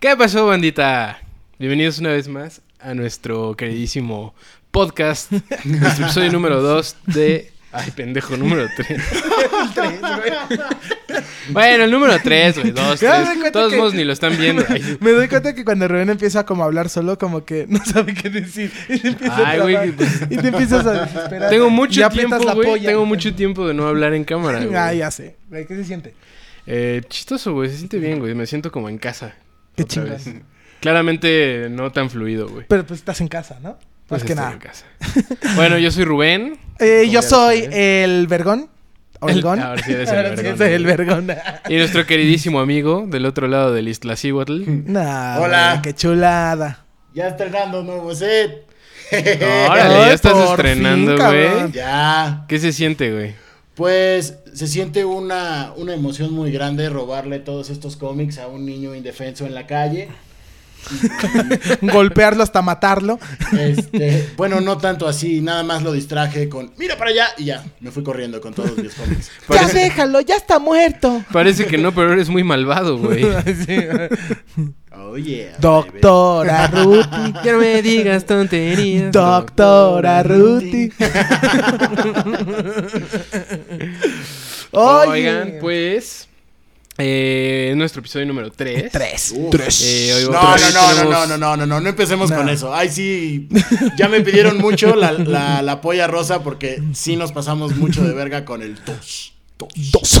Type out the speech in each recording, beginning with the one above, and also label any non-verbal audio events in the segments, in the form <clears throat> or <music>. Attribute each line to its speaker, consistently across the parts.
Speaker 1: ¿Qué pasó, bandita? Bienvenidos una vez más a nuestro queridísimo podcast, nuestro episodio número 2 de... Ay, pendejo, número
Speaker 2: <laughs>
Speaker 1: 3. bueno, el número 3, güey, 2,
Speaker 2: Ya me di
Speaker 1: 3.
Speaker 2: cuenta
Speaker 1: Todos
Speaker 2: que-
Speaker 1: modos ni lo están
Speaker 2: <laughs>
Speaker 1: viendo. Ay,
Speaker 2: Me doy cuenta que cuando Rubén empieza como a hablar solo, como que no <laughs> sabe qué decir. Y te empieza a
Speaker 1: Ay, güey,
Speaker 2: trabar.
Speaker 1: pues-
Speaker 2: Y te empiezas a desesperar.
Speaker 1: Tengo mucho
Speaker 2: Ya aprietas
Speaker 1: tiempo,
Speaker 2: la
Speaker 1: güey.
Speaker 2: polla.
Speaker 1: Tengo
Speaker 2: <laughs>
Speaker 1: mucho tiempo de no hablar en cámara, güey.
Speaker 2: Ah, ya sé. Güey, ¿Qué se siente?
Speaker 1: Eh, chistoso, güey. Se siente bien, güey. Me siento como en casa.
Speaker 2: Qué
Speaker 1: otra
Speaker 2: chingón.
Speaker 1: vez. Claramente no tan fluido, güey.
Speaker 2: Pero pues estás en casa, ¿no? Más
Speaker 1: Pues
Speaker 2: que
Speaker 1: estoy
Speaker 2: nada.
Speaker 1: en casa. bueno, yo soy Rubén.
Speaker 2: Eh,
Speaker 1: Como
Speaker 2: yo
Speaker 1: ya
Speaker 2: soy
Speaker 1: sabes.
Speaker 2: el vergón. ¿O el
Speaker 1: El-
Speaker 2: gon?
Speaker 1: ahora sí eres el
Speaker 2: Ahora sí
Speaker 1: vergón,
Speaker 2: soy el
Speaker 1: güey. <laughs>
Speaker 2: vergón.
Speaker 1: Y nuestro queridísimo amigo del otro lado del
Speaker 2: <laughs>
Speaker 1: Iztaccíhuatl.
Speaker 2: Nah,
Speaker 3: Hola.
Speaker 2: güey, Qué chulada.
Speaker 3: Ya estrenando nuevo <laughs> set.
Speaker 1: Órale, ya
Speaker 2: Ay,
Speaker 1: estás
Speaker 2: por
Speaker 1: estrenando,
Speaker 2: fin,
Speaker 1: güey.
Speaker 2: cabrón.
Speaker 3: Ya.
Speaker 1: ¿Qué se siente, güey?
Speaker 3: Pues se siente una, una emoción muy grande robarle todos estos cómics a un niño indefenso en la calle.
Speaker 2: Golpearlo hasta matarlo.
Speaker 3: <laughs> Este, bueno, no tanto así, nada más lo distraje con mira para allá y ya, me fui corriendo con todos mis cómics.
Speaker 2: Ya
Speaker 1: Parece,
Speaker 2: déjalo, ya está
Speaker 1: <laughs>
Speaker 2: muerto.
Speaker 1: parece que no, pero eres muy malvado, <laughs> güey.
Speaker 2: Sí, güey.
Speaker 3: <laughs> Oh yeah.
Speaker 2: Doctora Ruti.
Speaker 1: Ya no me digas tonterías.
Speaker 2: Doctora Ruti. <laughs> Oye.
Speaker 1: Oigan, pues. eh, es nuestro episodio número 3.
Speaker 2: Tres.
Speaker 3: Uf.
Speaker 2: Tres.
Speaker 1: Eh, hoy
Speaker 3: No,
Speaker 1: vamos-
Speaker 3: no, no, no, no,
Speaker 1: tenemos-
Speaker 3: no, no, no, no, no empecemos
Speaker 2: No.
Speaker 3: con eso. Ay, sí, ya me pidieron mucho la, la, la polla rosa porque sí nos pasamos mucho de verga con el tos.
Speaker 2: Dos.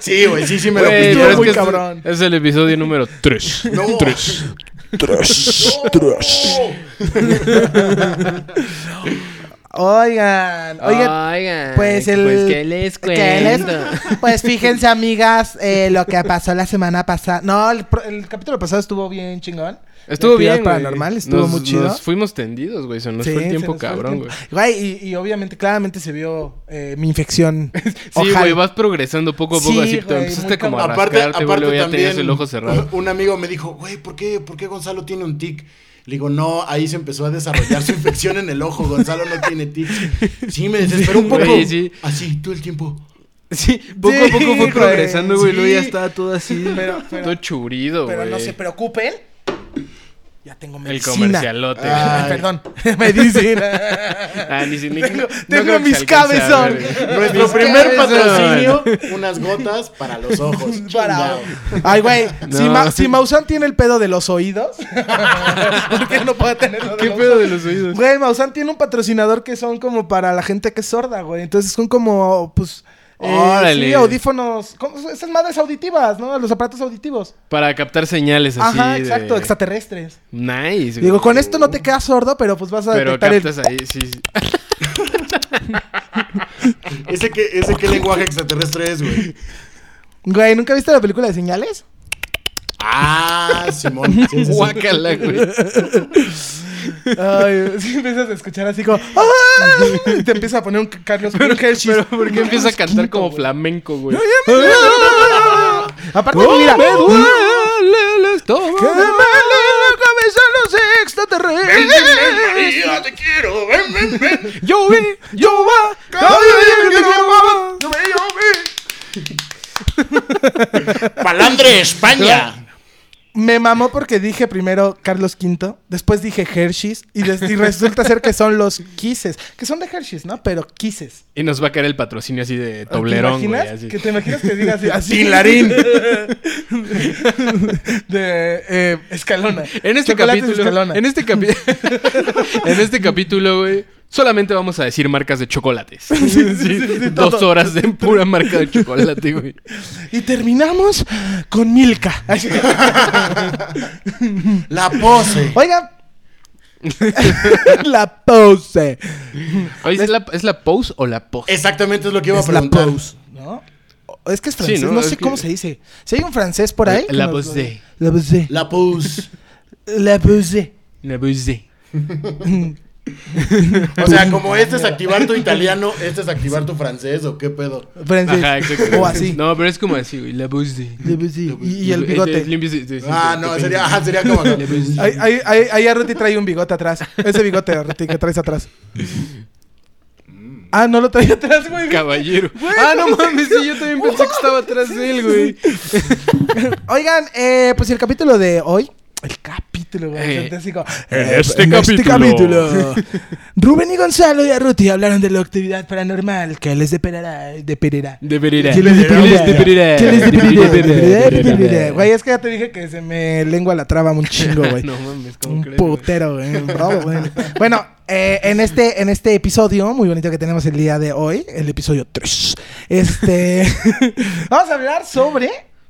Speaker 3: Sí, güey, sí, sí me
Speaker 1: Güey,
Speaker 3: lo
Speaker 1: pero
Speaker 3: pidieron.
Speaker 1: es
Speaker 2: muy
Speaker 1: que es-
Speaker 2: cabrón.
Speaker 1: Es, el episodio número 3. <laughs>
Speaker 3: No. Oh.
Speaker 2: Tres.
Speaker 3: No.
Speaker 2: Oigan. <laughs> Oigan.
Speaker 1: Oigan,
Speaker 2: pues el-
Speaker 1: que les
Speaker 2: ¿qué
Speaker 1: cuento.
Speaker 2: les- Pues fíjense, amigas, eh, lo que pasó la semana pasada. No, el, pro- el capítulo pasado estuvo bien chingón.
Speaker 1: Estuvo bien,
Speaker 2: Actividad
Speaker 1: güey.
Speaker 2: paranormal, estuvo
Speaker 1: Nos-
Speaker 2: muy chido.
Speaker 1: Nos fuimos tendidos, güey. Se nos
Speaker 2: Sí,
Speaker 1: fue el
Speaker 2: se
Speaker 1: tiempo
Speaker 2: nos fue el
Speaker 1: cabrón, güey.
Speaker 2: tiempo. Güey, y, y obviamente, claramente se vio eh, mi infección.
Speaker 1: <laughs> Sí,
Speaker 2: Ojal.
Speaker 1: güey, vas progresando poco a poco,
Speaker 2: Sí,
Speaker 1: así te
Speaker 2: güey,
Speaker 1: empezaste
Speaker 2: muy
Speaker 1: como a
Speaker 2: cabrón.
Speaker 3: Aparte,
Speaker 1: rascarte, güey, luego
Speaker 3: aparte
Speaker 1: ya tenías
Speaker 3: también
Speaker 1: el ojo
Speaker 2: <laughs>
Speaker 1: cerrado.
Speaker 3: Un amigo me dijo, güey, ¿por qué, ¿por qué Gonzalo tiene un tic? Le digo, no, ahí se empezó a desarrollar su infección en el ojo. Gonzalo no tiene tic. Sí, me desesperó un poco.
Speaker 1: Güey, sí.
Speaker 3: Así, todo
Speaker 1: <laughs>
Speaker 3: el tiempo.
Speaker 1: Sí, poco a poco fue
Speaker 2: güey.
Speaker 1: progresando, güey, luego ya
Speaker 3: Sí.
Speaker 1: estaba todo así,
Speaker 2: Pero- pero-
Speaker 1: todo churido, güey.
Speaker 2: Pero no se preocupen. Ya tengo
Speaker 1: El
Speaker 2: medicina.
Speaker 1: comercialote. güey.
Speaker 2: Ay, perdón. <laughs> medicina.
Speaker 1: <laughs> Ah, ni si- ni-
Speaker 2: Tengo-
Speaker 1: no
Speaker 2: tengo
Speaker 1: creo que
Speaker 2: mis
Speaker 1: se alcance a
Speaker 2: cabezón.
Speaker 1: ver, güey.
Speaker 3: Nuestro
Speaker 1: Mis
Speaker 3: primer
Speaker 1: cabezón.
Speaker 3: patrocinio, unas gotas para los ojos.
Speaker 2: <laughs> <laughs> Para-
Speaker 3: Chingao.
Speaker 2: Ay, güey. Si,
Speaker 1: No.
Speaker 2: Ma- si Maussan tiene el pedo de los oídos, <laughs> ¿por qué no puede tener lo de
Speaker 1: <laughs> ¿Qué
Speaker 2: los
Speaker 1: pedo de los oídos?
Speaker 2: Güey, Maussan tiene un patrocinador que son como para la gente que es sorda, güey. Entonces son como, pues. eh,
Speaker 1: Órale.
Speaker 2: sí, audífonos. ¿cómo? Esas madres auditivas, ¿no? Los aparatos auditivos.
Speaker 1: Para captar señales así
Speaker 2: Ajá,
Speaker 1: de-
Speaker 2: exacto, extraterrestres.
Speaker 1: Nice, güey.
Speaker 2: Digo, con esto no te quedas sordo, pero pues vas a
Speaker 1: Pero
Speaker 2: detectar el-
Speaker 1: captas ahí, sí,
Speaker 2: <laughs>
Speaker 1: sí.
Speaker 3: ¿Ese qué, ese qué lenguaje extraterrestre es, güey?
Speaker 2: Güey, ¿nunca viste la película de señales?
Speaker 3: Ah, Simón. Sí, sí,
Speaker 1: <laughs>
Speaker 3: sí. <laughs>
Speaker 1: Guácala,
Speaker 2: <laughs>
Speaker 1: güey.
Speaker 2: Ay, <laughs> sí, empiezas a escuchar así como. ¡Ah! Y te empieza a poner un Carlos Kershis.
Speaker 1: Pero ¿por qué empieza a cantar como flamenco, güey?
Speaker 2: Aparte,
Speaker 1: ¡Oh,
Speaker 2: mira.
Speaker 1: me duele el estómago!
Speaker 2: ¡Que me duele la cabeza los extraterrestres!
Speaker 3: María, te quiero. Ven, ven, ven.
Speaker 1: Yo vi, yo va, cada día que te amo.
Speaker 3: <laughs> Palandre, España.
Speaker 2: Me mamó porque dije primero Carlos V, después dije Hershey's y, des- y resulta ser que son los Kisses, que son de Hershey's, ¿no? Pero Kisses.
Speaker 1: Y nos va a caer el patrocinio así de
Speaker 2: ¿Te
Speaker 1: toblerón, güey.
Speaker 2: imaginas?
Speaker 1: así.
Speaker 2: Que te imaginas que
Speaker 1: <laughs>
Speaker 2: digas así, así <laughs>
Speaker 3: Tinlarín.
Speaker 2: de eh, escalona.
Speaker 1: En este
Speaker 2: Chocolates
Speaker 1: capítulo,
Speaker 2: Escalona.
Speaker 1: en este, capi- <laughs> en este capítulo, güey, solamente vamos a decir marcas de
Speaker 2: <laughs>
Speaker 1: chocolates. Dos
Speaker 2: todo.
Speaker 1: horas de pura marca de chocolate, güey.
Speaker 2: Y terminamos con Milka. Así.
Speaker 1: <laughs>
Speaker 3: La pose.
Speaker 1: <laughs>
Speaker 2: Oiga. la pose.
Speaker 1: Oye, ¿es la, ¿es la pose o la pose?
Speaker 3: Exactamente es lo que iba a
Speaker 2: Es la
Speaker 3: preguntar.
Speaker 2: pose, ¿no? O- Es que es francés,
Speaker 1: Sí, ¿no?
Speaker 2: no,
Speaker 1: Es
Speaker 2: sé
Speaker 1: que-
Speaker 2: cómo se dice. Si hay un francés por ahí. que
Speaker 1: La
Speaker 2: nos lo
Speaker 1: pose.
Speaker 2: diga. La pose.
Speaker 3: La pose.
Speaker 2: La pose.
Speaker 1: La pose.
Speaker 3: O sea, como este es activar tu italiano, este es activar tu francés o qué pedo.
Speaker 2: <laughs> Francés.
Speaker 1: Ajá, exacto.
Speaker 2: O así.
Speaker 1: No, pero es como así, güey. La pose.
Speaker 2: La pose. Y, y el
Speaker 1: Eh,
Speaker 2: bigote.
Speaker 1: limpias- eh, sí,
Speaker 3: Ah,
Speaker 1: sí,
Speaker 3: no,
Speaker 1: sí,
Speaker 3: sería,
Speaker 1: sí.
Speaker 3: ajá, sería como <laughs> acá.
Speaker 2: Ahí, ahí, ahí, ahí a Ruti trae un bigote atrás. Ese bigote, Ruti, que traes atrás. Ah, no lo traía atrás, güey.
Speaker 1: Caballero. ah, no mames, sí, yo también pensé que estaba atrás de él, güey.
Speaker 2: Oigan, eh, pues el capítulo de hoy. El capítulo, güey.
Speaker 1: Eh,
Speaker 2: fantástico.
Speaker 1: en
Speaker 2: Eh,
Speaker 1: este
Speaker 2: en
Speaker 1: capítulo.
Speaker 2: capítulo,
Speaker 1: <laughs>
Speaker 2: Rubén y Gonzalo y Arruti hablaron de la actividad paranormal que les deperará. Deperará.
Speaker 1: De Pereira.
Speaker 2: ¿Qué les deperará?
Speaker 1: deperará?
Speaker 2: ¿Qué les
Speaker 1: De Pereira, de
Speaker 2: deperará?
Speaker 1: Pereira, de
Speaker 2: Deperará, deperará.
Speaker 1: Pereira.
Speaker 2: Güey, es que ya te dije que se me lengua la traba un chingo, güey.
Speaker 1: <laughs> No mames, ¿cómo
Speaker 2: Un
Speaker 1: crees? güey?
Speaker 2: putero, güey. Bravo, güey. Bueno, eh, en, este, en este episodio muy bonito que tenemos el día de hoy, el episodio 3, este. <laughs> vamos a hablar sobre.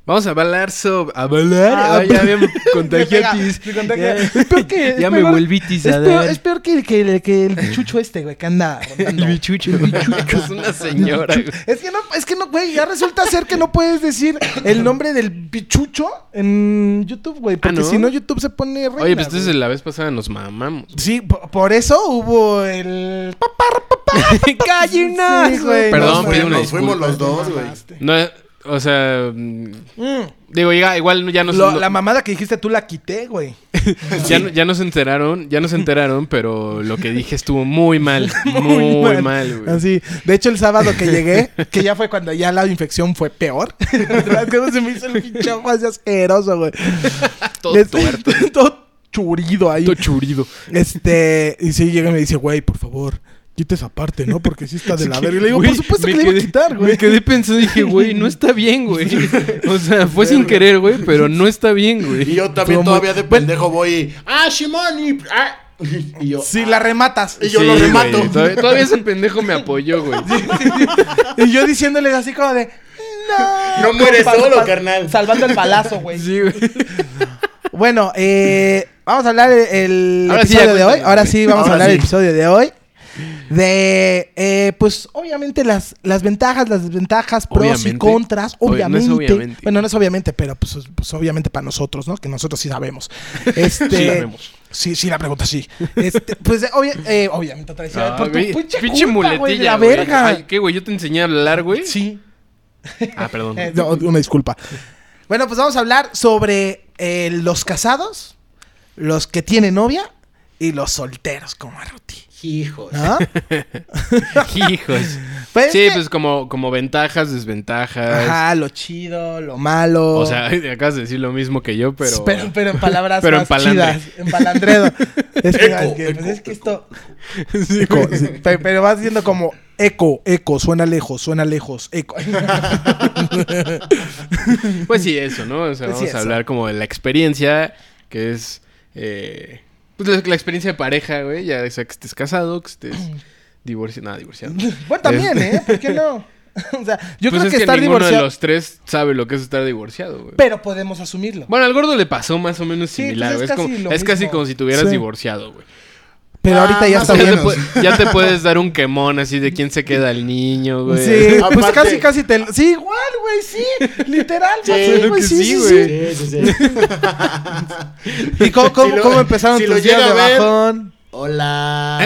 Speaker 1: Vamos a hablar sobre. ¿A hablar?
Speaker 2: Ah,
Speaker 1: Ah, ya
Speaker 2: <laughs> pero-
Speaker 1: me contagiatis.
Speaker 2: Me
Speaker 1: Ya-
Speaker 2: contagia- Es peor que. <laughs> es
Speaker 1: Ya me
Speaker 2: peor-
Speaker 1: volvitis
Speaker 2: Es
Speaker 1: a
Speaker 2: peor,
Speaker 1: dar.
Speaker 2: es peor que, que- que el bichucho este, güey, que anda. rondando.
Speaker 1: El bichucho. Es una señora, güey.
Speaker 2: Es que no, es que no, güey, ya resulta ser que no puedes decir el nombre del bichucho en YouTube, güey, porque
Speaker 1: Ah, ¿no?
Speaker 2: si no YouTube se pone reina,
Speaker 1: Oye, pues entonces
Speaker 2: güey.
Speaker 1: la vez pasada nos mamamos.
Speaker 2: <laughs> Sí, po- por eso hubo el papar, papar.
Speaker 1: Gallinas,
Speaker 2: Sí, güey.
Speaker 1: Perdón,
Speaker 2: No,
Speaker 1: pido
Speaker 3: fuimos,
Speaker 1: una
Speaker 3: nos fuimos
Speaker 1: disculpa.
Speaker 3: los dos, güey.
Speaker 1: No, o sea, mm,
Speaker 2: Mm.
Speaker 1: digo, ya, igual ya nos,
Speaker 2: Lo-
Speaker 1: no-
Speaker 2: la mamada que dijiste tú la quité, güey.
Speaker 1: ya, no- ya nos enteraron, ya nos enteraron, pero lo que dije estuvo muy
Speaker 2: <laughs>
Speaker 1: mal, muy, mal, güey.
Speaker 2: Así. De hecho, el sábado que llegué, que ya fue cuando ya la infección fue peor. <laughs> ¿Verdad? ¿Cómo se me hizo el pinche ojo así asqueroso, güey?
Speaker 1: Todo
Speaker 2: Les-
Speaker 1: tuerto,
Speaker 2: <laughs> todo churido ahí.
Speaker 1: todo churido.
Speaker 2: Este, y sí, llega y me dice, güey, por favor, quita esa parte, ¿no? Porque sí está de la verga. Y le digo,
Speaker 1: Güey,
Speaker 2: por supuesto
Speaker 1: me
Speaker 2: que le iba a
Speaker 1: quedé-
Speaker 2: quitar, güey.
Speaker 1: Me quedé pensando, dije, güey, no está bien,
Speaker 2: <laughs>
Speaker 1: güey. O sea, fue sin querer, güey, pero no está bien,
Speaker 3: Y
Speaker 1: güey.
Speaker 3: yo también
Speaker 2: Estuvo muy-
Speaker 3: todavía de pendejo voy. ¡Ah, Shimon! Y, ah", <laughs> y yo. "Ah".
Speaker 2: Si la rematas.
Speaker 3: Y yo lo
Speaker 1: güey,
Speaker 3: remato.
Speaker 1: todavía, todavía ese pendejo me apoyó, güey.
Speaker 2: Y yo diciéndole así como de. No,
Speaker 3: <laughs> No mueres
Speaker 2: Como
Speaker 3: solo,
Speaker 2: pa- pa-
Speaker 3: carnal.
Speaker 2: Salvando el balazo, güey.
Speaker 1: Sí, güey.
Speaker 2: Bueno, eh, vamos a hablar el, el
Speaker 1: Ahora sí,
Speaker 2: episodio
Speaker 1: ya
Speaker 2: de hoy.
Speaker 1: cuéntame.
Speaker 2: Ahora sí, vamos a
Speaker 3: Ahora
Speaker 2: hablar el
Speaker 3: sí.
Speaker 2: episodio de hoy. De, eh, pues, obviamente las, las ventajas, las desventajas, pros y
Speaker 1: Obviamente.
Speaker 2: contras,
Speaker 1: Obvio, no
Speaker 2: obviamente.
Speaker 1: es obviamente.
Speaker 2: Bueno, no es obviamente, pero pues, pues, obviamente para nosotros, ¿no? Que nosotros sí
Speaker 1: <laughs>
Speaker 2: sabemos. Este,
Speaker 1: Sí sabemos.
Speaker 2: Sí, sí, la pregunta sí. Este, pues, eh, obvia- eh, obviamente, otra vez.
Speaker 1: Ah,
Speaker 2: por
Speaker 1: güey,
Speaker 2: tu pinche,
Speaker 1: pinche
Speaker 2: culpa, güey, de la
Speaker 1: güey.
Speaker 2: verga.
Speaker 1: Ay, ¿Qué, güey? Yo te enseñé a hablar, güey.
Speaker 2: sí.
Speaker 1: Ah, perdón.
Speaker 2: Eh, no, una disculpa. Bueno, pues vamos a hablar sobre eh, los casados, los que tienen novia y los solteros como Arruti.
Speaker 1: <laughs>
Speaker 3: Hijos.
Speaker 2: ¿No?
Speaker 1: <laughs> Hijos.
Speaker 2: Pues es
Speaker 1: sí,
Speaker 2: que-
Speaker 1: pues como, como ventajas, desventajas.
Speaker 2: Ajá, lo chido, lo malo.
Speaker 1: O sea, <laughs> acabas de decir lo mismo que yo, pero.
Speaker 2: pero, pero en palabras
Speaker 1: <laughs> pero en
Speaker 2: más
Speaker 1: palandre.
Speaker 2: chidas,
Speaker 1: <laughs>
Speaker 2: en palandredo. Es que,
Speaker 3: Eco,
Speaker 2: es que-
Speaker 3: eco,
Speaker 2: pues es que esto...
Speaker 1: Sí,
Speaker 2: eco,
Speaker 1: güey.
Speaker 2: sí, <laughs> pe- pero vas diciendo como eco, eco, suena lejos, suena lejos, eco. <laughs>
Speaker 1: Pues sí, eso, ¿no? O sea,
Speaker 2: <laughs> Pues
Speaker 1: vamos
Speaker 2: sí, eso.
Speaker 1: a hablar como de la experiencia, que es. eh, pues la, la experiencia de pareja, güey. Ya sea que estés casado, que
Speaker 2: <clears throat>
Speaker 1: estés divorciado. Nada, divorciado.
Speaker 2: bueno, también, ¿eh? ¿Por qué no? <laughs> O sea, yo
Speaker 1: Este. Pues
Speaker 2: creo
Speaker 1: es
Speaker 2: que
Speaker 1: que,
Speaker 2: estar
Speaker 1: ninguno de
Speaker 2: divorciado...
Speaker 1: los tres sabe lo que es estar divorciado, güey.
Speaker 2: Pero podemos asumirlo.
Speaker 1: Bueno, al gordo le pasó más o menos
Speaker 2: Sí,
Speaker 1: similar, güey. es
Speaker 2: pues es casi
Speaker 1: como-
Speaker 2: lo
Speaker 1: es casi
Speaker 2: mismo.
Speaker 1: como si tuvieras
Speaker 2: Sí.
Speaker 1: divorciado, güey.
Speaker 2: Pero
Speaker 3: Ah,
Speaker 2: ahorita ya
Speaker 3: más
Speaker 2: está
Speaker 3: o
Speaker 1: Ya te,
Speaker 2: bien.
Speaker 3: menos.
Speaker 1: pue- ya te puedes dar un quemón así de quién se queda el niño, güey. <laughs>
Speaker 2: Sí,
Speaker 3: Aparte-
Speaker 2: pues casi, casi te... Sí, igual, güey, sí. <laughs> Literal,
Speaker 3: Sí,
Speaker 2: más o menos,
Speaker 1: creo que
Speaker 2: sí,
Speaker 1: sí,
Speaker 2: sí,
Speaker 1: güey.
Speaker 2: sí.
Speaker 3: Sí, sí, sí.
Speaker 2: ¿Y cómo, cómo-
Speaker 3: Si lo-
Speaker 2: cómo empezaron
Speaker 3: si
Speaker 2: tus
Speaker 3: lo
Speaker 2: días
Speaker 3: llega
Speaker 2: de
Speaker 3: a ver-
Speaker 2: bajón?
Speaker 3: Hola.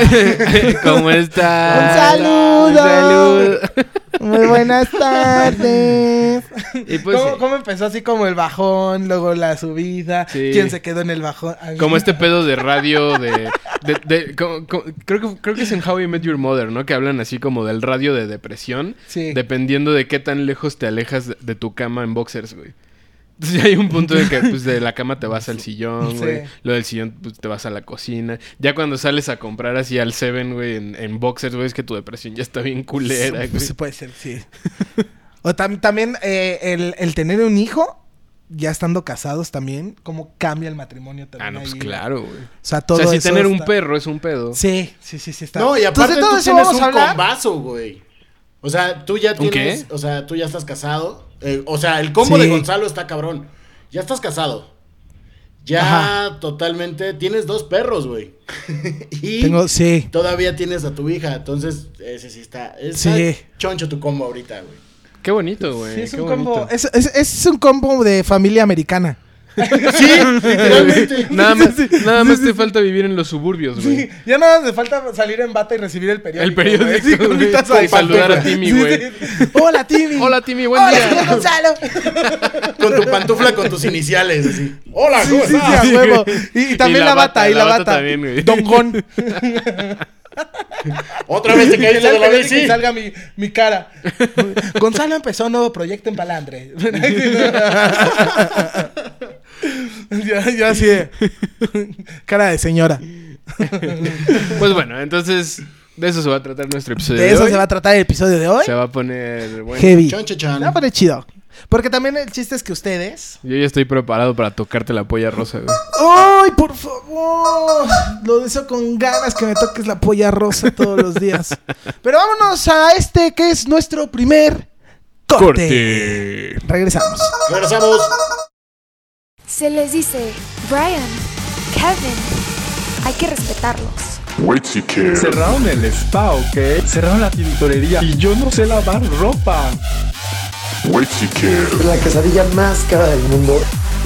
Speaker 1: ¿Cómo estás?
Speaker 2: ¡Un saludo!
Speaker 1: Un
Speaker 2: <laughs>
Speaker 1: saludo.
Speaker 2: Muy buenas tardes.
Speaker 1: Y pues,
Speaker 2: ¿Cómo,
Speaker 1: eh,
Speaker 2: cómo empezó así como el bajón, luego la subida?
Speaker 1: Sí.
Speaker 2: ¿Quién se quedó en el bajón? Ay,
Speaker 1: como este pedo de radio de... de- de- como- como- creo, que, creo que es en How I Met Your Mother, ¿no? Que hablan así como del radio de depresión.
Speaker 2: Sí.
Speaker 1: Dependiendo de qué tan lejos te alejas de, de tu cama en boxers, güey. Entonces ya hay un punto de que pues, de la cama te vas al sillón,
Speaker 2: Sí.
Speaker 1: güey. Lo del sillón pues, te vas a la cocina. Ya cuando sales a comprar así al Seven, güey, en, en boxers, güey, es que tu depresión ya está bien culera,
Speaker 2: Sí, pues,
Speaker 1: güey.
Speaker 2: sí puede ser, sí. O tam- también eh, el, el tener un hijo, ya estando casados también, cómo cambia el matrimonio también.
Speaker 1: Ah, no, pues
Speaker 2: ahí.
Speaker 1: claro, güey.
Speaker 2: O sea,
Speaker 1: O
Speaker 2: todo
Speaker 1: sea, si
Speaker 2: eso
Speaker 1: tener un
Speaker 2: está-
Speaker 1: perro es un pedo.
Speaker 2: Sí, sí, sí, sí. Está.
Speaker 3: <laughs> No, y aparte
Speaker 2: Entonces, de todo
Speaker 3: tú
Speaker 2: eso
Speaker 3: tienes
Speaker 2: vamos
Speaker 3: un
Speaker 2: a hablar.
Speaker 3: combazo, güey. O sea, tú ya
Speaker 1: ¿Un
Speaker 3: tienes...
Speaker 1: qué?
Speaker 3: O sea, tú ya estás casado. Eh, o sea, el combo de
Speaker 2: Sí.
Speaker 3: Gonzalo está cabrón. Ya estás casado. Ya totalmente... Tienes dos
Speaker 2: <laughs>
Speaker 3: perros, güey. y
Speaker 2: Tengo, sí.
Speaker 3: todavía tienes a tu hija. Entonces, ese sí está... está
Speaker 2: Sí.
Speaker 3: choncho tu combo ahorita, güey.
Speaker 1: Qué bonito, güey.
Speaker 2: Sí, es
Speaker 1: qué
Speaker 2: un combo.
Speaker 1: bonito.
Speaker 2: Es, es, es un combo de familia americana.
Speaker 3: Sí, <laughs>
Speaker 2: <laughs>
Speaker 3: literalmente.
Speaker 1: Nada más, nada más te falta vivir en los suburbios, güey.
Speaker 2: Sí, ya nada más me falta salir en bata y recibir el periódico.
Speaker 1: El periódico,
Speaker 2: güey. Sí, con
Speaker 1: güey.
Speaker 2: mi taza
Speaker 1: Y
Speaker 2: de
Speaker 1: saludar
Speaker 2: café,
Speaker 1: a
Speaker 2: güey.
Speaker 1: Timmy,
Speaker 2: Sí,
Speaker 1: güey.
Speaker 2: sí. Hola, Timmy.
Speaker 1: Hola, Timmy, buen
Speaker 2: Hola,
Speaker 1: día.
Speaker 2: soy
Speaker 1: <laughs>
Speaker 2: Gonzalo.
Speaker 3: Con tu pantufla, con tus iniciales, así. Hola,
Speaker 2: Sí,
Speaker 3: ¿cómo
Speaker 2: sí,
Speaker 3: estás?
Speaker 2: sí, a huevo. Y, y también
Speaker 1: Y <laughs>
Speaker 2: la bata, y la bata.
Speaker 1: también, güey.
Speaker 2: Dongón.
Speaker 3: Otra vez te
Speaker 2: Que
Speaker 3: caíste de la
Speaker 2: salga-
Speaker 3: bici.
Speaker 2: que salga mi, mi cara. Gonzalo empezó un nuevo proyecto en <laughs> Palandre. ya, ya
Speaker 1: <laughs>
Speaker 2: así de- Cara de señora.
Speaker 1: Pues bueno, entonces de eso se va a tratar nuestro episodio.
Speaker 2: De eso
Speaker 1: hoy.
Speaker 2: se va a tratar el episodio de hoy.
Speaker 1: Se va a poner bueno.
Speaker 2: Heavy.
Speaker 3: Chon, chachan.
Speaker 2: No, pero es chido. Porque también el chiste es que ustedes.
Speaker 1: Yo ya estoy preparado para tocarte la polla rosa, güey.
Speaker 2: ¡Ay, por favor! Lo deseo con ganas que me toques la polla rosa todos los <laughs> días. Pero vámonos a este que es nuestro primer corte.
Speaker 1: Corte.
Speaker 2: Regresamos.
Speaker 3: Regresamos.
Speaker 4: Se les dice, Brian, Kevin, hay que respetarlos.
Speaker 5: Wait, si quieres.
Speaker 6: Cerraron el spa, ¿ok? Cerraron la tintorería y yo no sé lavar ropa.
Speaker 5: Wait, si quieres.
Speaker 7: la quesadilla más cara del mundo.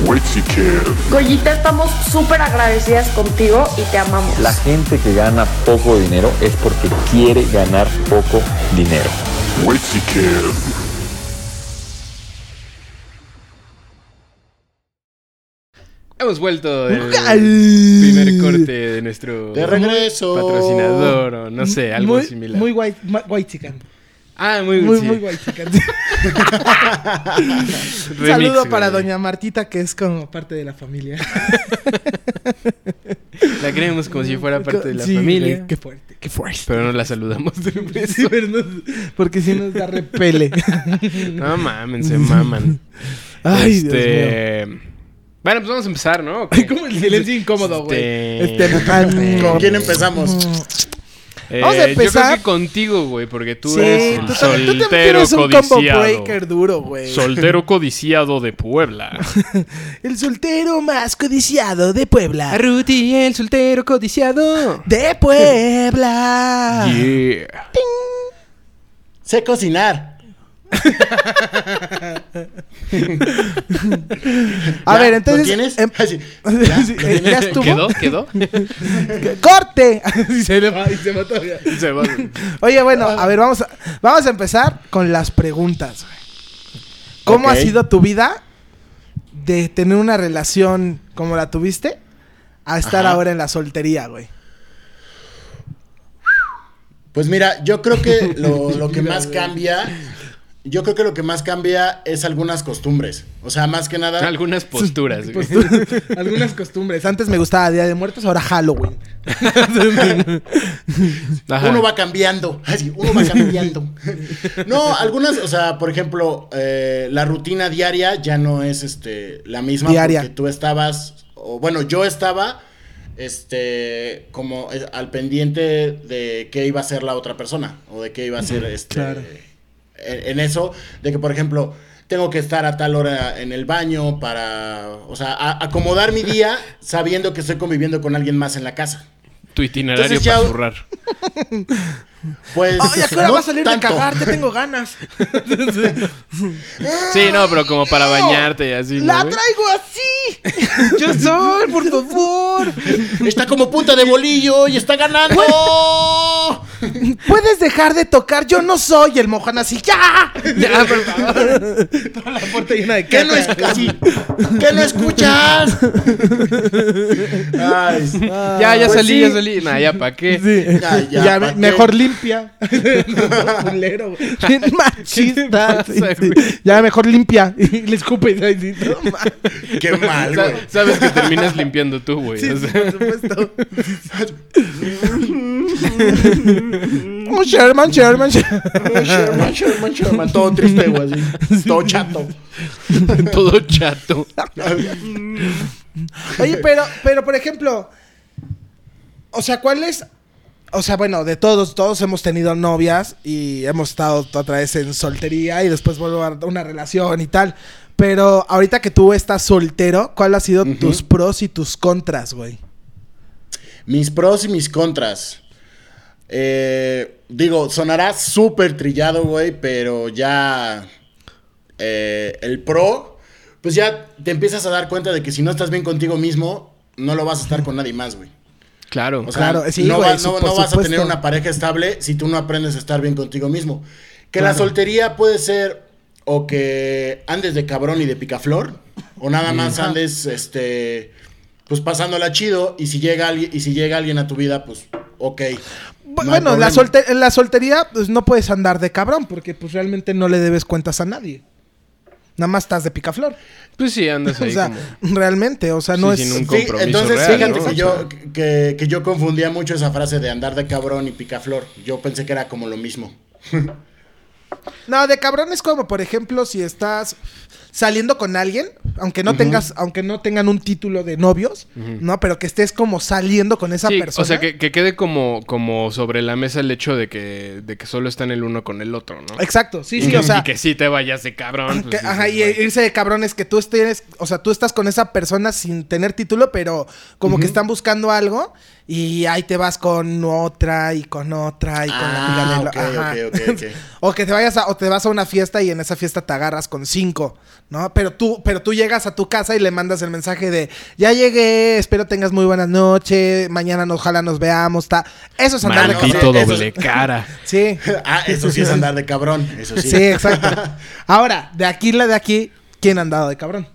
Speaker 5: Wait, si quieres.
Speaker 8: Goyita, estamos súper agradecidas contigo y te amamos.
Speaker 9: La gente que gana poco dinero es porque quiere ganar poco dinero.
Speaker 5: Wait, si quieres.
Speaker 1: Hemos vuelto del
Speaker 2: Ay.
Speaker 1: primer corte de nuestro
Speaker 3: De regreso.
Speaker 1: patrocinador o no sé, algo
Speaker 2: muy,
Speaker 1: similar.
Speaker 2: Muy white, ma- white chicken.
Speaker 1: ah, muy,
Speaker 2: Muy,
Speaker 1: <laughs> sí.
Speaker 2: muy white chicken. Un
Speaker 1: <laughs> Remix,
Speaker 2: saludo
Speaker 1: güey.
Speaker 2: para doña Martita, que es como parte de la familia.
Speaker 1: La creemos como si fuera <laughs> parte de la
Speaker 2: Sí,
Speaker 1: familia.
Speaker 2: güey, Qué fuerte, qué fuerte.
Speaker 1: Pero no la saludamos de
Speaker 2: <laughs> Sí, pero no- porque si nos
Speaker 1: <laughs>
Speaker 2: da repele. <laughs>
Speaker 1: No mamen, se maman.
Speaker 2: Ay, Dios mío.
Speaker 1: este... Bueno, pues vamos a empezar, ¿no? ¿O qué?
Speaker 2: Ay, como el silencio incómodo, güey.
Speaker 1: Este- <laughs>
Speaker 2: Este, Mm. ah, no.
Speaker 3: ¿Con quién empezamos?
Speaker 1: Eh,
Speaker 2: Vamos a
Speaker 1: Yo creo
Speaker 2: empezar.
Speaker 1: que contigo, güey, porque tú
Speaker 2: Sí,
Speaker 1: eres el
Speaker 2: tú también- tú también
Speaker 1: soltero
Speaker 2: eres un combo
Speaker 1: codiciado.
Speaker 2: breaker duro, güey.
Speaker 1: Soltero codiciado de Puebla.
Speaker 2: <laughs> el soltero más codiciado de Puebla.
Speaker 1: Ruti, el soltero codiciado.
Speaker 2: De Puebla.
Speaker 1: <laughs> Yeah.
Speaker 3: Sé cocinar.
Speaker 2: A
Speaker 3: ¿Ya?
Speaker 2: ver,
Speaker 3: ¿Lo
Speaker 2: entonces.
Speaker 3: tienes? <laughs>
Speaker 2: em-
Speaker 3: Así.
Speaker 2: Sí, eh, <laughs> ¿ya estuvo?
Speaker 1: ¿Quedó? ¿Quedó?
Speaker 2: <laughs> ¡Corte! <laughs> Y se le va, y se va todavía.
Speaker 1: Se va.
Speaker 2: Oye, bueno, a ver, vamos a, vamos a empezar con las preguntas. güey. ¿Cómo
Speaker 3: Ok.
Speaker 2: ha sido tu vida de tener una relación como la tuviste a estar ahora en la soltería, güey?
Speaker 3: Pues mira, yo creo
Speaker 2: <laughs>
Speaker 3: que lo, lo que más cambia, yo creo que lo que más cambia es algunas costumbres. O sea, más que
Speaker 1: <laughs>
Speaker 3: nada.
Speaker 1: Algunas posturas. güey.
Speaker 2: <laughs> Algunas costumbres. Antes me gustaba Día de Muertos, ahora Halloween.
Speaker 1: Ajá.
Speaker 3: Uno va cambiando, así, uno
Speaker 2: <laughs>
Speaker 3: va cambiando. No, algunas, o sea, por ejemplo, eh, la rutina diaria ya no es este la misma
Speaker 2: Diaria.
Speaker 3: porque tú estabas, o bueno, yo estaba este como eh, al pendiente de qué iba a hacer la otra persona o de qué iba a hacer este
Speaker 2: Claro.
Speaker 3: en, en eso de que por ejemplo tengo que estar a tal hora en el baño para, o sea, a- acomodar mi
Speaker 2: <laughs>
Speaker 3: día sabiendo que estoy conviviendo con alguien más en la casa.
Speaker 1: Tu itinerario
Speaker 3: Entonces ya-
Speaker 1: para zurrar.
Speaker 3: Pues
Speaker 2: ¡Ay, ¿a qué hora
Speaker 3: no
Speaker 2: va a salir de
Speaker 3: tanto.
Speaker 2: cagar? Te tengo <laughs> ganas.
Speaker 1: Sí, no, pero como para bañarte y así. ¿no,
Speaker 2: ¡La
Speaker 1: güey?
Speaker 2: traigo así! ¡Yo soy, por favor!
Speaker 3: Está como punta de bolillo y está ganando.
Speaker 2: ¿Puedes dejar de tocar? Yo no soy el Mohan así. ¡Ya!
Speaker 1: <laughs> Ya, por favor.
Speaker 2: Toda la puerta llena de
Speaker 3: ¿Qué no es así? ¿Qué no escuchas? Ay,
Speaker 1: Ya,
Speaker 2: Ah,
Speaker 1: ya
Speaker 3: Pues
Speaker 1: salí,
Speaker 3: sí.
Speaker 1: ya salí. Nah, ya, ¿para
Speaker 2: <laughs>
Speaker 1: qué? <laughs>
Speaker 3: ya, ya,
Speaker 2: Ya,
Speaker 3: ¿pa'
Speaker 2: me- mejor
Speaker 3: qué?
Speaker 2: limpia. No, <laughs> culero, güey. <laughs> Bien machista.
Speaker 1: pasa,
Speaker 2: sí, sí.
Speaker 1: güey?
Speaker 2: Ya mejor limpia. <laughs> Y le escupe. y dice, "No mames".
Speaker 3: Qué mal,
Speaker 1: Sa-
Speaker 3: güey.
Speaker 1: Sabes que terminas limpiando tú, güey.
Speaker 2: Sí,
Speaker 1: o
Speaker 2: sí,
Speaker 1: sea.
Speaker 2: por supuesto. Oh, Sherman, Sherman, Sherman.
Speaker 3: Sherman, Sherman, Sherman. Todo triste, güey. así. Todo chato.
Speaker 1: <laughs> Todo
Speaker 2: <laughs>
Speaker 1: chato.
Speaker 2: <laughs> Oye, pero, pero por ejemplo, o sea, ¿cuál es? O sea, bueno, de todos, todos hemos tenido novias y hemos estado otra vez en soltería y después vuelvo a una relación y tal. Pero ahorita que tú estás soltero, ¿cuál ha sido tus pros y tus contras, güey?
Speaker 3: Mis pros y mis contras. Eh, digo, sonará súper trillado, güey, pero ya eh, el pro, pues ya te empiezas a dar cuenta de que si no estás bien contigo mismo, no lo vas a estar con nadie más, güey.
Speaker 1: Claro.
Speaker 3: O sea,
Speaker 2: Claro, sí,
Speaker 3: no,
Speaker 2: güey,
Speaker 3: va-
Speaker 2: sí,
Speaker 3: no-
Speaker 2: por
Speaker 3: no vas a tener
Speaker 2: supuesto.
Speaker 3: una pareja estable si tú no aprendes a estar bien contigo mismo. Que la
Speaker 2: Claro.
Speaker 3: soltería puede ser o que andes de cabrón y de picaflor, o nada más andes, este, pues pasándola chido, y si llega alguien, y si llega alguien a tu vida, pues, ok.
Speaker 2: Bu-
Speaker 3: hay
Speaker 2: bueno, la,
Speaker 3: problema.
Speaker 2: solte- en la soltería pues, no puedes andar de cabrón porque pues realmente no le debes cuentas a nadie. Nada más estás de picaflor.
Speaker 1: Pues sí, andas
Speaker 2: <laughs> o
Speaker 1: ahí
Speaker 2: sea,
Speaker 1: como...
Speaker 2: realmente, o sea,
Speaker 1: Sí,
Speaker 2: no
Speaker 1: sin
Speaker 2: es...
Speaker 1: un-
Speaker 3: Sí,
Speaker 1: compromiso
Speaker 3: entonces
Speaker 1: real,
Speaker 3: fíjate
Speaker 1: ¿no?
Speaker 3: que,
Speaker 1: O
Speaker 3: yo, que, que yo confundía mucho esa frase de andar de cabrón y picaflor. Yo pensé que era como lo mismo. <laughs>
Speaker 2: No, de cabrón es como, por ejemplo, si estás saliendo con alguien, aunque no tengas, aunque no tengan un título de novios, ¿no? Pero que estés como saliendo con esa
Speaker 1: Sí,
Speaker 2: persona.
Speaker 1: o sea, que, que quede como, como sobre la mesa el hecho de que, de que solo están el uno con el otro, ¿no?
Speaker 2: Exacto, sí, sí,
Speaker 1: Y-
Speaker 2: o sea... Ah,
Speaker 1: Y que sí te vayas de cabrón.
Speaker 2: Que-
Speaker 1: pues, dices,
Speaker 2: ajá, y
Speaker 1: "Güey".
Speaker 2: irse de cabrones que tú estés, o sea, tú estás con esa persona sin tener título, pero como que están buscando algo y ahí te vas con otra y con otra y con la amiga
Speaker 3: Ah,
Speaker 2: de la-
Speaker 3: ok,
Speaker 2: ajá.
Speaker 3: ok, ok, ok.
Speaker 2: <laughs> O que te vayas a, o te vas a una fiesta y en esa fiesta te agarras con cinco, ¿no? Pero tú, pero tú llegas a tu casa y le mandas el mensaje de ya llegué, espero tengas muy buenas noches, mañana nos- ojalá nos veamos, ta. Eso es andar de
Speaker 1: Maldito
Speaker 2: cabrón.
Speaker 3: cabrón.
Speaker 1: doble cara.
Speaker 2: Sí.
Speaker 3: Ah, eso sí es andar de cabrón. <laughs> Eso sí.
Speaker 2: Sí,
Speaker 3: <laughs>
Speaker 2: exacto. Ahora, de aquí la de aquí, ¿quién ha andado de cabrón?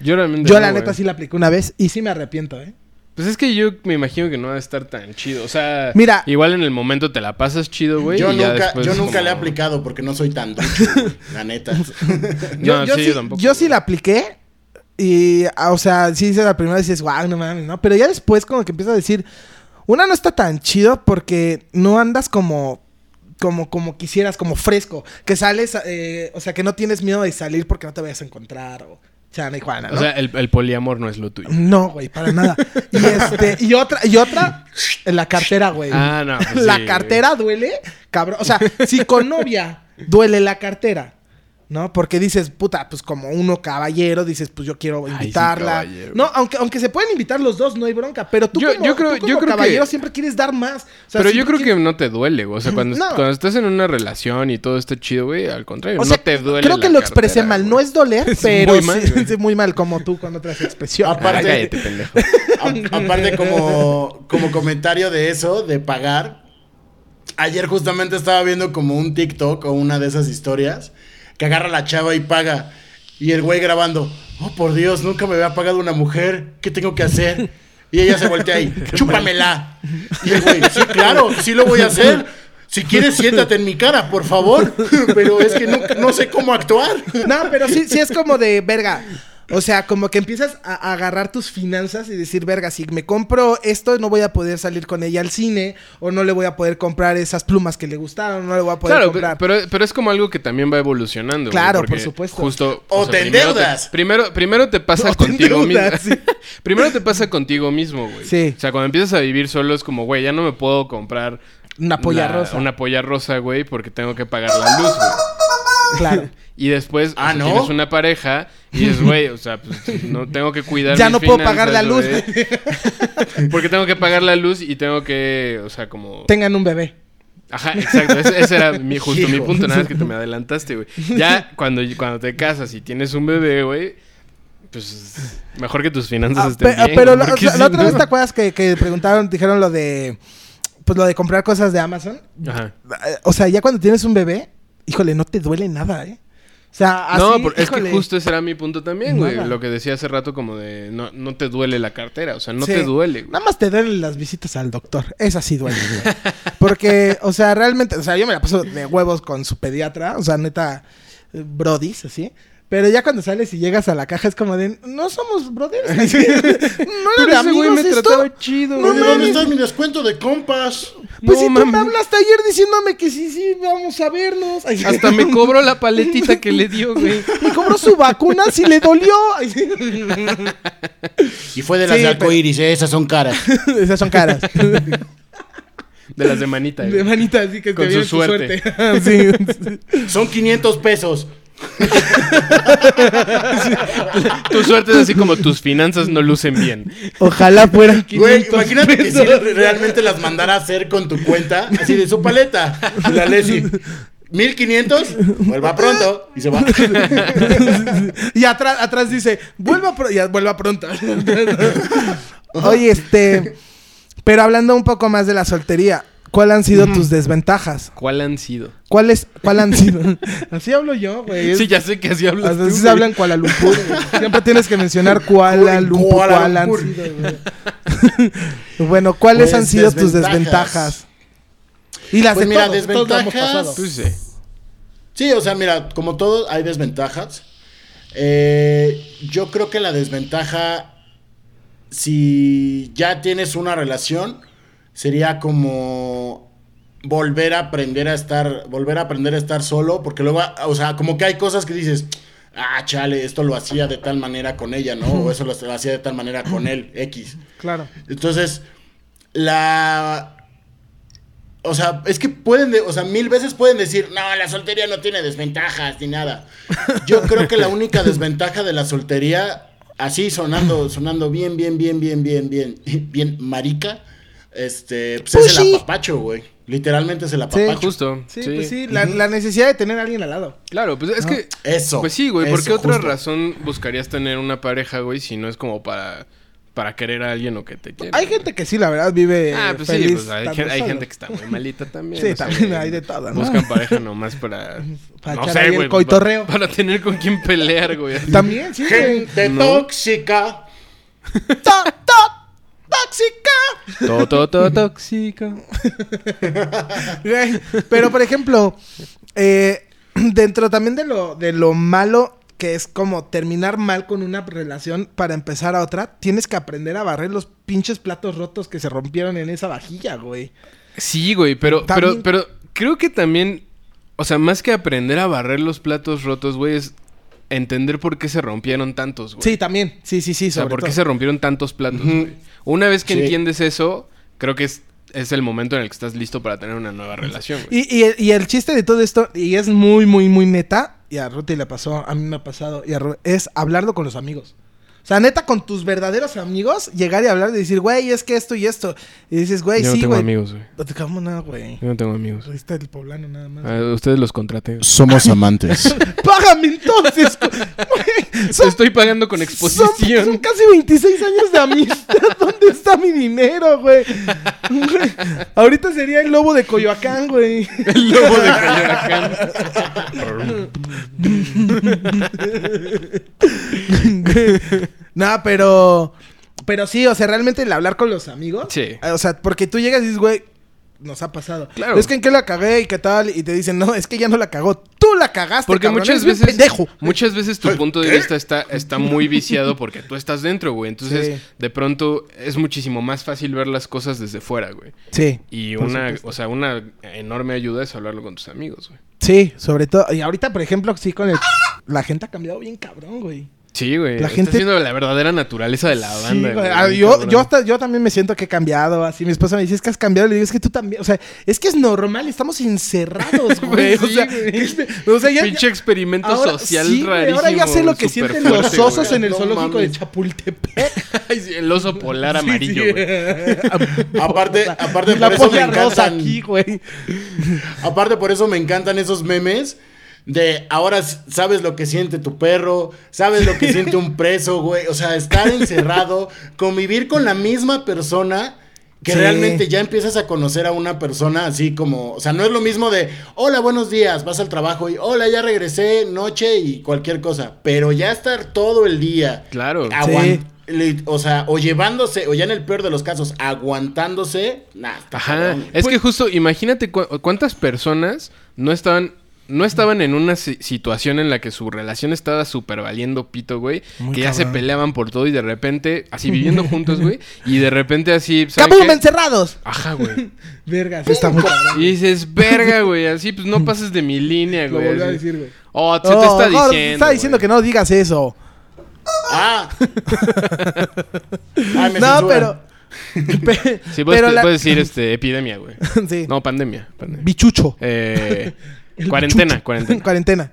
Speaker 1: Yo realmente
Speaker 2: Yo
Speaker 1: no,
Speaker 2: la
Speaker 1: güey.
Speaker 2: neta sí la apliqué una vez y sí me arrepiento, ¿eh?
Speaker 1: Pues es que yo me imagino que no va a estar tan chido. O sea,
Speaker 2: Mira.
Speaker 1: igual en el momento te la pasas chido, güey.
Speaker 3: yo
Speaker 1: y ya
Speaker 3: nunca,
Speaker 1: después
Speaker 3: yo
Speaker 1: es
Speaker 3: nunca le he
Speaker 1: como-
Speaker 3: aplicado porque no soy
Speaker 1: <laughs>
Speaker 3: tan ducho, güey, la neta.
Speaker 1: No, sí, yo
Speaker 2: sí,
Speaker 1: tampoco.
Speaker 2: yo sí
Speaker 1: güey.
Speaker 2: la apliqué y, ah, o sea, sí hice la primera y dices, wow, no mames, ¿no? Pero ya después como que empiezas a decir, una no está tan chido porque no andas como... Como, como quisieras, como fresco. Que sales, eh, o sea, que no tienes miedo de salir porque no te vayas a encontrar. O Chana y Juana, Ah, ¿no?
Speaker 1: O sea, el, el poliamor no es lo tuyo.
Speaker 2: no, güey, para nada. Y este, y otra, y otra, en la cartera, güey.
Speaker 1: Ah, no, pues
Speaker 2: la
Speaker 1: sí.
Speaker 2: cartera duele, cabrón. O sea, si con novia duele la cartera, ¿no? Porque dices, puta, pues como uno caballero, dices, pues yo
Speaker 1: Ay,
Speaker 2: quiero
Speaker 1: sí,
Speaker 2: invitarla.
Speaker 1: caballero.
Speaker 2: no, aunque, aunque se pueden invitar los dos, no hay bronca. Pero tú
Speaker 1: Yo-
Speaker 2: como,
Speaker 1: yo creo-
Speaker 2: tú como
Speaker 1: yo creo que-
Speaker 2: caballero siempre quieres dar más. O sea,
Speaker 1: Pero
Speaker 2: si
Speaker 1: yo
Speaker 2: tú
Speaker 1: creo
Speaker 2: quieres-
Speaker 1: que no te duele, güey. O sea, cuando,
Speaker 2: No.
Speaker 1: cuando estás en una relación y todo está chido, güey, al contrario,
Speaker 2: O sea,
Speaker 1: no te duele.
Speaker 2: creo que
Speaker 1: la
Speaker 2: lo expresé
Speaker 1: cartera,
Speaker 2: mal.
Speaker 1: güey.
Speaker 2: No es doler, pero
Speaker 1: muy
Speaker 2: sí-
Speaker 1: mal,
Speaker 2: sí, muy
Speaker 1: güey.
Speaker 2: mal, como tú cuando traes
Speaker 1: <laughs>
Speaker 2: expresión.
Speaker 1: Ay,
Speaker 3: Aparte-
Speaker 1: cállate, pendejo.
Speaker 3: A- aparte, como, como comentario de eso, de pagar. Ayer justamente estaba viendo como un TikTok o una de esas historias que agarra a la chava y paga. Y el güey grabando, oh por Dios, nunca me había pagado una mujer, ¿qué tengo que hacer? Y ella se
Speaker 1: <laughs>
Speaker 3: voltea ahí, chúpamela. Y el güey, sí, claro, sí lo voy a hacer. Si quieres, siéntate en mi cara, por favor. <laughs> Pero es que nunca- no sé cómo actuar.
Speaker 2: No, pero sí, sí es como de verga. O sea, como que empiezas a a agarrar tus finanzas y decir, verga, si me compro esto, no voy a poder salir con ella al cine, o no le voy a poder comprar esas plumas que le gustaron, no le voy a poder
Speaker 1: Claro,
Speaker 2: comprar.
Speaker 1: pero, pero es como algo que también va evolucionando. güey,
Speaker 2: Claro, por
Speaker 1: porque
Speaker 2: supuesto.
Speaker 1: Justo,
Speaker 3: O te
Speaker 1: primero
Speaker 3: endeudas.
Speaker 1: primero, primero te pasa
Speaker 2: O te
Speaker 1: contigo mismo.
Speaker 2: endeudas, sí.
Speaker 1: <laughs> primero te pasa contigo mismo, güey.
Speaker 2: Sí.
Speaker 1: O sea, cuando empiezas a vivir solo es como, güey, ya no me puedo comprar
Speaker 2: Una polla
Speaker 1: la-
Speaker 2: rosa.
Speaker 1: Una polla rosa, güey, porque tengo que pagar la luz, güey.
Speaker 2: Claro.
Speaker 1: Y después
Speaker 3: Ah,
Speaker 1: o sea,
Speaker 3: ¿no?
Speaker 1: tienes una pareja y dices, güey, o sea,
Speaker 3: <laughs>
Speaker 1: pues no tengo que cuidar.
Speaker 2: <laughs> Ya
Speaker 1: mis
Speaker 2: no puedo pagar la luz.
Speaker 1: finanzas, güey, Porque tengo que pagar la luz y tengo que, o sea, como.
Speaker 2: <laughs> Tengan un bebé.
Speaker 1: Ajá, exacto. Ese, ese era mi, justo mi
Speaker 3: Hijo.
Speaker 1: punto, nada más que te me adelantaste, güey. Ya cuando, cuando te casas y tienes un bebé, güey, pues mejor que tus finanzas
Speaker 2: Ah,
Speaker 1: estén
Speaker 2: pe- ah,
Speaker 1: bien.
Speaker 2: pero
Speaker 1: güey,
Speaker 2: la,
Speaker 1: porque
Speaker 2: la-
Speaker 1: si
Speaker 2: la otra vez
Speaker 1: no-
Speaker 2: te acuerdas que, que preguntaron, dijeron lo de. Pues lo de comprar cosas de Amazon.
Speaker 1: Ajá.
Speaker 2: Eh, O sea, ya cuando tienes un bebé, híjole, no te duele nada, ¿eh? O sea, así.
Speaker 1: no, por- es que
Speaker 2: híjole.
Speaker 1: justo ese era mi punto también, güey.
Speaker 2: Nada.
Speaker 1: Lo que decía hace rato como de no, no te duele la cartera, o sea, no
Speaker 2: Sí.
Speaker 1: te duele, güey.
Speaker 2: Nada más te duelen las visitas al doctor. Esas sí duelen, güey. <laughs> Porque, o sea, realmente, o sea, yo me la paso de huevos con su pediatra, o sea, neta, eh, brodis, así. Pero ya cuando sales y llegas a la caja es como de, no
Speaker 1: <laughs>
Speaker 2: somos brothers. así. no
Speaker 1: Pero
Speaker 2: era de
Speaker 1: ese güey
Speaker 2: amigos
Speaker 1: me
Speaker 2: esto.
Speaker 1: trataba chido,
Speaker 2: No
Speaker 1: güey.
Speaker 3: Oye, ¿Dónde
Speaker 2: mames.
Speaker 3: está mi descuento de compas?
Speaker 2: Pues
Speaker 1: No,
Speaker 2: si tú me
Speaker 1: mames.
Speaker 2: hablaste ayer diciéndome que sí, sí, vamos a vernos. Ay,
Speaker 1: Hasta me cobró la paletita que le dio, güey.
Speaker 2: <laughs> me cobró su vacuna si le dolió. Ay,
Speaker 1: <laughs>
Speaker 2: sí.
Speaker 3: Y fue de las
Speaker 2: Sí,
Speaker 3: de
Speaker 2: pero-
Speaker 3: arcoíris, ¿eh? esas son caras.
Speaker 2: Esas son caras.
Speaker 1: De las de manita, güey.
Speaker 2: De manita, así que
Speaker 1: Con
Speaker 2: te
Speaker 1: su
Speaker 2: viene tu
Speaker 1: suerte.
Speaker 2: suerte. <laughs> Sí.
Speaker 3: Son 500 pesos.
Speaker 1: <laughs> Tu suerte es así como tus finanzas no lucen bien.
Speaker 2: Ojalá
Speaker 1: <laughs>
Speaker 2: fueran 500
Speaker 3: Güey, imagínate que si
Speaker 2: pesos.
Speaker 3: realmente las mandara a hacer con tu cuenta, así de su paleta, la <laughs> Leslie. 1500, vuelva pronto y se va.
Speaker 2: <laughs> y atrás, atrás dice, vuelva, pro- ya, vuelva <laughs> pronto. Oye, este. Pero hablando un poco más de la soltería, ¿cuál han sido tus desventajas?
Speaker 1: ¿Cuál han sido?
Speaker 2: ¿Cuál, es- cuál han sido? <laughs> Así hablo yo, güey.
Speaker 1: Sí, ya sé que así hablas.
Speaker 2: Así
Speaker 1: tú,
Speaker 2: se
Speaker 1: güey.
Speaker 2: habla en Kuala Lumpur. güey. Siempre tienes que <laughs> mencionar Kuala
Speaker 3: Uy,
Speaker 2: Lumpur.
Speaker 3: Kuala
Speaker 2: cuál han
Speaker 3: Lumpur.
Speaker 2: sido, güey. <laughs> bueno, ¿cuáles
Speaker 3: Pues,
Speaker 2: han sido tus desventajas?
Speaker 3: desventajas.
Speaker 2: Y las
Speaker 3: Pues
Speaker 2: de
Speaker 3: mira,
Speaker 2: todos, todos lo hemos
Speaker 3: desventajas,
Speaker 2: pasado.
Speaker 1: Pues sí.
Speaker 3: Sí, o sea, mira, como todo hay desventajas. Eh, yo creo que la desventaja, si ya tienes una relación, sería como volver a aprender a estar, volver a aprender a estar solo, porque luego, o sea, como que hay cosas que dices, ah, chale, esto lo hacía de tal manera con ella, ¿no? O eso lo, lo hacía de tal manera con él, X.
Speaker 2: Claro.
Speaker 3: Entonces, la. O sea, es que pueden, de- o sea, mil veces pueden decir, no, la soltería no tiene desventajas ni nada. Yo creo que la
Speaker 2: <laughs>
Speaker 3: única desventaja de la soltería, así sonando, sonando bien, bien, bien, bien, bien, bien, bien marica, este, pues
Speaker 2: Pues
Speaker 3: es
Speaker 2: sí.
Speaker 3: el apapacho, güey. Literalmente es el apapacho.
Speaker 1: Justo.
Speaker 2: Sí, pues sí, la, la necesidad de tener a alguien al lado.
Speaker 1: Claro, pues es que.
Speaker 3: Eso,
Speaker 1: Pues sí, güey. ¿Por qué
Speaker 3: eso,
Speaker 1: otra
Speaker 3: justo.
Speaker 1: razón buscarías tener una pareja, güey, si no es como para, para querer a alguien o que te quiera?
Speaker 2: Hay gente que sí, la verdad, vive
Speaker 1: Ah, pues sí,
Speaker 2: feliz.
Speaker 1: pues hay,
Speaker 2: estando
Speaker 1: gen- hay
Speaker 2: solo.
Speaker 1: gente que está muy malita también.
Speaker 2: <laughs> Sí,
Speaker 1: o sea,
Speaker 2: también
Speaker 1: güey,
Speaker 2: hay de todo, ¿no?
Speaker 1: Buscan pareja nomás para.
Speaker 2: <laughs> Para
Speaker 1: no
Speaker 2: echar
Speaker 1: sé,
Speaker 2: ahí el
Speaker 1: güey.
Speaker 2: coitorreo.
Speaker 1: pa- Para, tener con quién pelear,
Speaker 2: <laughs>
Speaker 1: güey.
Speaker 2: También, sí, güey.
Speaker 3: Gente tóxica.
Speaker 2: ¡Tó, tó, ¡Tóxica!
Speaker 1: Todo, todo, todo tóxico.
Speaker 2: Güey, Pero, por ejemplo, eh, <clears throat> dentro también de lo, de lo malo que es como terminar mal con una relación para empezar a otra, tienes que aprender a barrer los pinches platos rotos que se rompieron en esa vajilla, güey.
Speaker 1: Sí, güey, pero,
Speaker 2: También-
Speaker 1: pero, pero creo que también, o sea, más que aprender a barrer los platos rotos, güey, es entender por qué se rompieron tantos, güey.
Speaker 2: Sí, también. Sí, sí, sí,
Speaker 1: o sea,
Speaker 2: sobre
Speaker 1: por qué
Speaker 2: todo.
Speaker 1: se rompieron tantos platos, güey. Una vez que
Speaker 3: Sí.
Speaker 1: entiendes eso, creo que es, es el momento en el que estás listo para tener una nueva relación, güey.
Speaker 2: Y, y- y el chiste de todo esto, y es muy, muy, muy neta, y a Ruti le pasó, a mí me ha pasado, y a Ru- es hablarlo con los amigos. O sea, neta, con tus verdaderos amigos, llegar y hablar y decir, güey, es que esto y esto. Y dices, güey,
Speaker 1: Yo no
Speaker 2: sí,
Speaker 1: tengo
Speaker 2: güey.
Speaker 1: amigos, güey.
Speaker 2: No te cómo nada, güey.
Speaker 1: Yo no tengo amigos.
Speaker 2: Viste el poblano nada más.
Speaker 1: Ah, ustedes los contraté. güey.
Speaker 3: Somos <laughs> amantes.
Speaker 2: <laughs> Págame entonces. güey.
Speaker 1: Te
Speaker 2: son,
Speaker 1: estoy pagando con
Speaker 2: son-
Speaker 1: exposición.
Speaker 2: <laughs> son casi 26 años de amistad. <laughs> ¿Dónde está mi dinero, güey? Güey, Ahorita sería el lobo de Coyoacán, güey.
Speaker 1: El lobo de Coyoacán.
Speaker 2: No, pero. Pero sí, o sea, realmente el hablar con los amigos.
Speaker 1: Sí.
Speaker 2: eh, O sea, porque tú llegas y dices, güey, nos ha pasado.
Speaker 1: Claro.
Speaker 2: Es que en qué la cagué y qué tal. Y te dicen, no, es que ya no la cagó. Tú la cagaste.
Speaker 1: Porque
Speaker 2: Este cabrón,
Speaker 1: muchas
Speaker 2: eres bien
Speaker 1: veces,
Speaker 2: pendejo.
Speaker 1: muchas veces tu punto de vista está, está muy viciado porque tú estás dentro, güey. Entonces,
Speaker 2: Sí.
Speaker 1: de pronto es muchísimo más fácil ver las cosas desde fuera, güey.
Speaker 2: Sí.
Speaker 1: Y
Speaker 2: Por
Speaker 1: una,
Speaker 2: supuesto.
Speaker 1: o sea, una enorme ayuda es hablarlo con tus amigos, güey.
Speaker 2: Sí, sobre todo. Y ahorita, por ejemplo, sí, con el. La gente ha cambiado bien cabrón, güey.
Speaker 1: Sí, güey.
Speaker 2: La
Speaker 1: La gente
Speaker 2: gente-
Speaker 1: estás viendo la verdadera naturaleza de la
Speaker 2: Sí,
Speaker 1: banda.
Speaker 2: güey.
Speaker 1: güey.
Speaker 2: Ah,
Speaker 1: Muy
Speaker 2: yo,
Speaker 1: cabrón.
Speaker 2: yo, hasta, yo también me siento que he cambiado. Así mi esposa me dice, es que has cambiado. Le digo, es que tú también. O sea, es que es normal. Estamos
Speaker 1: <laughs>
Speaker 2: encerrados, güey.
Speaker 1: Pues sí,
Speaker 2: o sea, <laughs> este,
Speaker 1: güey.
Speaker 2: o sea, ya-
Speaker 1: Pinche experimento social
Speaker 2: sí, güey,
Speaker 1: rarísimo.
Speaker 2: Ahora ya sé lo que
Speaker 1: súper
Speaker 2: sienten
Speaker 1: fuerte,
Speaker 2: los osos
Speaker 1: güey.
Speaker 2: en el
Speaker 3: No
Speaker 2: zoológico de
Speaker 3: mames.
Speaker 2: Chapultepec.
Speaker 1: <laughs> Ay, sí, el oso polar amarillo,
Speaker 2: Sí, sí.
Speaker 1: güey.
Speaker 3: aparte, aparte
Speaker 2: la
Speaker 3: por eso me
Speaker 2: polla rosa
Speaker 3: encantan.
Speaker 2: aquí, güey.
Speaker 3: Aparte, por eso me encantan esos memes de ahora s- sabes lo que siente tu perro, sabes lo que siente un preso, güey. O sea, estar encerrado, convivir con la misma persona. Que
Speaker 2: Sí.
Speaker 3: realmente ya empiezas a conocer a una persona así como, o sea, no es lo mismo de, hola, buenos días, vas al trabajo y, hola, ya regresé, noche y cualquier cosa, pero ya estar todo el día
Speaker 1: Claro.
Speaker 3: aguan-
Speaker 2: Sí.
Speaker 3: le- o sea, o llevándose, o ya en el peor de los casos, aguantándose, nah, está
Speaker 1: Ajá.
Speaker 3: cabrón.
Speaker 1: Es que justo, imagínate cu- cuántas personas no estaban. No estaban en una si- situación en la que su relación estaba súper valiendo pito, güey. que ya se peleaban por todo y de repente, así
Speaker 2: <laughs>
Speaker 1: viviendo juntos, güey. Y de repente así. ¿saben
Speaker 2: ¡Cabum,
Speaker 1: qué?
Speaker 2: encerrados!
Speaker 1: Ajá,
Speaker 2: <laughs>
Speaker 1: güey.
Speaker 2: Verga, sí está muy cabrón.
Speaker 1: Y dices, verga, güey. Así, pues
Speaker 2: <laughs>
Speaker 1: no pases de mi línea,
Speaker 2: Lo
Speaker 1: güey.
Speaker 2: volví a
Speaker 1: así.
Speaker 2: decir, güey.
Speaker 1: Oh, se te
Speaker 2: Oh,
Speaker 1: está
Speaker 2: gordo,
Speaker 1: diciendo.
Speaker 2: te está diciendo que no digas eso.
Speaker 1: <laughs>
Speaker 2: <laughs>
Speaker 3: Ah.
Speaker 1: Ah,
Speaker 3: Ay,
Speaker 2: <laughs>
Speaker 3: me
Speaker 2: no,
Speaker 3: censuran.
Speaker 2: pero...
Speaker 1: <laughs>
Speaker 2: pe-
Speaker 1: Sí, puedes,
Speaker 2: pero la-
Speaker 1: puedes
Speaker 2: <laughs>
Speaker 1: decir este, epidemia, güey.
Speaker 2: sí.
Speaker 1: No, pandemia. pandemia.
Speaker 2: <laughs> Bichucho.
Speaker 1: Eh, cuarentena, cuarentena.
Speaker 2: Cuarentena.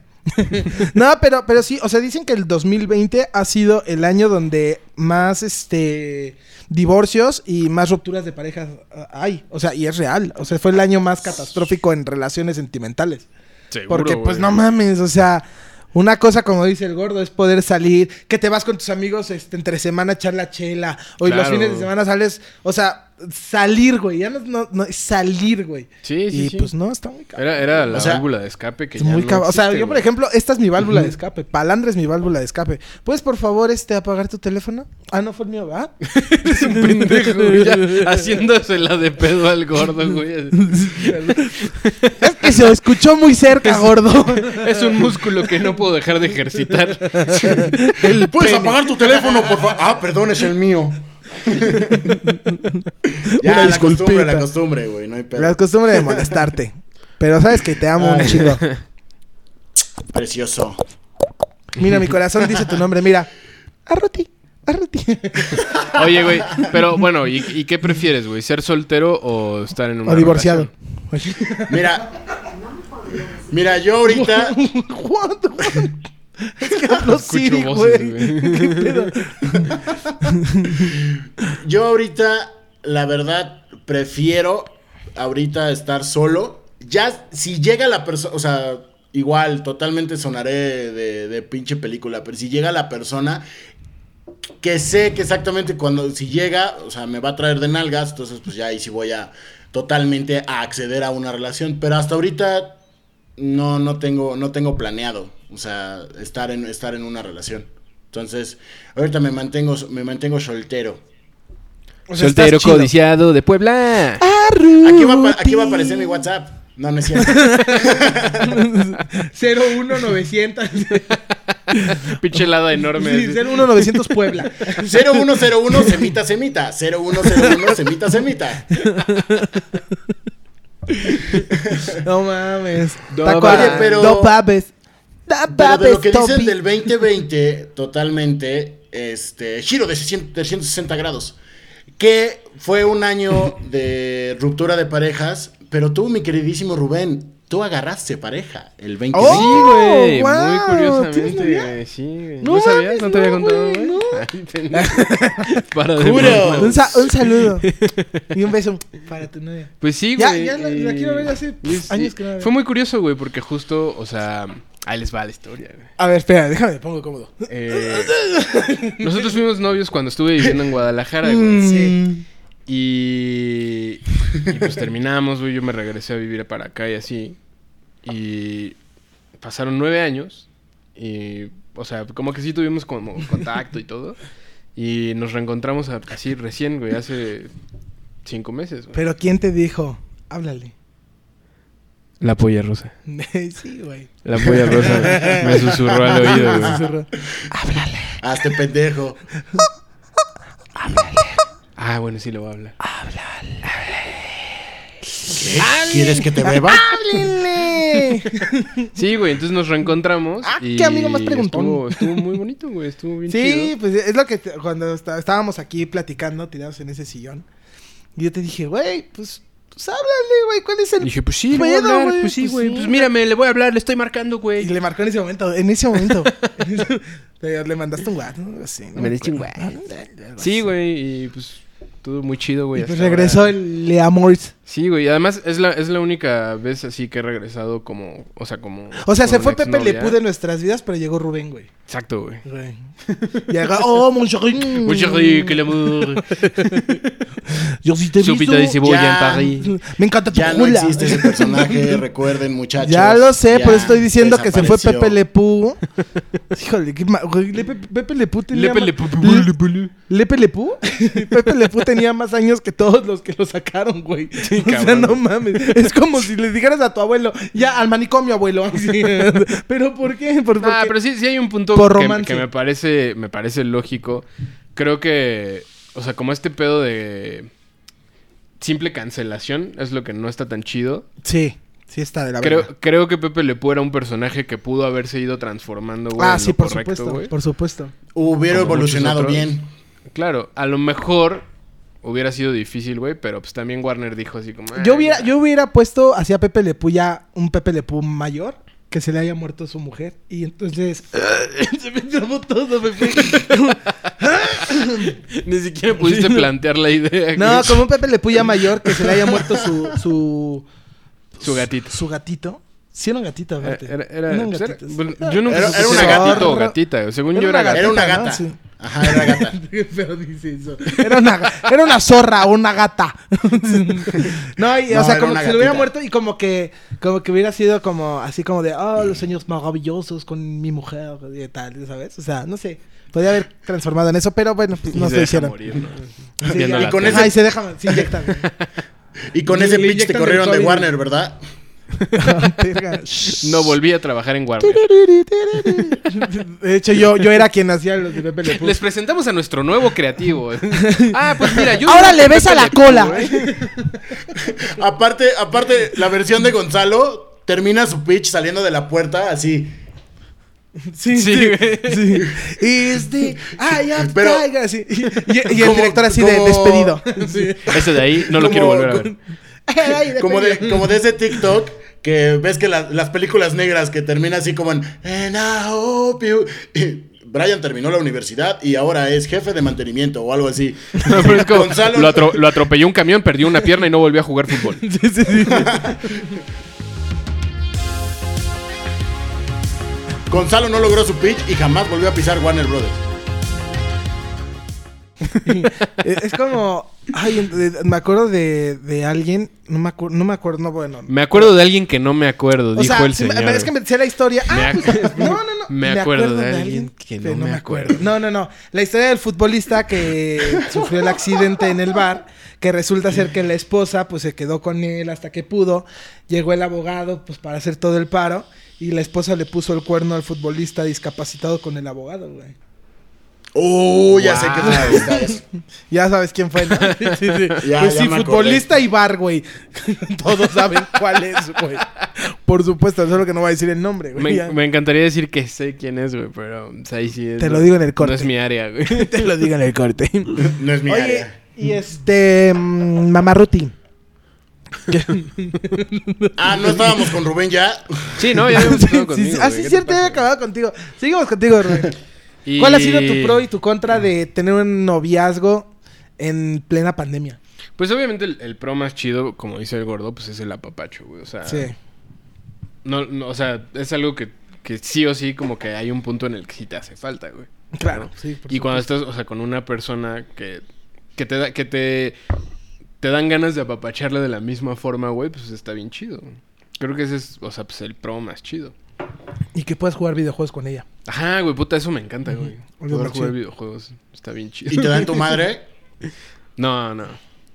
Speaker 2: no, pero, pero sí, o sea, dicen que el 2020 ha sido el año donde más este divorcios y más rupturas de parejas ah, hay. O sea, y es real. O sea, fue el año más catastrófico en relaciones sentimentales.
Speaker 1: Seguro,
Speaker 2: <laughs> Porque, pues,
Speaker 1: güey.
Speaker 2: no mames, o sea. Una cosa, como dice el gordo, es poder salir, que te vas con tus amigos este, entre semana a echar la chela, o y los
Speaker 1: Claro.
Speaker 2: fines de semana sales, o sea, salir, güey. Ya no, no, no, es salir, güey.
Speaker 1: Sí, sí,
Speaker 2: y
Speaker 1: sí.
Speaker 2: pues no, está muy cabrón.
Speaker 1: Era, era la
Speaker 3: O sea,
Speaker 1: válvula de escape que
Speaker 2: Es
Speaker 1: ya
Speaker 2: muy
Speaker 1: no
Speaker 2: cabrón. o sea,
Speaker 1: existe,
Speaker 2: yo, por
Speaker 1: güey.
Speaker 2: ejemplo, esta es mi válvula de escape. Palandra es mi válvula de escape. ¿Puedes, por favor, este, apagar tu teléfono? Ah, no fue el mío, ¿va?
Speaker 1: Es <laughs> un
Speaker 2: <laughs>
Speaker 1: pendejo, güey, ya haciéndosela de pedo al gordo, güey.
Speaker 2: <laughs> es que se escuchó muy cerca, <laughs> gordo.
Speaker 1: Es un músculo que no puedo dejar de ejercitar.
Speaker 3: ¿Puedes apagar tu teléfono, por favor? Ah, perdón, es el mío. ya,
Speaker 2: Una
Speaker 3: la costumbre,
Speaker 2: disculpita.
Speaker 3: la costumbre, güey. No hay pedo.
Speaker 2: La costumbre de molestarte. Pero sabes que te amo un
Speaker 3: Ay.
Speaker 2: chico.
Speaker 3: Precioso.
Speaker 2: Mira, mi corazón dice tu nombre. Mira. Arruti. Arruti.
Speaker 1: Oye, güey, pero bueno, ¿y, y qué prefieres, güey? ¿Ser soltero o estar en una
Speaker 2: o divorciado.
Speaker 1: relación?
Speaker 3: <laughs> Mira. Mira, yo
Speaker 2: <laughs>
Speaker 3: ahorita.
Speaker 2: What the fuck? Es que hablo
Speaker 1: Escucho
Speaker 2: Siri,
Speaker 1: voces,
Speaker 2: güey.
Speaker 1: güey.
Speaker 2: ¿Qué pedo?
Speaker 3: Yo ahorita, la verdad, prefiero ahorita estar solo. Ya, si llega la persona, o sea, igual, totalmente sonaré de, de pinche película, pero si llega la persona que sé que exactamente cuando, si llega, o sea, me va a traer de nalgas, entonces pues ya ahí sí voy a totalmente a acceder a una relación. Pero hasta ahorita no, no tengo, no tengo planeado, o sea, estar en, estar en una relación. Entonces, ahorita me mantengo, me mantengo soltero.
Speaker 2: O sea,
Speaker 1: Soltero
Speaker 2: estás chido.
Speaker 1: codiciado de
Speaker 2: <laughs>
Speaker 1: Puebla.
Speaker 3: Aquí va, a apa- aquí va a aparecer mi WhatsApp. No, no es cierto. <laughs>
Speaker 2: <laughs> 01900.
Speaker 1: Pinche helada enorme.
Speaker 2: Sí,
Speaker 1: así.
Speaker 2: 01900 Puebla.
Speaker 3: 0101 semita semita. 0101 semita semita.
Speaker 2: No mames.
Speaker 1: No
Speaker 2: Taco-
Speaker 1: mames.
Speaker 2: Oye, pero... No papes. No
Speaker 3: Pero de
Speaker 2: papes,
Speaker 3: lo que
Speaker 2: Topi.
Speaker 3: dicen del 2020, totalmente, este, giro de 600 360 grados. Que fue un año de ruptura de parejas, pero tú, mi queridísimo Rubén, tú agarraste pareja el 2020.
Speaker 2: ¡Oh!
Speaker 1: Sí, güey.
Speaker 2: ¡Wow!
Speaker 1: Muy
Speaker 2: ¿Tienes
Speaker 1: curiosamente,
Speaker 2: novia?
Speaker 1: güey. Sí, güey.
Speaker 2: No
Speaker 1: ¿No, sabías?
Speaker 2: mames,
Speaker 1: ¿No te había
Speaker 2: no,
Speaker 1: contado,
Speaker 2: güey,
Speaker 1: güey?
Speaker 2: no.
Speaker 1: Ay, pendejo. <laughs> Para de
Speaker 3: Juro.
Speaker 1: mamar.
Speaker 2: Un, sa- un saludo. y un beso para tu novia.
Speaker 1: Pues sí,
Speaker 2: Ya,
Speaker 1: güey. eh,
Speaker 2: ya la- la quiero ver hace, pff,
Speaker 1: es-
Speaker 2: años que no la veo.
Speaker 1: Fue muy curioso, güey, porque justo, o sea, ahí les va la historia, güey.
Speaker 2: A ver, espera, déjame, me pongo cómodo. <laughs>
Speaker 1: Eh, nosotros fuimos novios cuando estuve viviendo en Guadalajara, güey.
Speaker 2: Mm. Sí.
Speaker 1: Y, y, pues terminamos, güey. Yo me regresé a vivir para acá y así. Y pasaron nueve años. Y, o sea, como que sí tuvimos como contacto y todo. Y nos reencontramos a- así recién, güey, hace cinco meses, güey.
Speaker 2: Pero ¿quién te dijo? Háblale. <laughs>
Speaker 1: La polla rosa.
Speaker 2: sí, güey.
Speaker 1: La polla rosa <laughs> güey. me susurró al oído,
Speaker 2: Me
Speaker 1: güey.
Speaker 2: susurró.
Speaker 3: Ah, este pendejo.
Speaker 1: Ah, bueno, sí lo voy a hablar.
Speaker 3: ¿Quieres que te beba?
Speaker 2: ¡Háblenle!
Speaker 1: Sí, güey, entonces nos reencontramos.
Speaker 2: Ah,
Speaker 1: y
Speaker 2: qué amigo más preguntón.
Speaker 1: Estuvo, estuvo muy bonito, güey. Estuvo bien chido.
Speaker 2: Sí, pues es lo que te- cuando está- estábamos aquí platicando, tirados en ese sillón. Y yo te dije, güey, pues, pues háblale, güey, ¿cuál es el
Speaker 1: Dije, pues sí, le voy a
Speaker 2: pedo,
Speaker 1: hablar, pues sí, güey. Pues, mírame, le voy a hablar, le estoy marcando,
Speaker 2: Y
Speaker 1: güey.
Speaker 2: le marcó en ese momento, en ese momento. <laughs> le le mandaste un WhatsApp, ¿no? Así, ¿no? pues,
Speaker 1: Me diste un
Speaker 2: acuerdo.
Speaker 1: Sí, güey, y pues todo muy chido, güey.
Speaker 2: Y pues
Speaker 1: hasta ahora.
Speaker 2: regresó el Le Amors.
Speaker 1: Sí, güey, y además es la, es la única vez así que he regresado como, o sea, como...
Speaker 2: O sea,
Speaker 1: con
Speaker 2: se
Speaker 1: una
Speaker 2: fue Pepe
Speaker 1: exnovia.
Speaker 2: Le Pude en nuestras vidas, pero llegó Rubén, güey.
Speaker 1: Exacto, güey.
Speaker 2: <laughs> Güey. Llega, oh, mon chéri.
Speaker 1: Muy chéri, que el amor.
Speaker 2: Yo sí <laughs> te he
Speaker 1: Súpita de
Speaker 2: visto.
Speaker 1: cebolla
Speaker 3: Ya.
Speaker 1: en París.
Speaker 2: Me encanta tu
Speaker 3: Ya no
Speaker 2: jula.
Speaker 3: existe ese personaje, recuerden, muchachos.
Speaker 2: Ya lo sé,
Speaker 3: Ya
Speaker 2: por eso estoy diciendo que se fue
Speaker 3: desapareció.
Speaker 2: Pepe Le Pú. <laughs> Híjole, qué ma- güey, Le Pe- Pepe Le Pú tenía
Speaker 1: Lepe,
Speaker 2: ma-
Speaker 1: lepe,
Speaker 2: Le-
Speaker 1: lepe, lepe, lepe.
Speaker 2: ¿Lepe Lepú? <laughs> Pepe Lepú tenía más años que todos los que lo sacaron, güey. o sea,
Speaker 1: cabrón.
Speaker 2: no mames. Es como si le dijeras a tu abuelo, ya, al manicomio, abuelo. <laughs> Así. ¿Pero por qué? Por, por
Speaker 1: Ah,
Speaker 2: qué?
Speaker 1: pero sí, sí hay un punto
Speaker 2: Por
Speaker 1: que,
Speaker 2: romance.
Speaker 1: que me parece me parece lógico. Creo que, o sea, como este pedo de simple cancelación es lo que no está tan chido.
Speaker 2: Sí, sí está de la verga.
Speaker 1: Creo, creo que Pepe Le Pew era un personaje que pudo haberse ido transformando, güey.
Speaker 2: Ah,
Speaker 1: en
Speaker 2: sí,
Speaker 1: lo
Speaker 2: por
Speaker 1: correcto,
Speaker 2: supuesto,
Speaker 1: güey.
Speaker 2: por supuesto.
Speaker 3: Hubiera
Speaker 1: Como muchos
Speaker 3: evolucionado
Speaker 1: otros.
Speaker 3: bien.
Speaker 1: Claro, a lo mejor hubiera sido difícil, güey, pero pues también Warner dijo así como... "Ah,
Speaker 2: Yo hubiera,
Speaker 1: ya".
Speaker 2: yo hubiera puesto hacia Pepe Lepú ya un Pepe Lepú mayor. Que se le haya muerto su mujer. Y entonces... <laughs> se me trabó todo, Pepe.
Speaker 1: <laughs> Ni siquiera
Speaker 2: <laughs>
Speaker 1: pudiste plantear la idea.
Speaker 2: No,
Speaker 1: güey.
Speaker 2: como un Pepe Lepú ya mayor. Que se le haya muerto su- su
Speaker 1: Su gatito.
Speaker 2: su gatito. Sí, era un gatito,
Speaker 1: Era,
Speaker 2: aparte.
Speaker 1: era- era-
Speaker 2: Eran
Speaker 1: pues era-
Speaker 2: gatitos.
Speaker 1: bueno, yo nunca
Speaker 3: Era-
Speaker 1: supe
Speaker 3: era
Speaker 1: si
Speaker 3: una
Speaker 1: era
Speaker 3: gata.
Speaker 1: gatito o gatita. güey. Según yo era
Speaker 3: gatita.
Speaker 1: gatito.
Speaker 3: Era una
Speaker 2: ¿no?
Speaker 3: gata.
Speaker 2: <laughs> Sí.
Speaker 3: Ajá, era gata.
Speaker 2: Pero dice eso. Era una, era una zorra,
Speaker 1: <laughs>
Speaker 2: una gata. no, y,
Speaker 3: No,
Speaker 2: o sea,
Speaker 3: era
Speaker 2: como
Speaker 3: una
Speaker 2: que se le hubiera
Speaker 3: gatita.
Speaker 2: muerto y como que, como que hubiera sido como, así como de, oh, los sueños maravillosos con mi mujer y tal, ¿sabes? O sea, no sé. Podría haber transformado en eso, pero bueno, pues
Speaker 1: Y
Speaker 2: no
Speaker 1: se
Speaker 2: se lo
Speaker 1: deja
Speaker 2: hicieron.
Speaker 1: morir, ¿no?
Speaker 2: Sí,
Speaker 1: Viendo
Speaker 2: ya.
Speaker 1: la
Speaker 3: con
Speaker 1: tele.
Speaker 3: ese-
Speaker 2: Ay, se deja, se
Speaker 1: <laughs>
Speaker 2: inyectan.
Speaker 3: Y con
Speaker 2: Le-
Speaker 3: ese
Speaker 2: le
Speaker 3: pitch te
Speaker 2: inyectan
Speaker 3: corrieron de
Speaker 2: Rexovia.
Speaker 3: Warner, ¿verdad?
Speaker 2: Verga.
Speaker 1: No volví a trabajar en Warner.
Speaker 2: De hecho, yo, yo era quien hacía los de Pepe Le Pew.
Speaker 1: Les presentamos a nuestro nuevo
Speaker 2: <laughs>
Speaker 1: creativo. ah, pues mira, yo.
Speaker 2: Ahora le ves
Speaker 1: besa
Speaker 2: a la cola.
Speaker 1: ¿eh?
Speaker 3: Aparte, aparte, la versión de Gonzalo termina su pitch saliendo de la puerta así.
Speaker 2: Sí,
Speaker 1: Sí,
Speaker 2: sí,
Speaker 1: güey.
Speaker 2: <laughs> sí. Is the I am
Speaker 3: Pero-
Speaker 2: Tiger, así. Y, y- y el
Speaker 3: Como-
Speaker 2: director así de
Speaker 3: como- <laughs>
Speaker 2: despedido. Sí.
Speaker 1: Eso de ahí no lo
Speaker 3: Como-
Speaker 1: quiero volver a ver.
Speaker 2: <laughs> Ay,
Speaker 3: Como de,
Speaker 2: despedido.
Speaker 3: como de ese TikTok que ves que la- las películas negras que termina así como en "And I hope you-" Brian terminó la universidad y ahora es jefe de mantenimiento o algo así.
Speaker 1: <laughs> No, pero es como,
Speaker 3: Gonzalo-
Speaker 1: lo, atro- lo atropelló un camión, perdió una pierna y no volvió a jugar fútbol.
Speaker 2: <laughs> Sí, sí, sí.
Speaker 3: Gonzalo no logró su pitch y jamás volvió a pisar Warner Brothers.
Speaker 2: Eh, Es como. Ay, en- de- me acuerdo de, de alguien. No me, acuerdo, no me acuerdo, no, bueno.
Speaker 1: Me acuerdo de alguien que no me acuerdo,
Speaker 2: o
Speaker 1: dijo
Speaker 2: sea,
Speaker 1: el
Speaker 2: sí me-
Speaker 1: señor.
Speaker 2: es que me decía la historia.
Speaker 1: Me
Speaker 2: Ah,
Speaker 1: ac-
Speaker 2: pues, <laughs> no, no, no.
Speaker 1: me acuerdo de alguien que no
Speaker 2: pero
Speaker 1: me acuerdo.
Speaker 2: No, no, no. La historia del futbolista
Speaker 1: <laughs>
Speaker 2: que sufrió el accidente en el bar, que resulta ser que la esposa pues se quedó con él hasta que pudo. Llegó el abogado pues para hacer todo el paro y la esposa le puso el cuerno al futbolista discapacitado con el abogado, güey.
Speaker 3: Oh, ya sé que está eso.
Speaker 2: Ya sabes quién
Speaker 1: <laughs>
Speaker 2: fue, ¿no? Sí, sí.
Speaker 3: Ya,
Speaker 2: pues sí,
Speaker 3: ya me acordé.
Speaker 2: futbolista y bar, güey. <laughs> Todos saben cuál es, güey. Por supuesto, solo que no voy a decir el nombre, güey.
Speaker 1: Me,
Speaker 2: Ya.
Speaker 1: me encantaría decir que sé quién es, güey, pero o sea, ahí sí es.
Speaker 2: Te lo digo en el
Speaker 1: No
Speaker 2: corte.
Speaker 1: es mi área, güey.
Speaker 2: <laughs> Te lo digo en el
Speaker 1: <laughs>
Speaker 2: corte.
Speaker 3: No es mi
Speaker 2: Oye,
Speaker 3: área.
Speaker 2: y este. mm, Mamarruti.
Speaker 3: Ah, no estábamos con Rubén ya.
Speaker 1: Sí,
Speaker 2: <laughs>
Speaker 1: no, ya habíamos
Speaker 2: Sí,
Speaker 1: estado
Speaker 2: sí, sí.
Speaker 1: conmigo,
Speaker 2: Ah,
Speaker 1: güey,
Speaker 2: sí,
Speaker 1: ¿qué
Speaker 2: es
Speaker 1: te
Speaker 2: cierto,
Speaker 1: pasa?
Speaker 2: he acabado contigo. Seguimos contigo, Rubén.
Speaker 1: Y-
Speaker 2: ¿Cuál ha sido tu pro y tu contra de tener un noviazgo en plena pandemia?
Speaker 1: Pues obviamente el, el pro más chido, como dice el gordo, pues es el apapacho, güey. O sea,
Speaker 2: Sí.
Speaker 1: no, no, o sea, es algo que, que sí o sí, como que hay un punto en el que sí te hace falta, güey.
Speaker 2: Claro,
Speaker 1: ¿no?
Speaker 2: sí, por
Speaker 1: Y cuando estás, o sea, con una persona que, que te da, que te, te dan ganas de apapacharla de la misma forma, güey, pues está bien chido. Creo que ese es, o sea, pues el pro más chido.
Speaker 2: Y que puedas jugar videojuegos con ella.
Speaker 1: Ajá, güey, puta, eso me encanta, güey.
Speaker 2: Oye,
Speaker 1: Poder
Speaker 2: Maxi.
Speaker 1: jugar videojuegos está bien chido.
Speaker 3: Y te dan tu madre.
Speaker 1: <laughs> No, no.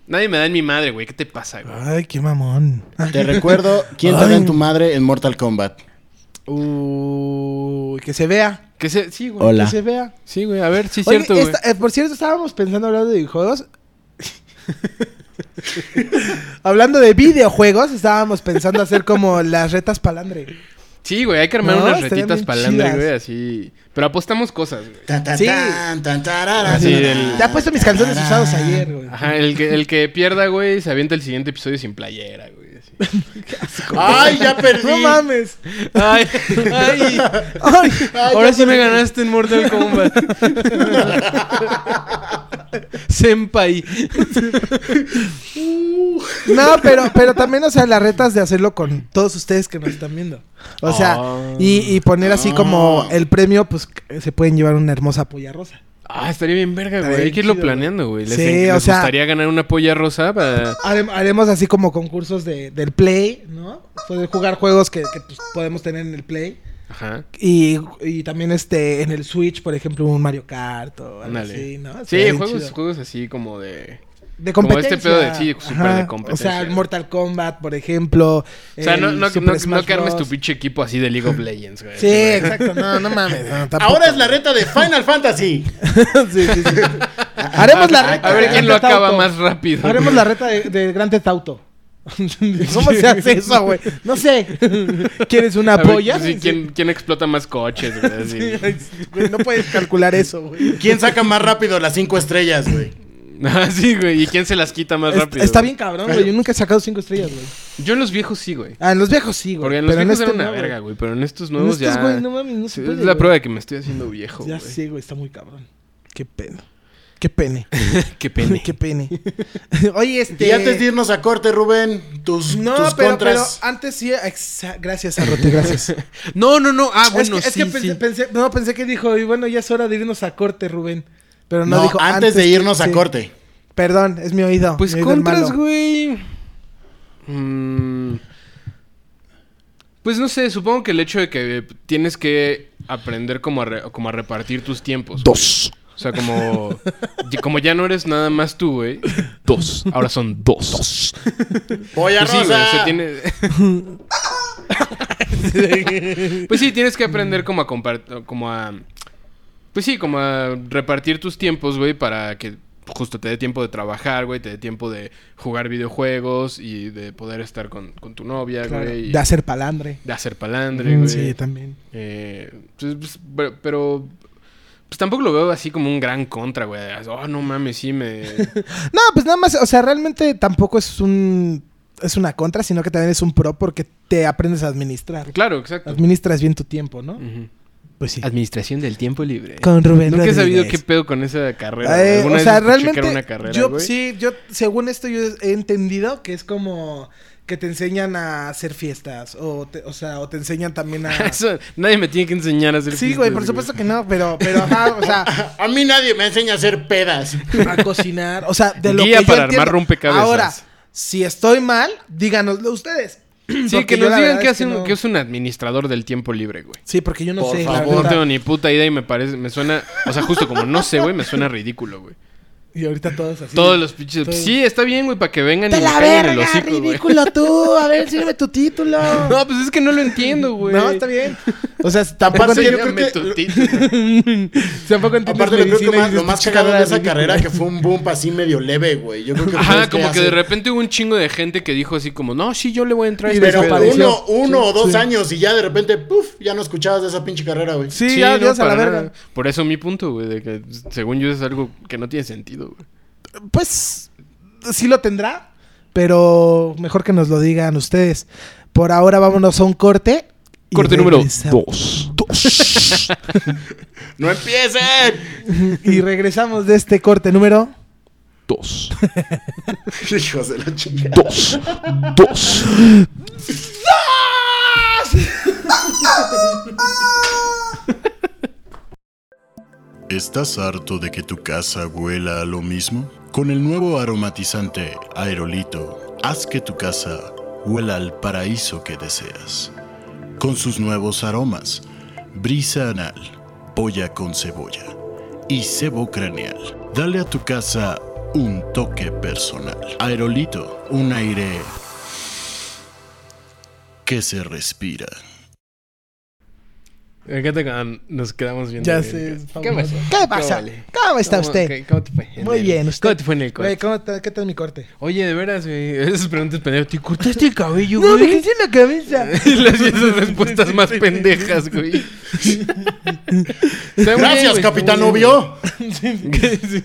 Speaker 1: Nadie me da en mi madre, güey. ¿Qué te pasa, güey?
Speaker 3: Ah.
Speaker 2: Ay, qué mamón.
Speaker 3: Te recuerdo quién te da en tu madre en Mortal Kombat.
Speaker 2: <laughs> Uy, que se vea.
Speaker 1: Que se... Sí, güey.
Speaker 3: Hola.
Speaker 2: Que se vea.
Speaker 1: Sí, güey. A ver, sí es
Speaker 2: Oye,
Speaker 1: cierto, güey.
Speaker 2: esta- eh, por cierto, estábamos pensando hablando de videojuegos. <laughs> hablando de videojuegos, estábamos pensando hacer como las retas palandre.
Speaker 1: Sí, güey. Hay que armar
Speaker 2: No,
Speaker 1: unas
Speaker 2: estarían
Speaker 1: retitas
Speaker 2: bien
Speaker 1: palandre,
Speaker 2: chidas.
Speaker 1: güey. Así... Pero apostamos cosas, güey.
Speaker 3: Tan, tan,
Speaker 2: Sí.
Speaker 3: tan, tan, tarara,
Speaker 1: Así
Speaker 3: tan,
Speaker 1: del-
Speaker 2: Ya he puesto mis calzones usados ayer, güey.
Speaker 1: Ajá. El que, el que pierda, güey, se avienta el siguiente episodio sin playera, güey. así.
Speaker 3: Ay,
Speaker 2: <laughs>
Speaker 3: ya perdí.
Speaker 2: No mames.
Speaker 1: <laughs> Ay, ay.
Speaker 2: Ay,
Speaker 1: Ahora sí me ganaste en Mortal <laughs> Kombat. Senpai.
Speaker 2: No, pero, pero también, o sea, las retas de hacerlo con todos ustedes que nos están viendo. O sea,
Speaker 1: Ah.
Speaker 2: y, y poner así como el premio, pues que se pueden llevar una hermosa polla rosa.
Speaker 1: Ah, estaría bien verga,
Speaker 2: Estaría
Speaker 1: güey. Hay
Speaker 2: bien
Speaker 1: que irlo
Speaker 2: chido, güey.
Speaker 1: planeando, güey. Les,
Speaker 2: Sí,
Speaker 1: les
Speaker 2: o sea-
Speaker 1: gustaría ganar una polla rosa para...
Speaker 2: Harem- haremos así como concursos de, del Play, ¿no? Poder jugar juegos que, que, pues, podemos tener en el Play.
Speaker 1: Ajá.
Speaker 2: Y, y también este en el Switch, por ejemplo, un Mario Kart o algo
Speaker 1: Ándale.
Speaker 2: así, ¿no?
Speaker 1: Sí,
Speaker 2: Estaría bien
Speaker 1: juegos,
Speaker 2: chido.
Speaker 1: juegos así como de.
Speaker 2: de
Speaker 1: como este
Speaker 2: competencia.
Speaker 1: pedo de- sí, súper de competencia.
Speaker 2: O sea, el Mortal Kombat, por ejemplo.
Speaker 1: O sea, no,
Speaker 2: el
Speaker 1: no,
Speaker 2: Eh, Super
Speaker 1: no, no
Speaker 2: Smash
Speaker 1: que armes
Speaker 2: Bros.
Speaker 1: tu pinche equipo así de League of Legends, güey.
Speaker 2: Sí, exacto. No, no mames.
Speaker 1: <laughs>
Speaker 2: no, tampoco.
Speaker 3: Ahora es la reta de Final Fantasy.
Speaker 2: <laughs> Sí,
Speaker 1: <laughs>
Speaker 2: sí, sí. Haremos la reta.
Speaker 1: A ver
Speaker 2: de
Speaker 1: quién
Speaker 2: Grand
Speaker 1: lo
Speaker 2: Theft
Speaker 1: acaba
Speaker 2: este Auto.
Speaker 1: más rápido.
Speaker 2: Haremos la reta de, de Grand Theft Auto. <laughs> ¿Cómo se hace eso, güey?
Speaker 1: <laughs>
Speaker 2: No sé. ¿Quieres una
Speaker 1: A ver,
Speaker 2: polla?
Speaker 1: sí, ¿quién, quién explota más coches, güey? así.
Speaker 2: <laughs> Güey, no puedes calcular eso, güey.
Speaker 3: ¿Quién saca más rápido las cinco estrellas, güey?
Speaker 1: <laughs> Ah, sí, güey. ¿Y quién se las quita más
Speaker 2: Es-
Speaker 1: rápido?
Speaker 2: está
Speaker 1: güey?
Speaker 2: bien cabrón, güey. Yo nunca he sacado cinco estrellas, güey.
Speaker 1: Yo en los viejos sí, güey.
Speaker 2: Ah, en los viejos sí, güey.
Speaker 1: Porque en los
Speaker 2: pero
Speaker 1: viejos
Speaker 2: este
Speaker 1: era una
Speaker 2: no,
Speaker 1: verga, güey. Pero en estos
Speaker 2: En
Speaker 1: nuevos
Speaker 2: estos,
Speaker 1: ya.
Speaker 2: güey, no mames, no se
Speaker 1: es
Speaker 2: puede,
Speaker 1: la
Speaker 2: güey.
Speaker 1: prueba de que me estoy haciendo viejo,
Speaker 2: Ya
Speaker 1: güey.
Speaker 2: sí, güey. Está muy cabrón. Qué pena. Qué pene.
Speaker 1: <laughs> Qué pene.
Speaker 2: <laughs> Qué pene. Oye, este...
Speaker 3: Y antes de irnos a corte, Rubén, tus,
Speaker 2: No,
Speaker 3: tus
Speaker 2: pero,
Speaker 3: contras.
Speaker 2: pero ah, antes sí... exa- Gracias, Arrote, gracias.
Speaker 1: No, no, no. <laughs> Ah,
Speaker 2: Es
Speaker 1: bueno,
Speaker 2: que- es
Speaker 1: sí,
Speaker 2: que, pensé,
Speaker 1: sí.
Speaker 2: pensé- no, pensé que dijo, y bueno, ya es hora de irnos a corte, Rubén. Pero no,
Speaker 3: No,
Speaker 2: dijo
Speaker 3: antes, de
Speaker 2: que-
Speaker 3: irnos a
Speaker 2: sí.
Speaker 3: corte.
Speaker 2: Perdón, es mi oído.
Speaker 1: Pues
Speaker 2: mi oído el
Speaker 1: contras,
Speaker 2: malo.
Speaker 1: güey. Mm. Pues no sé, supongo que el hecho de que tienes que aprender como a, re- como a repartir tus tiempos.
Speaker 10: Dos.
Speaker 1: O sea, como, y- como ya no eres nada más tú, güey.
Speaker 10: Dos.
Speaker 1: Ahora son dos.
Speaker 10: Dos.
Speaker 3: Polla
Speaker 1: Pues sí, güey,
Speaker 3: Rosa.
Speaker 1: o sea,
Speaker 2: <laughs>
Speaker 1: tiene- pues sí, tienes que aprender como a compar- como a pues sí, como a repartir tus tiempos, güey, para que justo te dé tiempo de trabajar, güey, te dé tiempo de jugar videojuegos y de poder estar con, con tu novia,
Speaker 2: Claro,
Speaker 1: güey. y
Speaker 2: De hacer palandre.
Speaker 1: de hacer palandre, güey.
Speaker 2: Sí, también.
Speaker 1: Eh, pues, pues, pero, pero, pues tampoco lo veo así como un gran contra, güey. Oh, no mames, sí
Speaker 2: <laughs>
Speaker 1: me
Speaker 2: No, pues nada más, o sea, realmente tampoco es un es una contra, sino que también es un pro porque te aprendes a administrar.
Speaker 1: Claro, exacto.
Speaker 2: Administras bien tu tiempo, ¿no?
Speaker 1: Ujú.
Speaker 2: Pues sí.
Speaker 1: Administración del tiempo libre.
Speaker 2: Con Rubén
Speaker 1: Nunca he sabido qué
Speaker 2: Rodríguez.
Speaker 1: pedo con esa carrera.
Speaker 2: Eh,
Speaker 1: güey. ¿Alguna
Speaker 2: o
Speaker 1: vez
Speaker 2: sea,
Speaker 1: escuché que
Speaker 2: realmente
Speaker 1: era una carrera,
Speaker 2: yo
Speaker 1: güey? <laughs>
Speaker 2: sí, yo según esto yo he entendido que es como que te enseñan a hacer fiestas o te, o sea, o te enseñan también a
Speaker 1: <laughs> Eso, nadie me tiene que enseñar a hacer
Speaker 2: Sí, güey,
Speaker 1: fiestas,
Speaker 2: por supuesto que no, pero pero ajá,
Speaker 1: <laughs>
Speaker 2: o sea,
Speaker 3: A mí nadie me enseña a hacer pedas.
Speaker 2: a cocinar, o sea, de lo
Speaker 1: Guía
Speaker 2: que yo
Speaker 1: para
Speaker 2: entiendo.
Speaker 1: armar rompecabezas.
Speaker 2: Ahora, si estoy mal, díganoslo ustedes. <clears throat>
Speaker 1: Sí,
Speaker 2: Porque
Speaker 1: que
Speaker 2: yo
Speaker 1: nos
Speaker 2: la
Speaker 1: digan
Speaker 2: verdad
Speaker 1: qué
Speaker 2: es que
Speaker 1: hace un-
Speaker 2: no-
Speaker 1: qué es un administrador del tiempo libre, güey.
Speaker 2: Sí, porque yo no
Speaker 3: Por
Speaker 2: sé. la
Speaker 3: favor.
Speaker 1: No
Speaker 2: verdad.
Speaker 1: tengo ni puta idea y me parece, me suena, o sea, justo como no sé, güey, me suena ridículo, güey.
Speaker 2: Y ahorita todos así.
Speaker 1: Todos los pinches.
Speaker 2: Todo.
Speaker 1: Sí, está bien, güey, para que vengan y
Speaker 2: ¡Te
Speaker 1: me
Speaker 2: la
Speaker 1: caigan el
Speaker 2: verga,
Speaker 1: hocico, güey.
Speaker 2: ridículo tú! A ver, enséñame tu título.
Speaker 1: <laughs> No, pues es que no lo entiendo, <laughs> güey.
Speaker 2: No, está bien. O sea, tampoco,
Speaker 3: Aparte, yo creo
Speaker 1: Enséñame
Speaker 3: que-
Speaker 1: tu título.
Speaker 2: tampoco entiendes
Speaker 3: Aparte, yo creo que
Speaker 2: medicina y
Speaker 3: más-
Speaker 2: dices,
Speaker 3: lo más
Speaker 2: "Pinche
Speaker 3: cagado de esa
Speaker 2: ridícula".
Speaker 3: carrera que fue un boom así medio leve, güey. Yo creo que fue
Speaker 1: Ajá,
Speaker 3: este
Speaker 1: como que
Speaker 3: hace-
Speaker 1: de repente hubo un chingo de gente que dijo así como, no, sí, yo le voy a entrar a
Speaker 2: Y
Speaker 1: este
Speaker 3: Pero
Speaker 1: pedo".
Speaker 2: desapareció.
Speaker 3: uno, uno
Speaker 2: Sí,
Speaker 3: o dos
Speaker 2: sí.
Speaker 3: años y ya de repente, puff, ya no escuchabas de esa pinche carrera, güey.
Speaker 2: Sí,
Speaker 1: <laughs> Sí,
Speaker 2: ya,
Speaker 1: no,
Speaker 2: adiós a la
Speaker 1: para
Speaker 2: verga.
Speaker 1: nada. Por eso mi punto, güey, de que según yo es algo que no tiene sentido, güey.
Speaker 2: Pues sí lo tendrá, pero mejor que nos lo digan ustedes. Por ahora vámonos a un corte. y
Speaker 1: Corte número
Speaker 2: regresamos.
Speaker 10: Dos. Dos.
Speaker 3: ¡No empiecen!
Speaker 2: Y regresamos de este corte número.
Speaker 10: Dos.
Speaker 3: <laughs> Hijos de la chingada.
Speaker 10: Dos. Dos.
Speaker 11: ¿Estás harto de que tu casa huela a lo mismo? Con el nuevo aromatizante Aerolito, haz que tu casa huela al paraíso que deseas. Con sus nuevos aromas, brisa anal, polla con cebolla y cebo craneal. Dale a tu casa un toque personal. Aerolito, un aire que se respira.
Speaker 1: Me encanta cuando nos quedamos viendo.
Speaker 2: Ya
Speaker 1: güey.
Speaker 2: sé. es
Speaker 1: ¿Qué
Speaker 2: fabuloso.
Speaker 1: pasa?
Speaker 2: ¿Qué pasa?
Speaker 1: vale?
Speaker 2: ¿Cómo está
Speaker 1: ¿Cómo-
Speaker 2: usted?
Speaker 1: qué- ¿Cómo te fue? en
Speaker 2: Muy
Speaker 1: el-
Speaker 2: bien, usted.
Speaker 1: ¿Cómo te fue en el
Speaker 2: Güey,
Speaker 1: corte?
Speaker 2: ¿cómo te- ¿qué tal mi corte?
Speaker 1: Oye, de veras, güey. Esas preguntas pendejas. ¿Te cortaste el cabello,
Speaker 2: No, me
Speaker 1: güey?
Speaker 2: quité la cabeza.
Speaker 1: <laughs> Y las esas respuestas más pendejas, güey. <laughs> Está muy bien,
Speaker 3: Gracias,
Speaker 1: güey,
Speaker 3: Capitán
Speaker 1: está muy bien.
Speaker 3: Obvio.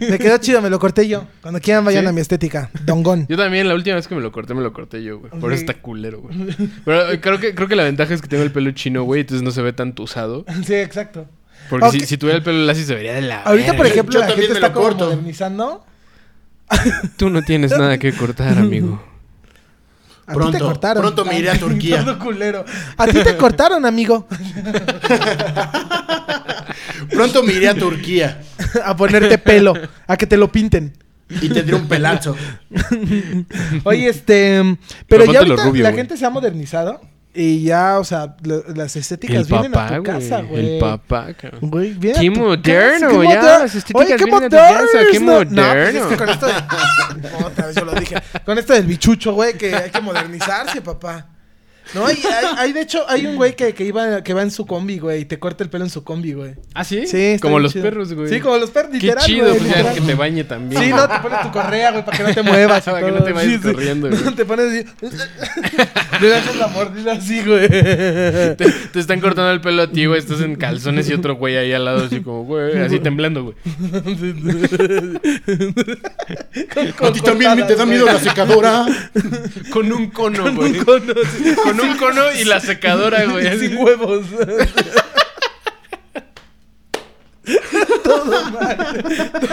Speaker 2: Me quedó chido, me lo corté yo. Cuando quieran vayan
Speaker 1: ¿Sí?
Speaker 2: a mi estética. Dongón.
Speaker 1: Yo también, la última vez que me lo corté, me lo corté yo, güey. Por eso está culero, güey. Pero eh, creo que, creo que la ventaja es que tengo el pelo chino, güey, entonces no se ve tan tusado.
Speaker 2: Sí, exacto.
Speaker 1: Porque
Speaker 2: Ok.
Speaker 1: si, si tuviera el pelo lacio se vería de la.
Speaker 2: Ahorita, por
Speaker 1: verga.
Speaker 2: ejemplo,
Speaker 3: yo
Speaker 2: la
Speaker 3: también
Speaker 2: gente
Speaker 3: me lo
Speaker 2: está como
Speaker 3: corto.
Speaker 2: modernizando.
Speaker 1: Tú no tienes nada que
Speaker 2: <laughs>
Speaker 1: cortar, amigo.
Speaker 2: A ti te
Speaker 3: Pronto,
Speaker 2: cortaron.
Speaker 3: pronto me iré a
Speaker 2: Ay, <laughs>
Speaker 3: Turquía.
Speaker 2: todo culero. A ti te cortaron, amigo. <laughs>
Speaker 3: Pronto me iré a Turquía
Speaker 2: A ponerte pelo. A que te lo pinten.
Speaker 3: y tendré un pelazo.
Speaker 2: Oye, este... Pero
Speaker 1: póntelo
Speaker 2: ya ahorita
Speaker 1: rubio,
Speaker 2: la
Speaker 1: güey.
Speaker 2: gente se ha modernizado. Y ya, o sea, lo- las estéticas
Speaker 1: El
Speaker 2: vienen
Speaker 1: papá,
Speaker 2: a tu casa,
Speaker 1: güey.
Speaker 2: güey.
Speaker 1: El papá, cabrón.
Speaker 2: Güey, vienen a
Speaker 1: Qué
Speaker 2: tu
Speaker 1: moderno,
Speaker 2: casa, qué
Speaker 1: ya,
Speaker 2: moder-
Speaker 1: las estéticas
Speaker 2: Oye, qué
Speaker 1: vienen a tu casa,
Speaker 2: moderno.
Speaker 1: qué
Speaker 2: No, pues es
Speaker 1: moderno.
Speaker 2: que con esto de- <laughs> Otra vez yo lo dije. Con esto del bichucho, güey, que hay que modernizarse, papá. No, hay, hay, hay- de hecho, hay un güey que, que, iba, que va en su combi, güey, y te corta el pelo en su combi, güey.
Speaker 1: ¿Ah, sí?
Speaker 2: Sí, está
Speaker 1: Como
Speaker 2: bien
Speaker 1: los
Speaker 2: chido.
Speaker 1: perros, güey.
Speaker 2: Sí, como los perros,
Speaker 1: Qué
Speaker 2: literal,
Speaker 1: chido,
Speaker 2: güey,
Speaker 1: pues ya
Speaker 2: literal.
Speaker 1: que te bañe también.
Speaker 2: Sí, no, te pones tu correa, güey, para que no te muevas. y
Speaker 1: Para que
Speaker 2: todo.
Speaker 1: no te vayas
Speaker 2: Sí, sí.
Speaker 1: corriendo, güey.
Speaker 2: Te pones así. <laughs> Le das la mordida así, güey.
Speaker 1: Te, te están cortando el pelo a ti, güey. Estás en calzones y otro güey ahí al lado, así como, güey, así temblando, güey.
Speaker 3: A ti también me te da miedo la <laughs> secadora.
Speaker 1: Con un cono, güey. <laughs> Con un cono,
Speaker 2: <laughs>
Speaker 1: y la secadora, güey.
Speaker 2: Sin huevos. todo mal.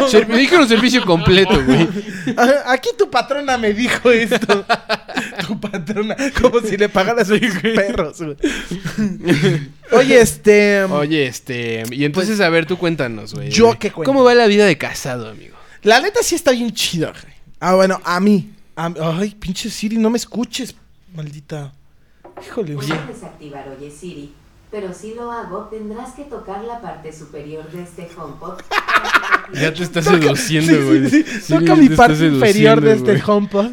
Speaker 1: Ser- Me dijeron servicio completo, güey.
Speaker 2: A- Aquí tu patrona me dijo esto. Tu patrona. Como si le pagaras a tus perros, güey. Oye, este.
Speaker 1: Oye, este. Y entonces, a ver, tú cuéntanos, güey.
Speaker 2: Pues, ¿yo qué cuento?
Speaker 1: ¿Cómo va la vida de casado, amigo?
Speaker 2: La neta sí está bien chida, güey. Ah, bueno, a mí. A- ay, pinche Siri, no me escuches, maldita. Híjole, güey.
Speaker 12: Puedes desactivar Oye Siri, pero si lo hago tendrás que tocar la parte superior de este HomePod.
Speaker 1: Ya te estás
Speaker 2: Toca-
Speaker 1: seduciendo,
Speaker 2: sí, sí,
Speaker 1: güey.
Speaker 2: sí.
Speaker 1: Sí,
Speaker 2: Toca
Speaker 1: ya
Speaker 2: mi
Speaker 1: te
Speaker 2: parte
Speaker 1: estás
Speaker 2: inferior de
Speaker 1: seduciendo,
Speaker 2: este HomePod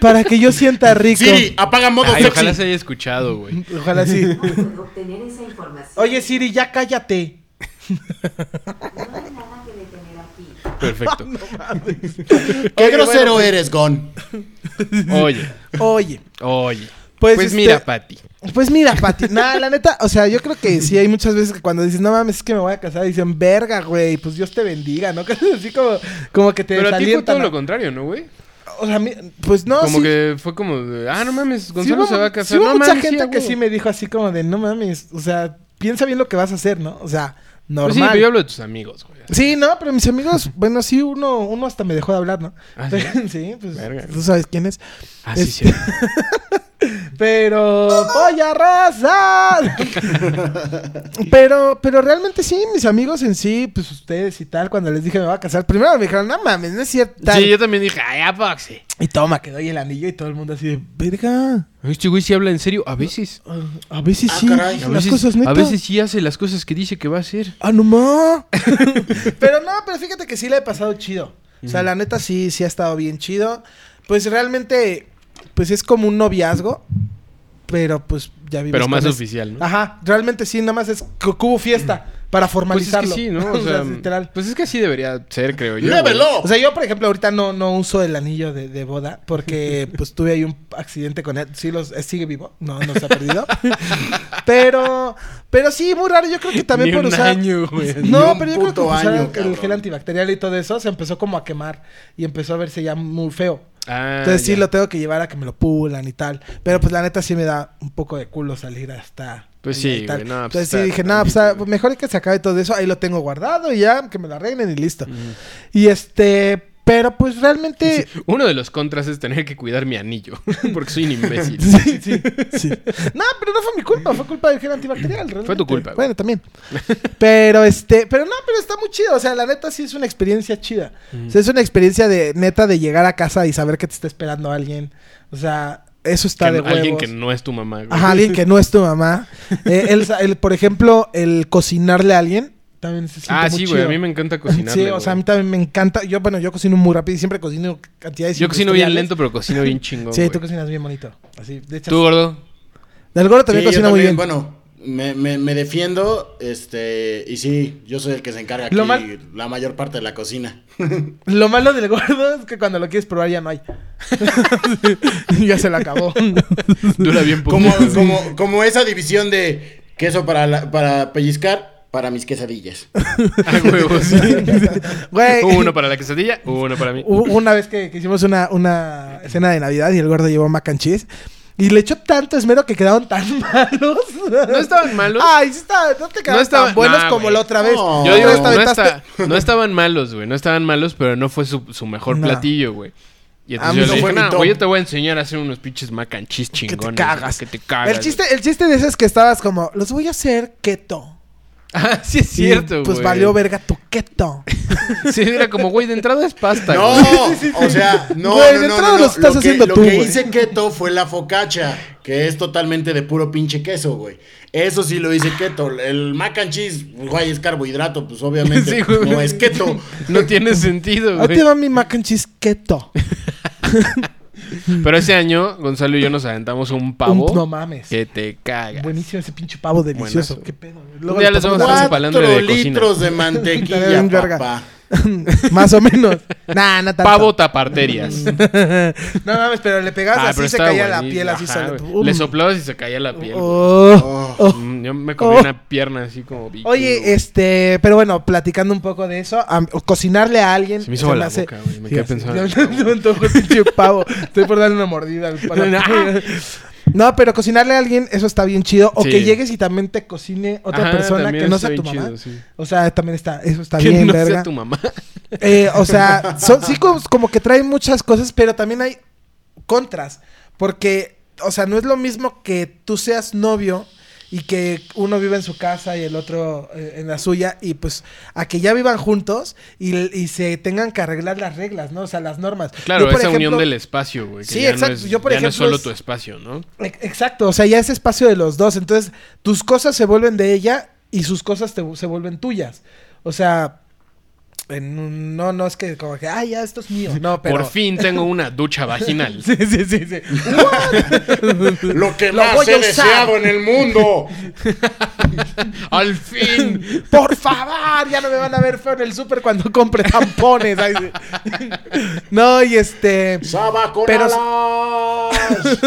Speaker 2: para que yo
Speaker 1: <laughs>
Speaker 2: sienta rico.
Speaker 3: Siri, apaga modo
Speaker 1: Ay,
Speaker 3: sexy.
Speaker 1: ojalá se haya escuchado, güey.
Speaker 2: Ojalá sí.
Speaker 12: Puedo obtener esa información.
Speaker 2: Oye, Siri,
Speaker 1: <laughs>
Speaker 2: ya cállate.
Speaker 12: No hay nada que detener aquí.
Speaker 2: <laughs>
Speaker 1: Perfecto.
Speaker 3: Qué
Speaker 2: Oye,
Speaker 3: grosero
Speaker 2: bueno,
Speaker 3: eres, Gon.
Speaker 1: Oye,
Speaker 2: Oye.
Speaker 1: oye.
Speaker 2: Pues,
Speaker 1: Pues,
Speaker 2: este-
Speaker 1: mira, Pati.
Speaker 2: Pues mira, Pati, nada, la neta, o sea, yo creo que sí hay muchas veces que cuando dices, no mames, es que me voy a casar, dicen, verga, güey, pues Dios te bendiga, ¿no? <laughs> Cosas así como, como que te
Speaker 1: Pero a ti fue
Speaker 2: desalientan,
Speaker 1: todo lo
Speaker 2: ¿no?
Speaker 1: contrario, ¿no, güey?
Speaker 2: O sea, a mí- pues no,
Speaker 1: como
Speaker 2: sí.
Speaker 1: que fue como de, ah, no mames,
Speaker 2: sí
Speaker 1: Gonzalo
Speaker 2: hubo,
Speaker 1: se va a casar.
Speaker 2: sí hubo
Speaker 1: no
Speaker 2: mucha
Speaker 1: mames,
Speaker 2: gente
Speaker 1: a
Speaker 2: que
Speaker 1: huevo.
Speaker 2: sí me dijo así como de, no mames, o sea, piensa bien lo que vas a hacer, ¿no? O sea, normal.
Speaker 1: Pues sí, pero yo hablo de tus amigos, güey.
Speaker 2: Sí, no, pero mis amigos, bueno, sí, uno, uno hasta me dejó de hablar, ¿no?
Speaker 1: ¿Ah, sí?
Speaker 2: Pero- <laughs> sí, pues
Speaker 1: Verga.
Speaker 2: tú sabes quién es.
Speaker 1: Ah, sí,
Speaker 2: Es-
Speaker 1: sí.
Speaker 2: Pero,
Speaker 1: <laughs>
Speaker 2: polla raza. pero, pero realmente sí, mis amigos en sí, pues ustedes y tal, cuando les dije me voy a casar, primero me dijeron, no mames, no es cierto. tal".
Speaker 1: Sí, yo también dije, ay, a Foxy.
Speaker 2: Y toma, que doy el anillo y todo el mundo así de, verga,
Speaker 1: Este güey sí habla en serio a veces.
Speaker 2: ah, a veces
Speaker 3: Ah,
Speaker 2: sí,
Speaker 3: caray.
Speaker 1: A
Speaker 2: las
Speaker 1: veces,
Speaker 2: cosas
Speaker 1: a
Speaker 2: netas.
Speaker 1: veces sí hace las cosas que dice que va a hacer.
Speaker 2: Ah, no ma. <laughs> pero no, pero fíjate que sí le he pasado chido. O sea, la neta sí, sí ha estado bien chido. Pues realmente, pues es como un noviazgo. Pero pues ya vives
Speaker 1: Pero
Speaker 2: con
Speaker 1: más
Speaker 2: ese-
Speaker 1: oficial, ¿no?
Speaker 2: Ajá, realmente sí, nada más es que hubo fiesta
Speaker 1: Pues
Speaker 2: para
Speaker 1: es que
Speaker 2: formalizarlo.
Speaker 1: sí,
Speaker 2: <laughs>
Speaker 1: ¿no? O sea,
Speaker 2: literal.
Speaker 1: Pues es que así debería ser, creo
Speaker 3: pues,
Speaker 1: yo. güey.
Speaker 3: ¡Lévelo!
Speaker 2: O sea, yo por ejemplo ahorita no, no uso el anillo de, de boda porque
Speaker 3: <laughs>
Speaker 2: pues tuve ahí un accidente con él. Sí, los, eh, sigue vivo, no, no se ha
Speaker 3: <laughs>
Speaker 2: perdido. pero, pero sí, muy raro, yo creo que también
Speaker 1: Ni
Speaker 2: por
Speaker 1: un
Speaker 2: usar...
Speaker 1: año,
Speaker 2: <laughs>
Speaker 1: güey.
Speaker 3: Ni
Speaker 2: No,
Speaker 3: un
Speaker 2: pero yo creo que
Speaker 3: puto
Speaker 2: por usar
Speaker 3: año,
Speaker 2: el- el gel
Speaker 3: cabrón.
Speaker 2: antibacterial y todo eso se empezó como a quemar y empezó a verse ya muy feo.
Speaker 1: Ah,
Speaker 2: Entonces sí
Speaker 1: ya.
Speaker 2: lo tengo que llevar a que me lo pulan y tal. Pero pues la neta sí me da un poco de culo salir hasta...
Speaker 1: Pues
Speaker 2: allá
Speaker 1: sí,
Speaker 2: y tal.
Speaker 1: güey, no, pues,
Speaker 2: Entonces sí
Speaker 1: está
Speaker 2: dije, no, pues,
Speaker 1: tantito,
Speaker 2: ah,
Speaker 1: güey".
Speaker 2: mejor que se acabe todo eso. Ahí lo tengo guardado y ya, que me lo arreglen y listo. Y este... Pero pues realmente...
Speaker 1: Uno de los contras es tener que cuidar mi anillo, <laughs> porque soy un
Speaker 2: <laughs>
Speaker 1: imbécil.
Speaker 2: Sí, sí, sí. No, pero no fue mi culpa, fue culpa del gel antibacterial. realmente.
Speaker 1: tu culpa, güey. <laughs>
Speaker 2: Bueno, también. Pero este, pero no, pero está muy chido. O sea, la neta sí es una experiencia chida. O sea, es una experiencia de neta de llegar a casa y saber que te está esperando alguien. O sea, eso está
Speaker 1: Que
Speaker 2: de
Speaker 1: no-
Speaker 2: huevos.
Speaker 1: alguien que no es tu mamá, güey.
Speaker 2: Ajá,
Speaker 1: <laughs>
Speaker 2: alguien que no es tu
Speaker 3: <laughs>
Speaker 2: mamá. Eh, el, el- por ejemplo, el cocinarle a alguien también se siente
Speaker 1: Ah,
Speaker 2: muy
Speaker 1: sí, güey.
Speaker 2: chido.
Speaker 1: A mí me encanta cocinar.
Speaker 2: Sí, o sea, a mí también me encanta. Yo, bueno, yo cocino muy rápido y siempre cocino cantidades
Speaker 1: Yo cocino bien
Speaker 2: industriales.
Speaker 1: lento, pero cocino bien chingón.
Speaker 2: Sí,
Speaker 1: güey.
Speaker 2: tú cocinas bien bonito. Así, de hecho,
Speaker 1: Tú, gordo.
Speaker 2: Del Gordo también
Speaker 3: Sí, yo
Speaker 2: cocina muy bien.
Speaker 3: también, Bueno, me, me- me defiendo, este, y sí, yo soy el que se encarga aquí
Speaker 2: Lo mal- Pues,
Speaker 3: la mayor parte de
Speaker 2: <laughs>
Speaker 3: la cocina.
Speaker 2: Lo malo del gordo es que cuando lo quieres probar ya no
Speaker 3: <laughs>
Speaker 2: hay. <laughs> ya se
Speaker 1: <laughs>
Speaker 2: la acabó.
Speaker 1: Dura
Speaker 2: <laughs>
Speaker 1: bien poco.
Speaker 3: Como,
Speaker 1: güey.
Speaker 3: como, como esa división de queso para, la- para pellizcar, para mis quesadillas.
Speaker 1: A Ah,
Speaker 2: <laughs>
Speaker 1: huevos.
Speaker 2: Güey.
Speaker 1: Uno para la quesadilla, uno para mí.
Speaker 2: Hubo Una vez que, que hicimos una, una escena de Navidad y el gordo llevó mac and cheese. Y le echó tanto esmero que quedaron tan <laughs> malos.
Speaker 1: No estaban malos.
Speaker 2: Ay, sí estaban, no te quedaron
Speaker 1: estaban-
Speaker 2: tan buenos
Speaker 1: nah,
Speaker 2: como
Speaker 1: güey.
Speaker 2: la otra vez.
Speaker 3: No.
Speaker 1: Yo
Speaker 2: Otra
Speaker 1: digo,
Speaker 2: vez te
Speaker 1: no,
Speaker 2: aventaste-
Speaker 1: está-
Speaker 2: <laughs>
Speaker 1: no estaban malos, güey. No estaban malos, pero no fue su, su mejor
Speaker 2: No.
Speaker 1: platillo, güey. Y
Speaker 2: A mí
Speaker 1: entonces
Speaker 2: no
Speaker 1: yo le
Speaker 3: fue
Speaker 1: dije,
Speaker 3: mi
Speaker 1: no,
Speaker 3: top".
Speaker 1: güey, yo te voy a enseñar a hacer unos pinches mac and cheese
Speaker 2: Que
Speaker 1: chingones.
Speaker 2: te cagas.
Speaker 1: Que te cagas.
Speaker 2: El chiste, el chiste de eso es que estabas como, los voy a hacer keto.
Speaker 1: güey. <laughs> Ah, sí es
Speaker 2: Y,
Speaker 1: cierto, güey.
Speaker 2: Pues valió verga tu keto.
Speaker 1: Sí, era como, güey, de entrada es pasta,
Speaker 3: No,
Speaker 1: güey.
Speaker 3: o sea, no,
Speaker 2: Güey, de
Speaker 3: no, no,
Speaker 2: entrada
Speaker 3: no, no.
Speaker 2: lo estás
Speaker 3: que-
Speaker 2: haciendo
Speaker 3: lo
Speaker 2: tú,
Speaker 3: que
Speaker 2: güey.
Speaker 3: hice keto fue la focacha, que es totalmente de puro pinche queso, güey. Eso sí lo hice keto. El mac and cheese, güey, es carbohidrato, pues
Speaker 2: <laughs>
Speaker 3: obviamente
Speaker 1: Sí, güey.
Speaker 3: no es keto.
Speaker 1: No tiene sentido,
Speaker 2: Ahí
Speaker 1: <laughs>
Speaker 2: te
Speaker 1: güey.
Speaker 2: va mi mac and cheese keto.
Speaker 1: Pero ese año, Gonzalo y yo nos aventamos un pavo
Speaker 2: Un- no mames.
Speaker 1: que te cagas.
Speaker 2: Buenísimo ese pinche pavo delicioso.
Speaker 1: Buenazo.
Speaker 2: Qué pedo. güey.
Speaker 1: Un día les vamos a hacer un palandre
Speaker 3: Cuatro
Speaker 1: de cocina.
Speaker 3: litros de
Speaker 2: <laughs> Estaría
Speaker 3: mantequilla,
Speaker 2: bien verga.
Speaker 3: papá.
Speaker 2: <laughs> Más o menos. Nah, no tanto.
Speaker 1: Pavo taparterias.
Speaker 2: No mames, pero le pegabas así se
Speaker 1: Ah, estaba
Speaker 2: caía la
Speaker 1: buenísimo.
Speaker 2: piel así
Speaker 1: Ajá,
Speaker 2: solo.
Speaker 1: güey.
Speaker 2: Um.
Speaker 1: Le soplabas y se caía la piel. güey.
Speaker 2: Oh. Oh.
Speaker 1: Mm, Yo me comí
Speaker 2: Oh.
Speaker 1: una pierna así como vikingo,
Speaker 2: Oye,
Speaker 1: güey.
Speaker 2: este, pero bueno, platicando un poco de eso, am- o cocinarle a alguien.
Speaker 1: Se me hizo agua la boca, güey, me quedé pensando.
Speaker 2: Me antojo el pinche pavo. Estoy por darle una mordida al pavo.
Speaker 1: Ah.
Speaker 2: No, pero cocinarle a alguien, eso está bien chido. O
Speaker 1: Sí.
Speaker 2: que llegues y también te cocine otra
Speaker 1: Ajá,
Speaker 2: persona
Speaker 1: también
Speaker 2: que no
Speaker 1: está
Speaker 2: sea tu
Speaker 1: bien
Speaker 2: mamá.
Speaker 1: chido, sí.
Speaker 2: O sea, también está, eso está
Speaker 1: Que
Speaker 2: bien,
Speaker 1: no
Speaker 2: verga.
Speaker 1: sea tu mamá.
Speaker 2: Eh, o sea, son, sí como, como que traen muchas cosas, pero también hay contras. Porque, o sea, no es lo mismo que tú seas novio y que uno viva en su casa y el otro eh, en la suya. Y pues a que ya vivan juntos y, y se tengan que arreglar las reglas, ¿no? O sea, las normas.
Speaker 1: Claro,
Speaker 2: Yo,
Speaker 1: esa
Speaker 2: por
Speaker 1: unión
Speaker 2: ejemplo,
Speaker 1: del espacio, güey. que
Speaker 2: Sí,
Speaker 1: ya no
Speaker 2: exacto.
Speaker 1: es-
Speaker 2: Yo, por
Speaker 1: ya no es
Speaker 2: ejemplo,
Speaker 1: solo
Speaker 2: es-
Speaker 1: tu espacio, ¿no?
Speaker 2: Ex- e, Exacto, o sea, ya es espacio de los dos. Entonces, tus cosas se vuelven de ella y sus cosas te vu- se vuelven tuyas. O sea, en un- no, no es que como que, ah, ya, esto es mío. No, pero.
Speaker 1: Por fin tengo una ducha vaginal.
Speaker 2: <laughs> sí, sí, sí, sí.
Speaker 3: Lo
Speaker 2: <laughs>
Speaker 3: que
Speaker 2: Lo
Speaker 3: más
Speaker 2: voy a
Speaker 3: he
Speaker 2: usar.
Speaker 3: deseado en el mundo.
Speaker 1: ¡Al fin!
Speaker 2: Por favor, ya no me van a ver feo en el súper cuando compre tampones. Ay, sí. no, y este.
Speaker 3: Saba con
Speaker 2: Pero-
Speaker 3: alas.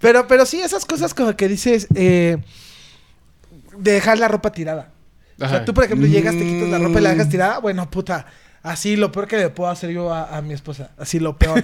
Speaker 2: Pero, pero sí, esas cosas como que dices, eh, dejar la ropa tirada. O sea,
Speaker 1: Ajá. Mm.
Speaker 2: tú, por ejemplo, llegas, te quitas la ropa y la dejas tirada. Bueno, puta, así lo peor que le puedo hacer yo a, a mi esposa. Así lo peor.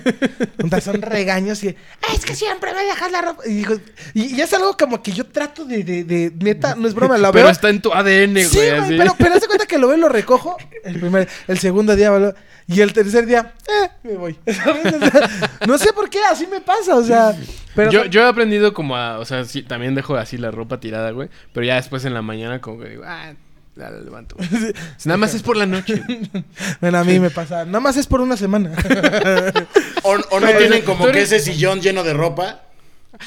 Speaker 2: Puta, son regaños y... "Ay, Es que siempre me dejas la ropa. Y, digo- y- y es algo como que yo trato de... de, de- neta, no es broma, lo veo...
Speaker 1: Pero está en tu ADN, güey.
Speaker 2: Ah, Sí, güey,
Speaker 1: así. <laughs>
Speaker 2: pero, pero haz de cuenta que lo veo y lo recojo el primer, el segundo día, ¿vale? y el tercer día, eh, me voy. <laughs> ¿Sabes? O sea, no sé por qué, así me pasa, o sea, pero
Speaker 1: yo, yo he aprendido como a... O sea, sí, también dejo así la ropa tirada, güey. Pero ya después en la mañana como que digo... Ah, ya la levanto.
Speaker 2: <laughs>
Speaker 1: güey". Nada más es por la noche.
Speaker 2: Bueno, a mí me pasa. Nada más es por una semana.
Speaker 3: <laughs> O, o no
Speaker 1: Pero-
Speaker 3: tienen como
Speaker 1: pero-
Speaker 3: que ese sillón lleno de ropa.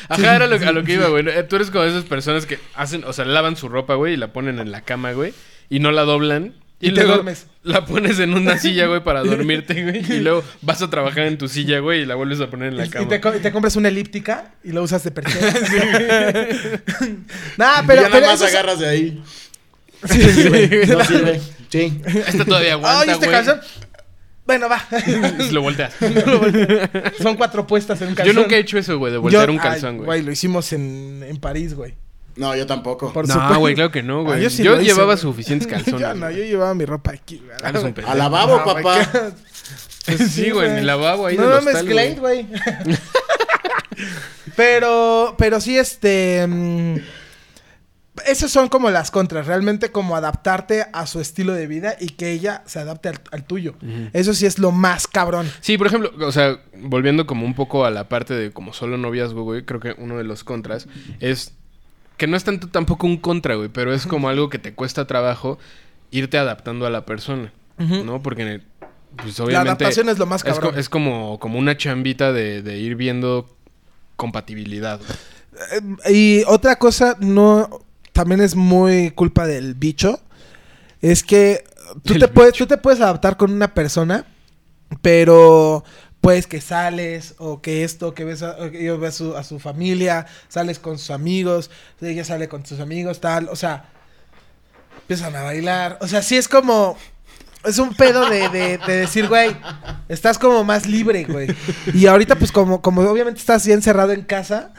Speaker 1: Ajá, era lo, a lo que iba, güey. Eh, Tú eres como esas personas que hacen... O sea, lavan su ropa, güey. Y la ponen en la cama, güey. Y no la doblan.
Speaker 2: Y te duermes.
Speaker 1: La pones en una silla, güey,
Speaker 2: <laughs>
Speaker 1: para dormirte, güey. Y luego vas a trabajar en tu silla, güey. Y la vuelves a poner en <laughs> la
Speaker 2: y,
Speaker 1: cama.
Speaker 2: te, co- y te compras una elíptica y lo usas
Speaker 1: <laughs>
Speaker 2: de perchera. <laughs> Nada, pero.
Speaker 3: ya
Speaker 2: pero
Speaker 3: nada más
Speaker 2: eso es-
Speaker 3: agarras de ahí.
Speaker 2: Sí, sí, güey. <laughs>
Speaker 3: No sirve. Sí.
Speaker 1: Esta todavía aguanta,
Speaker 2: Ay, este
Speaker 1: güey.
Speaker 2: calzón. Bueno, va.
Speaker 1: <laughs>
Speaker 2: <laughs>
Speaker 1: Lo volteas.
Speaker 2: Son cuatro puestas en un
Speaker 1: Yo
Speaker 2: calzón.
Speaker 1: nunca he hecho eso, güey, de voltear
Speaker 2: Yo-
Speaker 1: un
Speaker 2: ay,
Speaker 1: calzón, güey.
Speaker 2: Güey, lo hicimos en, en París, güey.
Speaker 3: No, yo tampoco.
Speaker 2: Por
Speaker 1: No,
Speaker 2: supuesto.
Speaker 1: güey, claro que no, güey.
Speaker 2: Ah,
Speaker 1: yo
Speaker 2: sí lo hice,
Speaker 1: llevaba
Speaker 2: <laughs> güey.
Speaker 1: suficientes calzones.
Speaker 2: yo no,
Speaker 1: güey.
Speaker 2: yo llevaba mi ropa aquí, güey.
Speaker 1: Ah, eres un
Speaker 3: Al
Speaker 1: pendejo.
Speaker 3: lavabo,
Speaker 2: No, güey,
Speaker 3: papá.
Speaker 1: <laughs>
Speaker 2: qué-
Speaker 1: Sí, güey, en el lavabo ahí
Speaker 2: No
Speaker 1: del
Speaker 2: me
Speaker 1: hostal,
Speaker 2: mezclé, güey. <laughs> pero, pero sí, este. mm, esas son como las contras, realmente como adaptarte a su estilo de vida y que ella se adapte al, al tuyo. Eso sí es lo más cabrón.
Speaker 1: Sí, por ejemplo, o sea, volviendo como un poco a la parte de como solo noviazgo, güey, creo que uno de los contras es que no es tanto tampoco un contra, güey, pero es como algo que te cuesta trabajo irte adaptando a la persona, ¿no? Porque pues obviamente
Speaker 2: adaptación es lo más
Speaker 1: co-
Speaker 2: cabrón.
Speaker 1: Es, como como una chambita de, de ir viendo compatibilidad. güey.
Speaker 2: Eh, Y otra cosa, no. También es muy culpa del bicho. Es que tú
Speaker 1: Del
Speaker 2: te, puedes, tú te puedes adaptar con una persona, pero pues que sales o que esto, que ves a, o que ellos ven a su, a su familia, sales con sus amigos, ella sale con sus amigos, tal, o sea, empiezan a bailar, o sea, sí es como, es un pedo de, de- de decir, güey, estás como más libre, güey. Y ahorita pues como, como obviamente estás ya encerrado en casa,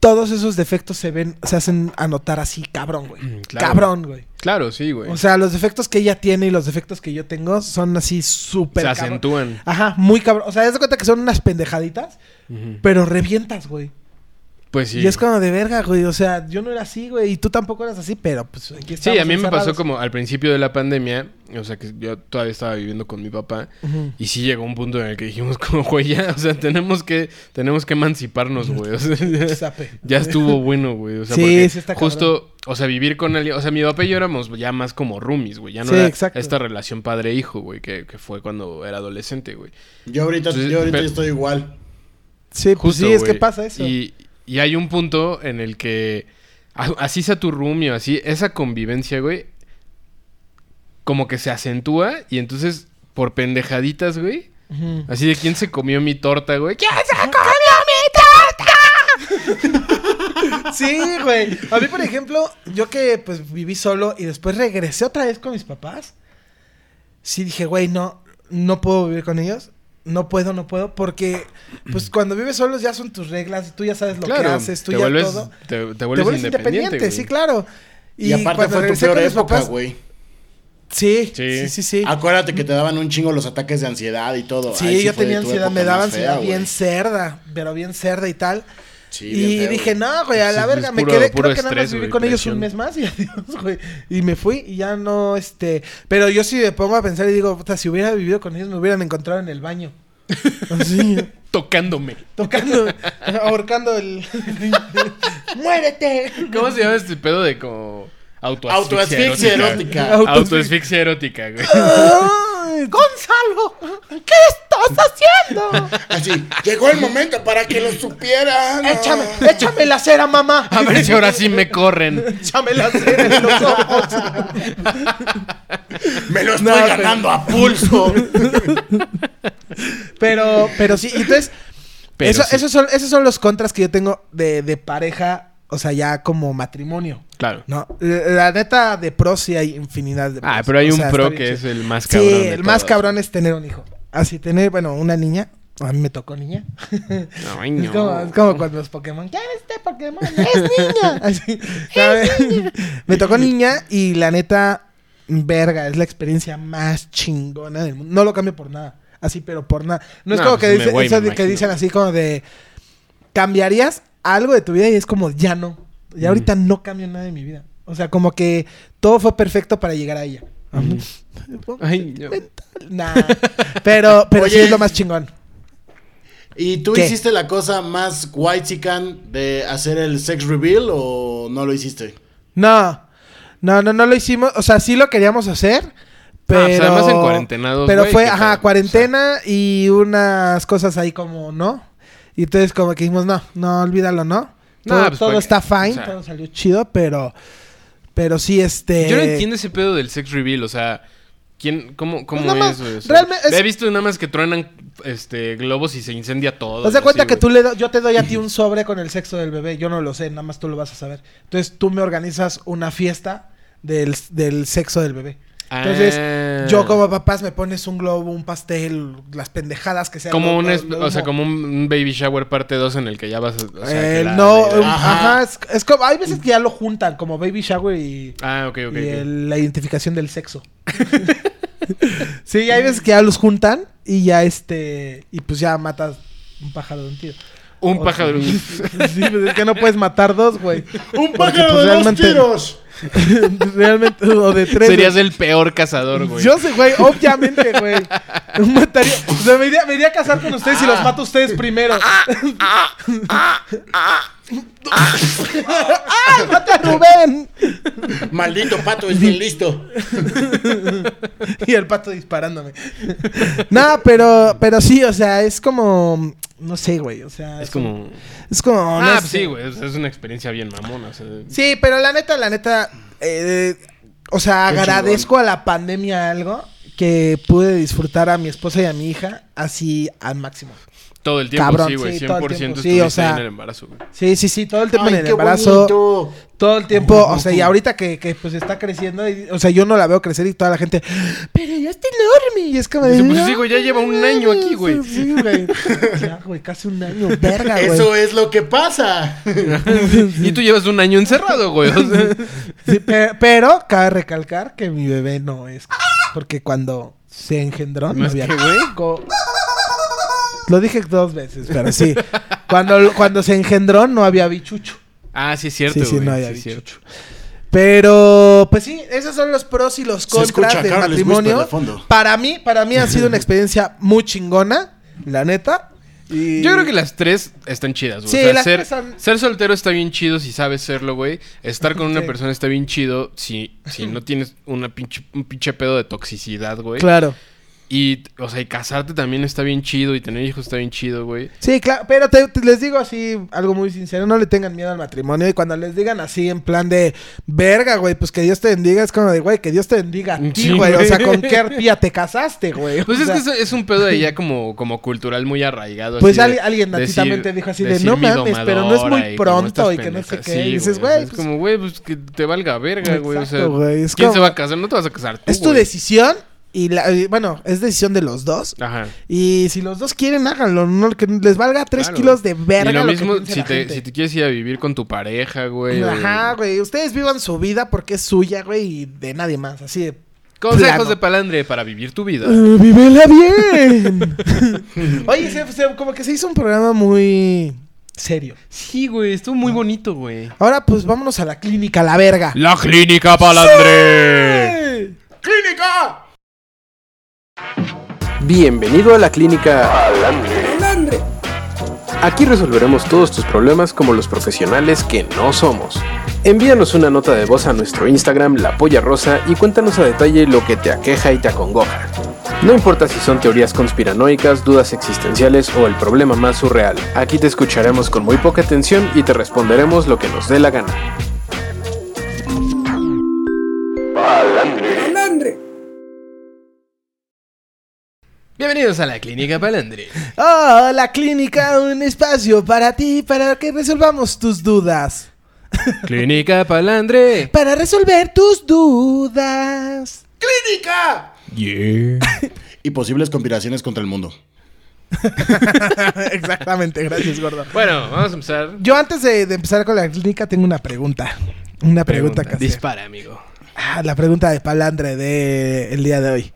Speaker 2: todos esos defectos se ven, se hacen anotar así, cabrón, güey.
Speaker 1: Mm, claro.
Speaker 2: Cabrón, güey.
Speaker 1: Claro, sí, güey.
Speaker 2: O sea, los defectos que ella tiene y los defectos que yo tengo son así súper.
Speaker 1: Se
Speaker 2: cabrón.
Speaker 1: acentúan.
Speaker 2: Ajá, muy cabrón. O sea, haz de cuenta que son unas pendejaditas,
Speaker 1: Ujú.
Speaker 2: pero revientas, güey.
Speaker 1: Pues sí.
Speaker 2: Y es como de verga, güey. O sea, yo no era así, güey. Y tú tampoco eras así, pero pues aquí
Speaker 1: Sí,
Speaker 2: estamos
Speaker 1: a mí me pasó
Speaker 2: encerrados.
Speaker 1: como al principio de la pandemia, o sea que yo todavía estaba viviendo con mi papá y sí llegó un punto en el que dijimos <laughs> como, güey, ya, o sea, tenemos que tenemos que emanciparnos, güey. o sea, ya,
Speaker 2: Sape.
Speaker 1: ya estuvo bueno, güey, o sea,
Speaker 2: Sí,
Speaker 1: porque
Speaker 2: sí está
Speaker 1: justo, o sea, vivir con alguien, o sea, mi papá y yo éramos ya más como roomies, güey, ya no
Speaker 2: Sí,
Speaker 1: era
Speaker 2: exacto.
Speaker 1: esta relación padre-hijo, güey, que, que fue cuando era adolescente, güey.
Speaker 3: Yo ahorita,
Speaker 1: Entonces,
Speaker 3: yo ahorita
Speaker 1: pero-
Speaker 3: estoy igual.
Speaker 2: Sí, pues
Speaker 1: Justo,
Speaker 2: sí, es que
Speaker 1: güey.
Speaker 2: pasa eso.
Speaker 1: Y, y hay un punto en el que, a- así sea tu roomie o así, esa convivencia, güey, como que se acentúa y entonces, por pendejaditas, güey,
Speaker 2: Ujú.
Speaker 1: así de quién se comió mi torta, güey. ¿Quién se comió?
Speaker 2: Sí, güey. A mí, por ejemplo, yo que pues viví solo y después regresé otra vez con mis papás. Sí dije, güey, no, no puedo vivir con ellos. No puedo, no puedo, porque pues cuando vives solos ya son tus reglas, tú ya sabes lo que
Speaker 1: Claro,
Speaker 2: haces, tú
Speaker 1: te
Speaker 2: ya
Speaker 1: vuelves-
Speaker 2: todo.
Speaker 1: te- te vuelves independiente, güey.
Speaker 2: sí, claro.
Speaker 3: Y, aparte
Speaker 2: cuando
Speaker 3: fue tu
Speaker 2: regresé
Speaker 3: peor
Speaker 2: con mis
Speaker 3: época,
Speaker 2: papás-
Speaker 3: güey. Ah,
Speaker 2: Sí,
Speaker 1: Sí.
Speaker 2: sí, sí, sí.
Speaker 3: Acuérdate que te daban un chingo los ataques de ansiedad y todo.
Speaker 2: Sí,
Speaker 3: Ay,
Speaker 2: yo
Speaker 3: fue
Speaker 2: tenía
Speaker 3: tu
Speaker 2: ansiedad,
Speaker 3: época
Speaker 2: me daba
Speaker 3: más fea,
Speaker 2: ansiedad
Speaker 3: güey.
Speaker 2: bien cerda, pero bien cerda y tal.
Speaker 3: Sí,
Speaker 2: y
Speaker 3: bien feo,
Speaker 2: dije,
Speaker 3: güey.
Speaker 2: no, güey, a
Speaker 1: Sí,
Speaker 2: la
Speaker 1: es
Speaker 2: verga, me
Speaker 1: puro-
Speaker 2: quedé,
Speaker 1: puro
Speaker 2: creo que nada más
Speaker 1: estrés,
Speaker 2: viví
Speaker 1: güey,
Speaker 2: con ellos
Speaker 1: presión.
Speaker 2: un mes más <laughs> y adiós, güey. Y me fui y ya no, este. Pero yo sí me pongo a pensar y digo, puta, si hubiera vivido con ellos me hubieran encontrado en
Speaker 1: <laughs>
Speaker 2: el baño. Así,
Speaker 1: Tocándome.
Speaker 2: tocando, ahorcando el. <laughs>
Speaker 1: <laughs>
Speaker 2: ¡Muérete!
Speaker 1: ¿Cómo se llama este pedo de como autoasfixia,
Speaker 3: Autoasfixia
Speaker 1: erótica?
Speaker 2: <laughs>
Speaker 3: erótica.
Speaker 1: Autoasfixia erótica, güey.
Speaker 2: ¡Ay, ¡Gonzalo! ¿Qué estás haciendo?
Speaker 3: Así, llegó el momento para
Speaker 2: <laughs>
Speaker 3: que lo supieran.
Speaker 2: Échame, échame la cera, mamá.
Speaker 1: A ver si ahora sí me corren.
Speaker 2: <laughs> Échame la cera en
Speaker 1: <laughs>
Speaker 2: los ojos.
Speaker 3: Me lo estoy
Speaker 2: No, <laughs>
Speaker 3: ganando a pulso.
Speaker 2: Pero, pero sí, entonces.
Speaker 1: Pero
Speaker 2: eso-
Speaker 1: sí.
Speaker 2: esos, son, esos son los contras que yo tengo de, de pareja, o sea, ya como matrimonio.
Speaker 1: Claro.
Speaker 2: No, la neta de pros sí hay infinidad de
Speaker 1: Ah,
Speaker 2: pros.
Speaker 1: pero hay
Speaker 2: O
Speaker 1: un
Speaker 2: sea,
Speaker 1: pro
Speaker 2: está bien
Speaker 1: que
Speaker 2: chido.
Speaker 1: es el más
Speaker 2: Sí,
Speaker 1: cabrón.
Speaker 2: el
Speaker 1: de
Speaker 2: más
Speaker 1: todos.
Speaker 2: cabrón es tener un hijo. Así, tener, bueno, una niña. A mí me tocó niña.
Speaker 1: Ay, no.
Speaker 2: <laughs> Es, como, es como cuando los Pokémon. ¿Quién es este Pokémon? ¡Es <laughs> niña! Así,
Speaker 1: <laughs>
Speaker 2: ¿sabes? me tocó niña y la neta, verga, es la experiencia más chingona del mundo. No lo cambio por nada. Así, pero por nada. No, es
Speaker 1: No,
Speaker 2: como
Speaker 1: pues me
Speaker 2: que, dice-
Speaker 1: voy,
Speaker 2: eso
Speaker 1: me
Speaker 2: de que
Speaker 1: imagino.
Speaker 2: dicen así como de... ¿Cambiarías algo de tu vida? Y es como, ya no. Ya ahorita no cambio nada de mi vida. O sea, como que todo fue perfecto para llegar a ella.
Speaker 1: <laughs> Ay, no.
Speaker 2: Nah. Pero, pero sí
Speaker 3: Oye.
Speaker 2: es lo más chingón.
Speaker 3: ¿Y tú
Speaker 2: ¿Qué?
Speaker 3: hiciste la cosa más whitezican de hacer el sex reveal o no lo hiciste?
Speaker 2: No, no, no, no lo hicimos. O sea, sí lo queríamos hacer. Pero,
Speaker 1: Ah, pues, además en cuarentenados,
Speaker 2: Pero
Speaker 1: güey,
Speaker 2: fue,
Speaker 1: qué
Speaker 2: ajá,
Speaker 1: cabrón,
Speaker 2: cuarentena y unas cosas ahí como, ¿no? Y entonces como que dijimos, no, no, olvídalo, ¿no?
Speaker 1: No,
Speaker 2: todo
Speaker 1: pues,
Speaker 2: todo
Speaker 1: ¿para qué?
Speaker 2: está fine,
Speaker 1: O sea.
Speaker 2: todo salió chido, pero... Pero sí, este...
Speaker 1: Yo no entiendo ese pedo del sex reveal, o sea, ¿quién, cómo, cómo
Speaker 2: Pues nada
Speaker 1: es,
Speaker 2: más,
Speaker 1: güey? O sea,
Speaker 2: realmente es-
Speaker 1: He visto nada más que truenan este, globos y se incendia todo.
Speaker 2: Haz de
Speaker 1: y
Speaker 2: cuenta
Speaker 1: así,
Speaker 2: que
Speaker 1: güey.
Speaker 2: tú le do- yo te doy a ti un sobre con el sexo del bebé, yo no lo sé, nada más tú lo vas a saber. Entonces tú me organizas una fiesta del, del sexo del bebé. Entonces,
Speaker 1: Ah.
Speaker 2: yo como papás me pones un globo, un pastel, las pendejadas que sean.
Speaker 1: Como
Speaker 2: lo-
Speaker 1: un,
Speaker 2: lo-
Speaker 1: es-
Speaker 2: lo
Speaker 1: o sea,
Speaker 2: humo.
Speaker 1: como un- un baby shower parte 2 en el que ya vas a... o sea, que
Speaker 2: Eh,
Speaker 1: la-
Speaker 2: no,
Speaker 1: la-
Speaker 2: un-
Speaker 1: la-
Speaker 2: ajá, es, es como, hay veces que ya lo juntan, como baby shower y,
Speaker 1: Ah, ok, ok. ok.
Speaker 2: y el- la identificación del sexo. <laughs> sí, hay veces que ya los juntan y ya este, y pues ya matas un pájaro de un tiro.
Speaker 1: Un
Speaker 2: O
Speaker 1: pájaro...
Speaker 2: sea, sí, pues es que no puedes matar dos, güey. <laughs>
Speaker 3: ¡Un
Speaker 2: Porque,
Speaker 3: pájaro
Speaker 2: pues,
Speaker 3: de dos
Speaker 2: realmente-
Speaker 3: tiros!
Speaker 2: Realmente, o de <laughs> tres.
Speaker 1: Serías
Speaker 2: güey.
Speaker 1: el peor cazador, güey.
Speaker 2: Yo sé, güey,
Speaker 1: <laughs>
Speaker 2: obviamente, güey. Mataría. O sea, me iría, me iría a casar con ustedes y los mato a ustedes primero.
Speaker 1: Ah,
Speaker 2: ¡Ay, mate a Rubén!
Speaker 3: Maldito pato, es bien listo.
Speaker 2: Y el pato disparándome. No, pero, pero sí, o sea, es como. No sé, güey. O sea,
Speaker 1: Es como...
Speaker 2: Es como. no
Speaker 1: ah,
Speaker 2: sé.
Speaker 1: sí, güey. o sea, Es una experiencia bien mamona. o sea,
Speaker 2: Sí, pero la neta, la neta. eh, o sea,
Speaker 3: Qué
Speaker 2: agradezco a la pandemia algo que pude disfrutar a mi esposa y a mi hija así al máximo.
Speaker 1: Todo el tiempo,
Speaker 2: Cabrón,
Speaker 1: sí, güey. 100%
Speaker 2: sí, todo el tiempo, sí,
Speaker 1: estuviste
Speaker 2: o sea,
Speaker 1: ahí en el embarazo, güey. <laughs>
Speaker 2: Sí, sí, sí, todo el tiempo
Speaker 3: Ay,
Speaker 2: en el
Speaker 3: qué
Speaker 2: embarazo.
Speaker 3: bonito.
Speaker 2: Todo el tiempo, o sea, y ahorita que, que, pues está creciendo, y, o sea, yo no la veo crecer y toda la gente, pero ya está enorme. Y es como de.
Speaker 1: Dice, pues,
Speaker 2: "No,
Speaker 1: sí, güey, ya lleva un
Speaker 2: no
Speaker 1: año aquí,
Speaker 2: mames".
Speaker 1: güey.
Speaker 2: Sí, güey. Ya, güey, casi un año,
Speaker 1: <laughs>
Speaker 2: verga, Ah, güey.
Speaker 3: Eso es lo que pasa.
Speaker 1: Y tú llevas un año encerrado, güey. o
Speaker 2: <laughs>
Speaker 1: sea.
Speaker 2: Sí, pe- pero cabe recalcar que mi bebé no es. Porque cuando se engendró, no,
Speaker 1: es
Speaker 2: había
Speaker 1: que, güey.
Speaker 2: co- Lo dije dos veces, pero sí. Cuando, cuando se engendró, no había bichucho.
Speaker 1: Ah, sí es cierto,
Speaker 2: Sí,
Speaker 1: güey.
Speaker 2: sí, no había
Speaker 1: es
Speaker 2: bicho.
Speaker 1: cierto.
Speaker 2: Pero, pues sí, esos son los pros y los
Speaker 3: Se escucha
Speaker 2: contras
Speaker 3: a
Speaker 2: del
Speaker 3: Carles
Speaker 2: matrimonio.
Speaker 3: Whisper de fondo.
Speaker 2: Para mí, para mí ha sido
Speaker 3: <laughs>
Speaker 2: una experiencia muy chingona, la neta. Y-
Speaker 1: Yo creo que las tres están chidas, güey.
Speaker 2: Sí,
Speaker 1: o sea,
Speaker 2: las
Speaker 1: ser,
Speaker 2: tres son-
Speaker 1: ser soltero está bien chido si sabes serlo, güey. Estar con una
Speaker 2: Sí.
Speaker 1: persona está bien chido si,
Speaker 2: <laughs>
Speaker 1: si no tienes una pinche, un pinche pedo de toxicidad, güey.
Speaker 2: Claro.
Speaker 1: Y, o sea, y casarte también está bien chido y tener hijos está bien chido, güey.
Speaker 2: Sí, claro, pero te- te- les digo así algo muy sincero, no le tengan miedo al matrimonio y cuando les digan así en plan de verga, güey, pues que Dios te bendiga, es como de, güey, que Dios te bendiga a ti,
Speaker 1: Sí,
Speaker 2: güey, o sea,
Speaker 1: güey. <laughs>
Speaker 2: con qué arpía te casaste, güey. O
Speaker 1: Pues es
Speaker 2: sea,
Speaker 1: que es, es un
Speaker 2: <laughs>
Speaker 1: pedo de ya como, como cultural muy arraigado.
Speaker 2: Pues
Speaker 1: así de
Speaker 2: ali- alguien natitamente
Speaker 1: decir-
Speaker 2: dijo así de,
Speaker 1: decir
Speaker 2: "No
Speaker 1: mi
Speaker 2: mames, pero no es muy
Speaker 1: domadora", como
Speaker 2: pronto
Speaker 1: estas
Speaker 2: y que no sé
Speaker 1: pendejas.
Speaker 2: qué.
Speaker 1: Sí,
Speaker 2: Y dices,
Speaker 1: o sea,
Speaker 2: güey,
Speaker 1: Es
Speaker 2: pues-
Speaker 1: como, güey, pues que te valga verga, güey. O sea,
Speaker 2: Exacto, güey, es
Speaker 1: ¿quién
Speaker 2: como-
Speaker 1: se va a casar? No te vas a casar tú,
Speaker 2: es tu
Speaker 1: güey.
Speaker 2: decisión y la, y bueno, es decisión de los dos.
Speaker 1: Ajá.
Speaker 2: Y si los dos quieren, háganlo, no que les valga tres
Speaker 1: Claro.
Speaker 2: kilos de verga.
Speaker 1: Y lo mismo
Speaker 2: que piense
Speaker 1: si,
Speaker 2: la
Speaker 1: te,
Speaker 2: gente.
Speaker 1: si te quieres ir a vivir con tu pareja, güey. o-
Speaker 2: Ajá, güey. Ustedes vivan su vida porque es suya, güey, y de nadie más. Así de.
Speaker 1: Consejos
Speaker 2: plano.
Speaker 1: de palandre para vivir tu vida.
Speaker 2: Eh, <laughs>
Speaker 1: <laughs>
Speaker 2: vívela bien. Oye, se, se- como que se hizo un programa muy. Serio.
Speaker 1: Sí, güey, estuvo muy bonito, güey.
Speaker 2: Ahora, pues vámonos a la clínica, la verga. Eh.
Speaker 1: La clínica palandre.
Speaker 3: ¡Clínica!
Speaker 13: Bienvenido a la clínica Palandre. Aquí resolveremos todos tus problemas como los profesionales que no somos. Envíanos una nota de voz a nuestro Instagram La Polla Rosa y cuéntanos a detalle lo que te aqueja y te acongoja. No importa si son teorías conspiranoicas, dudas existenciales o el problema más surreal, aquí te escucharemos con muy poca atención y te responderemos lo que nos dé la gana.
Speaker 1: Bienvenidos a la clínica palandre. <laughs>
Speaker 2: Oh, la clínica, un espacio para ti, para que resolvamos tus dudas.
Speaker 1: clínica palandre.
Speaker 2: Para resolver
Speaker 1: <laughs>
Speaker 2: tus dudas.
Speaker 3: ¡Clínica!
Speaker 2: <laughs>
Speaker 1: Yeah.
Speaker 3: Y posibles conspiraciones contra el mundo.
Speaker 2: Exactamente, gracias, gordo.
Speaker 1: Bueno, vamos a empezar.
Speaker 2: Yo antes de, de empezar con la clínica tengo una pregunta. Una pregunta, que hacer.
Speaker 1: Dispara, amigo.
Speaker 2: Ah, la pregunta de Palandre de el día de hoy.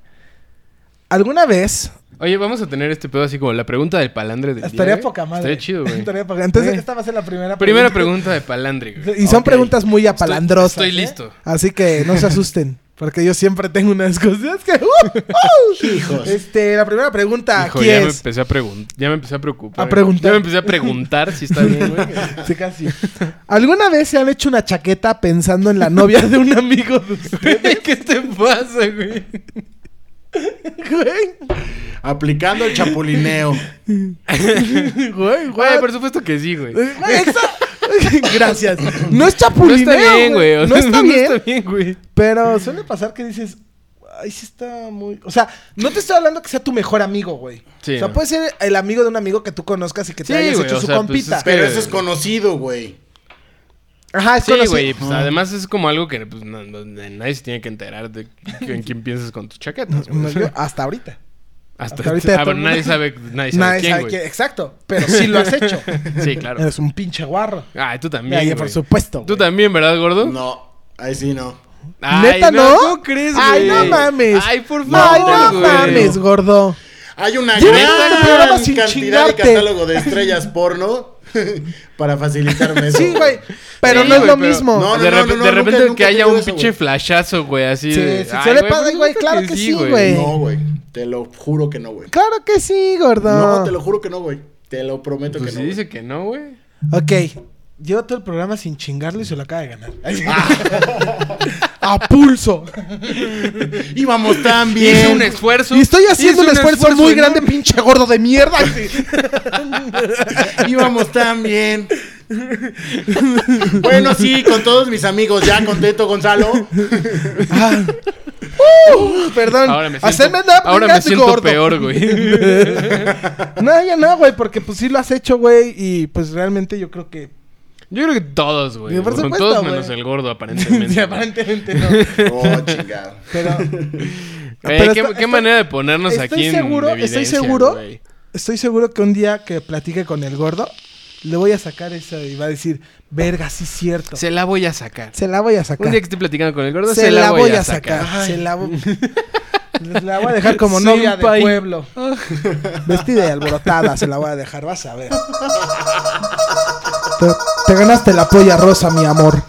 Speaker 2: ¿Alguna vez
Speaker 1: Oye, vamos a tener este pedo así como la pregunta del palandre del día,
Speaker 2: estaría
Speaker 1: güey.
Speaker 2: poca madre?
Speaker 1: Estaría chido, güey.
Speaker 2: <laughs> Estaría poca- Entonces
Speaker 1: Sí.
Speaker 2: esta va a ser la primera
Speaker 1: Primera pregunta de palandre, güey.
Speaker 2: Y son
Speaker 1: Ok.
Speaker 2: preguntas muy apalandrosas.
Speaker 1: Estoy,
Speaker 2: ¿eh?
Speaker 1: listo.
Speaker 2: Así que no
Speaker 1: <laughs>
Speaker 2: se asusten, porque yo siempre tengo unas cosas que ¡Uh! ¡Uh!
Speaker 3: Hijos.
Speaker 2: Este, la primera pregunta
Speaker 1: Hijo,
Speaker 2: aquí
Speaker 1: ya me
Speaker 2: es
Speaker 1: empecé a preguntar. Ya me empecé a preocupar.
Speaker 2: A preguntar.
Speaker 1: Ya me empecé a preguntar si está bien, güey.
Speaker 2: Sí, casi. ¿Alguna vez se han hecho una chaqueta pensando en la novia de un
Speaker 1: <laughs>
Speaker 2: amigo <laughs> de usted?
Speaker 1: Güey, ¿Qué te pasa, güey?
Speaker 2: Güey,
Speaker 3: Aplicando el <laughs> chapulineo.
Speaker 2: güey,
Speaker 1: Güey,
Speaker 2: güey.
Speaker 1: por supuesto que sí, güey.
Speaker 2: Güey,
Speaker 1: <laughs>
Speaker 2: eso- Gracias. No
Speaker 1: No
Speaker 2: es chapulineo.
Speaker 1: está bien, güey. O
Speaker 2: No
Speaker 1: sea,
Speaker 2: está
Speaker 1: No
Speaker 2: bien.
Speaker 1: está bien, güey.
Speaker 2: Pero suele pasar que dices, ay, sí está muy... O sea, no te estoy hablando que sea tu mejor amigo, güey.
Speaker 1: Sí,
Speaker 2: o sea,
Speaker 1: no.
Speaker 2: puede ser el amigo de un amigo que tú conozcas y que
Speaker 1: Sí,
Speaker 2: te hayas
Speaker 1: güey,
Speaker 2: hecho
Speaker 1: o
Speaker 2: su
Speaker 1: sea, pues,
Speaker 2: compita.
Speaker 1: es que-
Speaker 3: Pero eso es conocido, güey.
Speaker 2: Ajá, es
Speaker 1: Sí,
Speaker 2: conocido. <laughs>
Speaker 1: güey. pues, además es como algo que pues, no- no- nadie se tiene que enterar de que- en quién piensas con tus chaquetas, güey.
Speaker 2: No, yo- hasta
Speaker 1: <laughs>
Speaker 2: ahorita.
Speaker 1: Hasta,
Speaker 2: hasta ahorita
Speaker 1: ah,
Speaker 2: todo
Speaker 1: bueno,
Speaker 2: el
Speaker 1: nadie
Speaker 2: mundo-
Speaker 1: sabe, nadie sabe
Speaker 2: Nadie
Speaker 1: quién,
Speaker 2: sabe
Speaker 1: güey.
Speaker 2: quién- Exacto. Pero sí lo has hecho.
Speaker 1: <laughs> Sí, claro.
Speaker 2: Eres un pinche guarro.
Speaker 1: Ah, tú también.
Speaker 2: Mira, ya,
Speaker 1: güey.
Speaker 2: por supuesto.
Speaker 1: Tú
Speaker 2: güey.
Speaker 1: también, ¿verdad, gordo?
Speaker 3: No, ahí sí no.
Speaker 2: ¿Neta no?
Speaker 1: ¿Cómo crees, güey?
Speaker 2: Ay, no mames.
Speaker 1: Ay, por
Speaker 2: Ay,
Speaker 1: favor,
Speaker 2: no
Speaker 1: güey. <laughs>
Speaker 2: mames, gordo.
Speaker 3: Hay una
Speaker 2: Llevas
Speaker 3: gran
Speaker 2: este programa sin
Speaker 3: cantidad
Speaker 2: chingarte.
Speaker 3: y catálogo de estrellas porno <laughs> para facilitarme eso.
Speaker 2: Sí, güey. Pero
Speaker 1: Sí,
Speaker 2: no es
Speaker 1: güey, pero-
Speaker 2: lo mismo.
Speaker 3: No,
Speaker 1: de
Speaker 3: no,
Speaker 1: repente,
Speaker 3: no,
Speaker 1: de
Speaker 3: nunca,
Speaker 1: repente
Speaker 3: nunca
Speaker 1: que
Speaker 3: he
Speaker 1: haya
Speaker 3: tenido
Speaker 1: un
Speaker 3: eso,
Speaker 1: pinche
Speaker 3: güey.
Speaker 1: flashazo, güey, así
Speaker 2: Sí,
Speaker 1: de... pues
Speaker 2: sí, se le pasa, güey,
Speaker 1: nunca
Speaker 2: claro que sí, güey.
Speaker 1: Pues
Speaker 3: No, güey. Te lo juro que no, güey.
Speaker 2: Claro que sí, gordo.
Speaker 3: No, te lo juro que no, güey. Te lo prometo
Speaker 1: Pues
Speaker 3: que
Speaker 1: si
Speaker 3: no. güey.
Speaker 1: dice que no, güey.
Speaker 2: Ok. Lleva todo el programa sin chingarlo y se lo acaba de ganar. <laughs> A pulso.
Speaker 3: <laughs>
Speaker 2: <laughs>
Speaker 3: Íbamos tan
Speaker 1: Hice
Speaker 3: bien.
Speaker 1: un esfuerzo.
Speaker 2: Y estoy haciendo
Speaker 1: Hice
Speaker 2: un esfuerzo, muy
Speaker 1: ¿no?
Speaker 2: grande, pinche gordo de <laughs> mierda.
Speaker 3: <laughs> Íbamos tan bien. <laughs> bueno, sí, con todos mis amigos. Ya contento, Gonzalo.
Speaker 2: Uh, Perdón.
Speaker 1: Ahora me siento,
Speaker 2: Hacerme nada,
Speaker 1: ahora me
Speaker 2: vengas,
Speaker 1: siento
Speaker 2: gordo.
Speaker 1: peor, güey.
Speaker 2: <laughs> No, ya no, güey, porque pues sí lo has hecho, güey. Y pues realmente yo creo
Speaker 1: <laughs>
Speaker 2: que.
Speaker 1: Yo creo que todos, güey.
Speaker 2: Por
Speaker 1: Bueno,
Speaker 2: supuesto,
Speaker 1: todos
Speaker 2: güey.
Speaker 1: menos el gordo, aparentemente.
Speaker 2: <laughs> Sí,
Speaker 1: güey.
Speaker 2: aparentemente no.
Speaker 3: Oh, chingado.
Speaker 2: Pero
Speaker 1: Eh,
Speaker 2: Pero
Speaker 1: ¿Qué,
Speaker 2: está-
Speaker 1: qué
Speaker 2: está-
Speaker 1: manera de ponernos
Speaker 2: estoy
Speaker 1: aquí en
Speaker 2: seguro- estoy
Speaker 1: evidencia,
Speaker 2: seguro.
Speaker 1: güey?
Speaker 2: <laughs> estoy seguro que un día que platique con el gordo, le voy a sacar eso y va a decir, verga, sí es cierto. Se,
Speaker 1: Se la voy a sacar.
Speaker 2: la voy a sacar.
Speaker 1: Un día que esté platicando con el gordo, se, la, voy, a sacar.
Speaker 2: Se la,
Speaker 1: <laughs>
Speaker 2: voy- la voy a dejar como
Speaker 1: Soy
Speaker 2: novia
Speaker 1: un
Speaker 2: de
Speaker 1: pai.
Speaker 2: pueblo. <laughs> Vestida y alborotada, se la voy a dejar, vas a ver. Te, te ganaste la polla rosa, mi amor.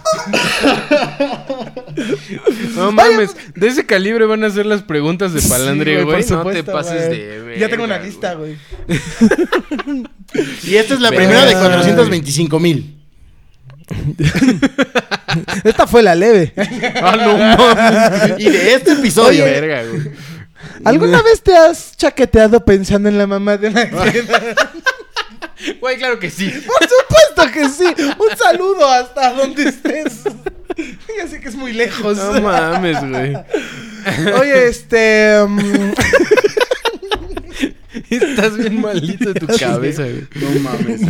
Speaker 1: No
Speaker 2: Vaya,
Speaker 1: mames, de ese calibre van a ser las preguntas de Palandre, güey.
Speaker 2: Sí, por
Speaker 1: no te
Speaker 2: supuesto,
Speaker 1: pases
Speaker 2: güey.
Speaker 1: de.
Speaker 2: Ya tengo una
Speaker 1: verga,
Speaker 2: lista, güey.
Speaker 3: Y esta es la
Speaker 1: Verga.
Speaker 3: primera de 425 mil.
Speaker 2: Esta fue
Speaker 1: <laughs>
Speaker 2: la leve.
Speaker 1: Ah, no
Speaker 2: <laughs>
Speaker 1: mames.
Speaker 3: Y de este
Speaker 1: Soy
Speaker 3: episodio.
Speaker 1: verga, güey.
Speaker 2: ¿Alguna vez te has chaqueteado pensando en la mamá
Speaker 1: <laughs>
Speaker 2: de una
Speaker 1: Güey, claro que sí.
Speaker 2: Por supuesto que sí. Un saludo hasta donde estés. <laughs> Ya sé que es muy lejos.
Speaker 1: No mames, güey.
Speaker 2: Oye, este. mm,
Speaker 1: Estás bien malito
Speaker 2: <laughs>
Speaker 1: de tu cabeza, güey.
Speaker 3: No mames.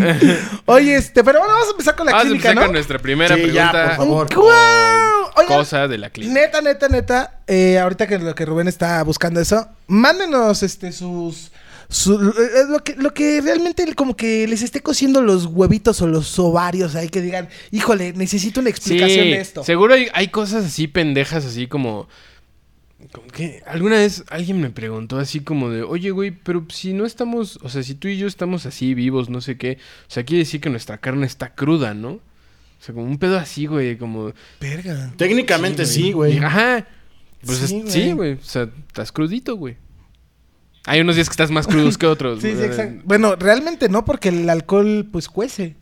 Speaker 2: oye, este. Pero bueno, vamos a empezar con la
Speaker 1: Vamos a
Speaker 2: clínica,
Speaker 1: empezar con
Speaker 2: ¿no?
Speaker 1: Ah, nuestra primera
Speaker 3: Sí, ya,
Speaker 1: pregunta.
Speaker 3: por favor.
Speaker 2: ¡Guau! Oigan,
Speaker 1: Cosa de la clínica.
Speaker 2: Neta, neta, neta. eh, ahorita que lo que Rubén está buscando eso, mándenos este sus. su- eh, lo, que, lo que realmente como que les esté cosiendo los huevitos o los ovarios ahí que digan, híjole, necesito una explicación de esto.
Speaker 1: Seguro hay, hay cosas así pendejas, así como. como que alguna vez alguien me preguntó así como de, oye, güey, pero si no estamos, o sea, si tú y yo estamos así vivos, no sé qué, o sea, quiere decir que nuestra carne está cruda, ¿no? O sea, como un pedo así, güey, como...
Speaker 2: Verga.
Speaker 3: Técnicamente sí, güey.
Speaker 1: Ajá. Pues es-
Speaker 3: Sí,
Speaker 1: sí,
Speaker 3: güey.
Speaker 1: güey. O sea, estás crudito, güey. Hay unos días que estás más crudos que otros.
Speaker 2: Sí, sí,
Speaker 1: güey.
Speaker 2: exacto. Bueno, realmente no, porque el alcohol, pues, cuece.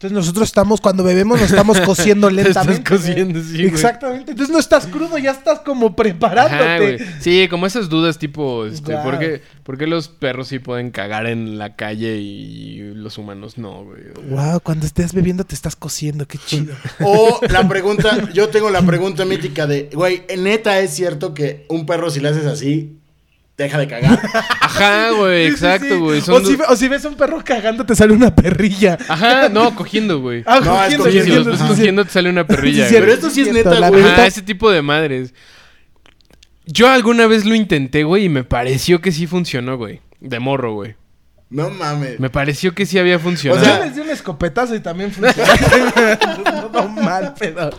Speaker 2: Entonces nosotros estamos, cuando bebemos,
Speaker 1: <laughs>
Speaker 2: nos estamos cociendo
Speaker 1: Te estás
Speaker 2: lentamente. güey.
Speaker 1: cociendo, sí, güey.
Speaker 2: Exactamente. Entonces no estás crudo, ya estás como
Speaker 1: Ajá,
Speaker 2: preparándote.
Speaker 1: güey. Sí, como esas dudas tipo, este,
Speaker 2: Guau.
Speaker 1: ¿por, qué, por qué los perros sí pueden cagar en la calle y los humanos no, güey?
Speaker 2: Wow, cuando estés bebiendo te estás cociendo, qué
Speaker 1: <laughs>
Speaker 2: chido.
Speaker 3: O la pregunta, yo tengo la pregunta mítica de, güey, neta es cierto que un perro si le haces así, deja de cagar.
Speaker 1: Ajá, güey,
Speaker 2: Sí, sí, sí.
Speaker 1: exacto, güey. Son
Speaker 2: O, si,
Speaker 1: du-
Speaker 2: o si ves a un perro cagando, te sale una perrilla.
Speaker 1: Ajá, no, cogiendo, güey.
Speaker 2: Ah,
Speaker 3: No, es
Speaker 2: cogiendo,
Speaker 1: Sí, si
Speaker 2: cogiendo,
Speaker 1: los ves
Speaker 2: sí, sí.
Speaker 1: cogiendo te sale una perrilla,
Speaker 2: Sí, sí,
Speaker 3: Pero
Speaker 1: güey. Ah,
Speaker 3: esto sí es
Speaker 2: Cierto,
Speaker 3: neta,
Speaker 2: la
Speaker 3: güey.
Speaker 2: verdad.
Speaker 1: Ajá, ese tipo de madres. Yo alguna vez lo intenté, güey, y me pareció que sí funcionó, güey. De morro, güey.
Speaker 3: No mames.
Speaker 1: Me pareció que sí había funcionado.
Speaker 3: O sea,
Speaker 2: Yo les di un escopetazo y también
Speaker 3: <laughs>
Speaker 2: funcionó. Todo mal, pedo.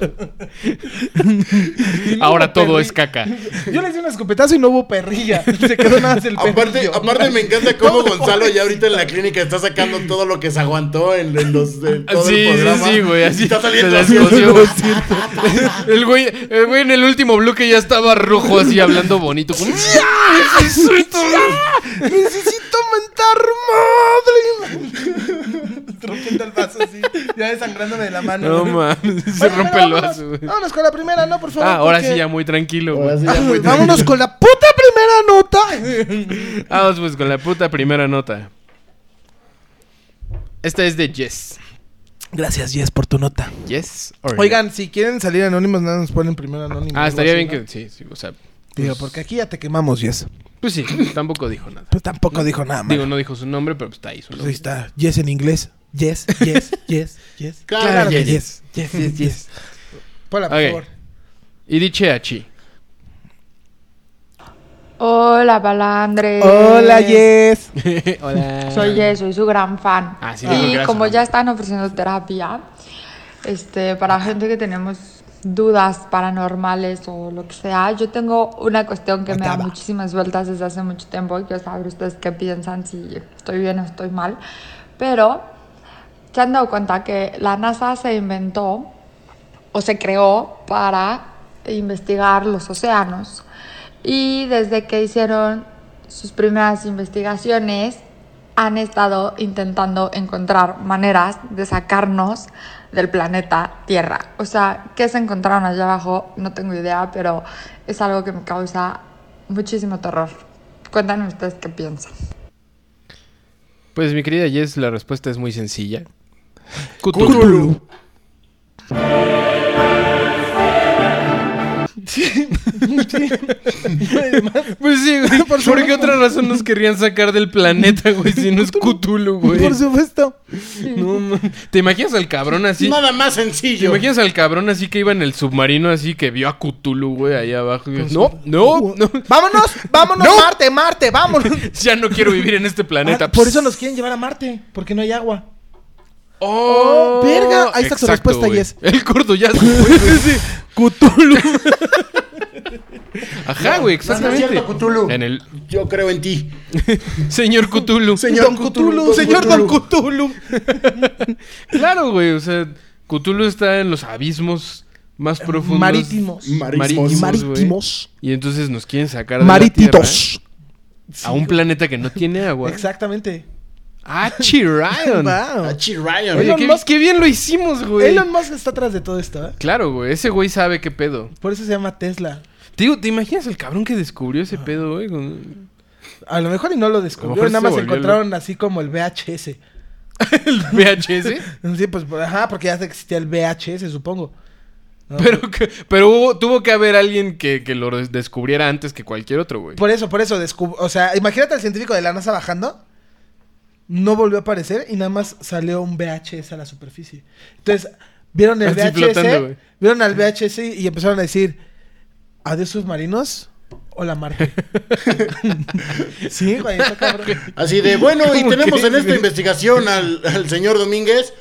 Speaker 1: Ahora todo es caca.
Speaker 2: Yo les di un escopetazo y no hubo perrilla. Se quedó nada más el perrillo.
Speaker 3: Aparte, aparte me
Speaker 1: <laughs>
Speaker 3: encanta cómo Gonzalo ya ahorita en la clínica está sacando todo lo que se aguantó en, en los
Speaker 1: <laughs>
Speaker 3: en todo
Speaker 1: Sí,
Speaker 3: el
Speaker 1: sí,
Speaker 3: programa.
Speaker 1: sí, güey. Así
Speaker 3: está saliendo
Speaker 1: se
Speaker 3: así.
Speaker 1: descoció, güey. <laughs> El güey, el güey en el último bloque ya estaba rojo así hablando bonito. como, "Ya, necesito-".
Speaker 2: Necesito mentar madre. Rompiendo el vaso así. Ya desangrándome de la mano.
Speaker 1: No mames, <laughs> se
Speaker 2: Bueno,
Speaker 1: rompe
Speaker 2: bueno,
Speaker 1: el
Speaker 2: vámonos.
Speaker 1: vaso, güey.
Speaker 2: Vámonos con la primera, ¿no? Por favor.
Speaker 1: Ah, ahora
Speaker 2: porque-
Speaker 1: sí ya pues, muy tranquilo,
Speaker 3: <laughs> Ahora
Speaker 1: güey.
Speaker 3: sí ya fue.
Speaker 2: Vámonos con la puta primera nota.
Speaker 1: Vamos pues con la puta primera nota. Esta es de Yes.
Speaker 2: Gracias, Jess, por tu nota.
Speaker 1: Yes. or no.
Speaker 2: Oigan, si quieren salir anónimos, nada nos ponen primero anónimo.
Speaker 1: Ah, estaría bien
Speaker 2: algo así,
Speaker 1: que. Sí, sí, o sea.
Speaker 2: ¿no? Digo, porque aquí ya te quemamos, Jess.
Speaker 1: Pues sí, <laughs> tampoco dijo nada.
Speaker 2: Pues tampoco dijo nada más.
Speaker 1: Digo, no dijo su nombre, pero pues está ahí su
Speaker 2: Pues ahí
Speaker 1: nombre.
Speaker 2: está. Yes en inglés. Yes, yes, yes, yes.
Speaker 3: Claro,
Speaker 2: que
Speaker 3: yes.
Speaker 2: Yes, yes, yes. Paula, por
Speaker 1: Ok.
Speaker 2: favor.
Speaker 1: Y dice a
Speaker 3: <laughs>
Speaker 1: Chi.
Speaker 8: Hola, Balandre.
Speaker 2: Hola, Yes.
Speaker 1: Hola.
Speaker 8: Soy Jess, soy su gran fan.
Speaker 1: Ah, sí, dijo
Speaker 8: y
Speaker 1: gracias.
Speaker 8: como ya están ofreciendo terapia, este, para gente que tenemos dudas paranormales o lo que sea, yo tengo una cuestión que me da
Speaker 2: Acaba.
Speaker 8: muchísimas vueltas desde hace mucho tiempo y quiero saber ustedes qué piensan, si estoy bien o estoy mal. Pero se han dado cuenta que la NASA se inventó o se creó para investigar los océanos. Y desde que hicieron sus primeras investigaciones, han estado intentando encontrar maneras de sacarnos del planeta Tierra. O sea, ¿qué se encontraron allá abajo? No tengo idea, pero es algo que me causa muchísimo terror. Cuéntanme ustedes qué piensan.
Speaker 1: Pues mi querida Jess, la respuesta es muy sencilla. Cthulhu.
Speaker 3: Cthulhu.
Speaker 1: Pues sí, güey. ¿Por, qué otra razón nos querrían sacar del planeta, güey? Si no es Cthulhu, güey.
Speaker 2: Por supuesto.
Speaker 1: No, man. ¿Te imaginas al cabrón así?
Speaker 3: Nada más
Speaker 1: ¿Te
Speaker 3: sencillo.
Speaker 1: imaginas al cabrón así que iba en el submarino así que vio a Cthulhu, güey, ahí abajo?
Speaker 2: Pues
Speaker 1: Y, no,
Speaker 2: Uh,
Speaker 1: no, no.
Speaker 2: <laughs> Vámonos, vámonos, Marte, Marte, vámonos.
Speaker 1: Ya no quiero vivir en este planeta.
Speaker 2: Ah, por eso nos quieren llevar a Marte, porque no hay agua.
Speaker 1: ¡Oh!
Speaker 2: Oh, verga. Ahí está tu respuesta,
Speaker 1: güey.
Speaker 2: Jess.
Speaker 1: <laughs> El gordo ya. sí.
Speaker 2: <laughs>
Speaker 1: Cthulhu. Ajá, güey,
Speaker 3: No, no es
Speaker 1: exactamente.
Speaker 3: cierto, Cthulhu.
Speaker 1: En el
Speaker 3: Yo creo en ti.
Speaker 1: señor Cthulhu.
Speaker 3: Señor
Speaker 2: Don Cthulhu,
Speaker 3: Don
Speaker 2: señor Don Cthulhu.
Speaker 1: <laughs> Claro, güey, o sea, Cthulhu está en los abismos
Speaker 2: Eh,
Speaker 1: más profundos.
Speaker 2: Pues Marítimos.
Speaker 3: Marismos.
Speaker 1: Marismos.
Speaker 10: Marítimos.
Speaker 1: Y entonces nos quieren sacar de la Tierra
Speaker 6: ¿eh?
Speaker 10: Marititos.
Speaker 1: a un planeta que no tiene agua.
Speaker 2: Exactamente.
Speaker 1: Ah, Chirion.
Speaker 2: Wow.
Speaker 3: Ah, chi, Ryan.
Speaker 1: Oye,
Speaker 2: Elon
Speaker 1: qué,
Speaker 2: Musk-
Speaker 1: qué bien lo hicimos, güey.
Speaker 2: Elon Musk está atrás de todo esto, ¿eh?
Speaker 1: Claro, güey, ese güey sabe qué pedo.
Speaker 2: Por eso se llama Tesla.
Speaker 1: Te digo, ¿te imaginas el cabrón que descubrió
Speaker 2: Ah.
Speaker 1: ese pedo, güey? Con-
Speaker 2: A lo mejor y no lo descubrió,
Speaker 1: A lo mejor
Speaker 2: nada
Speaker 1: se
Speaker 2: más
Speaker 1: volvió
Speaker 2: encontraron así como el VHS.
Speaker 1: El
Speaker 2: <laughs>
Speaker 1: VHS.
Speaker 2: Sí, pues, pues, ajá, porque ya existía el VHS, supongo.
Speaker 1: <laughs>
Speaker 2: ¿no?
Speaker 1: Pero, que- pero hubo- tuvo que haber alguien que, que lo des- descubriera antes que cualquier otro, güey.
Speaker 2: Por eso, por eso, descub- o sea, imagínate al científico de la NASA bajando. No volvió a aparecer y nada más salió un VHS a la superficie. Entonces, vieron el
Speaker 1: Así
Speaker 2: VHS,
Speaker 1: flotando, güey.
Speaker 2: vieron al VHS y empezaron a decir, adiós submarinos,
Speaker 1: <laughs>
Speaker 2: hola Marte. sí, güey, está cabrón.
Speaker 3: Así de, bueno, y
Speaker 1: ¿Cómo
Speaker 3: tenemos
Speaker 1: que?
Speaker 3: en esta investigación al, al señor Domínguez,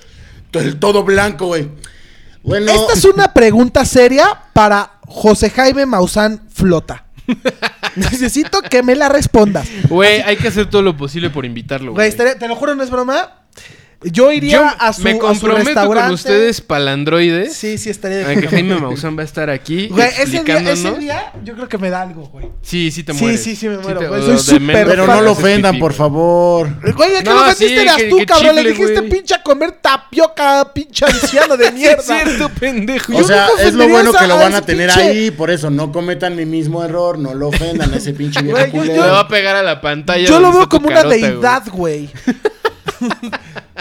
Speaker 3: el todo blanco, güey. Bueno,
Speaker 2: Esta es una pregunta seria para José Jaime Maussan Flota. <laughs> Necesito que me la respondas.
Speaker 1: Güey, hay que hacer todo lo posible por invitarlo,
Speaker 2: Güey,
Speaker 1: güey.
Speaker 2: estaría- te lo juro, no es broma. Yo iría
Speaker 1: Yo
Speaker 2: a su,
Speaker 1: me
Speaker 2: a su
Speaker 1: comprometo
Speaker 2: restaurante.
Speaker 1: con ustedes, palandroides.
Speaker 2: Sí, sí, estaría de
Speaker 1: a que
Speaker 2: puta
Speaker 1: Jaime <laughs>
Speaker 2: madre.
Speaker 1: Maussan va a estar aquí
Speaker 2: <laughs> Güey, ese día,
Speaker 1: explicándonos.
Speaker 2: ese día yo creo que me da algo, güey.
Speaker 1: Sí, sí te
Speaker 2: Sí,
Speaker 1: mueres.
Speaker 2: sí, sí me muero,
Speaker 1: te-
Speaker 2: güey.
Speaker 1: o
Speaker 2: Soy
Speaker 1: de
Speaker 2: súper
Speaker 1: menos
Speaker 3: Pero
Speaker 1: que
Speaker 3: no lo
Speaker 1: haces
Speaker 3: ofendan,
Speaker 1: pipí,
Speaker 3: por
Speaker 1: güey.
Speaker 3: favor.
Speaker 2: Güey, ¿a qué
Speaker 1: No,
Speaker 2: lo metiste
Speaker 1: sí,
Speaker 2: eras
Speaker 1: que-
Speaker 2: tú,
Speaker 1: que
Speaker 2: cabrón? Le
Speaker 1: chifle,
Speaker 2: dijiste
Speaker 1: güey.
Speaker 2: pinche a comer tapioca, pinche
Speaker 1: <laughs>
Speaker 2: anciano de mierda.
Speaker 1: Es cierto, pendejo.
Speaker 3: O sea,
Speaker 2: nunca
Speaker 3: es lo bueno
Speaker 2: ofenderías
Speaker 3: que lo
Speaker 2: a
Speaker 3: van a
Speaker 2: ese
Speaker 3: tener
Speaker 2: pinche-
Speaker 3: ahí, por eso no cometan mi mismo error, no lo ofendan a ese pinche viejo
Speaker 2: Güey, yo-
Speaker 1: Le
Speaker 3: culero.
Speaker 1: va a pegar a la pantalla.
Speaker 2: Yo
Speaker 1: donde
Speaker 2: lo veo
Speaker 1: está tu
Speaker 2: como una
Speaker 1: carota, güey.
Speaker 2: deidad, güey. <laughs>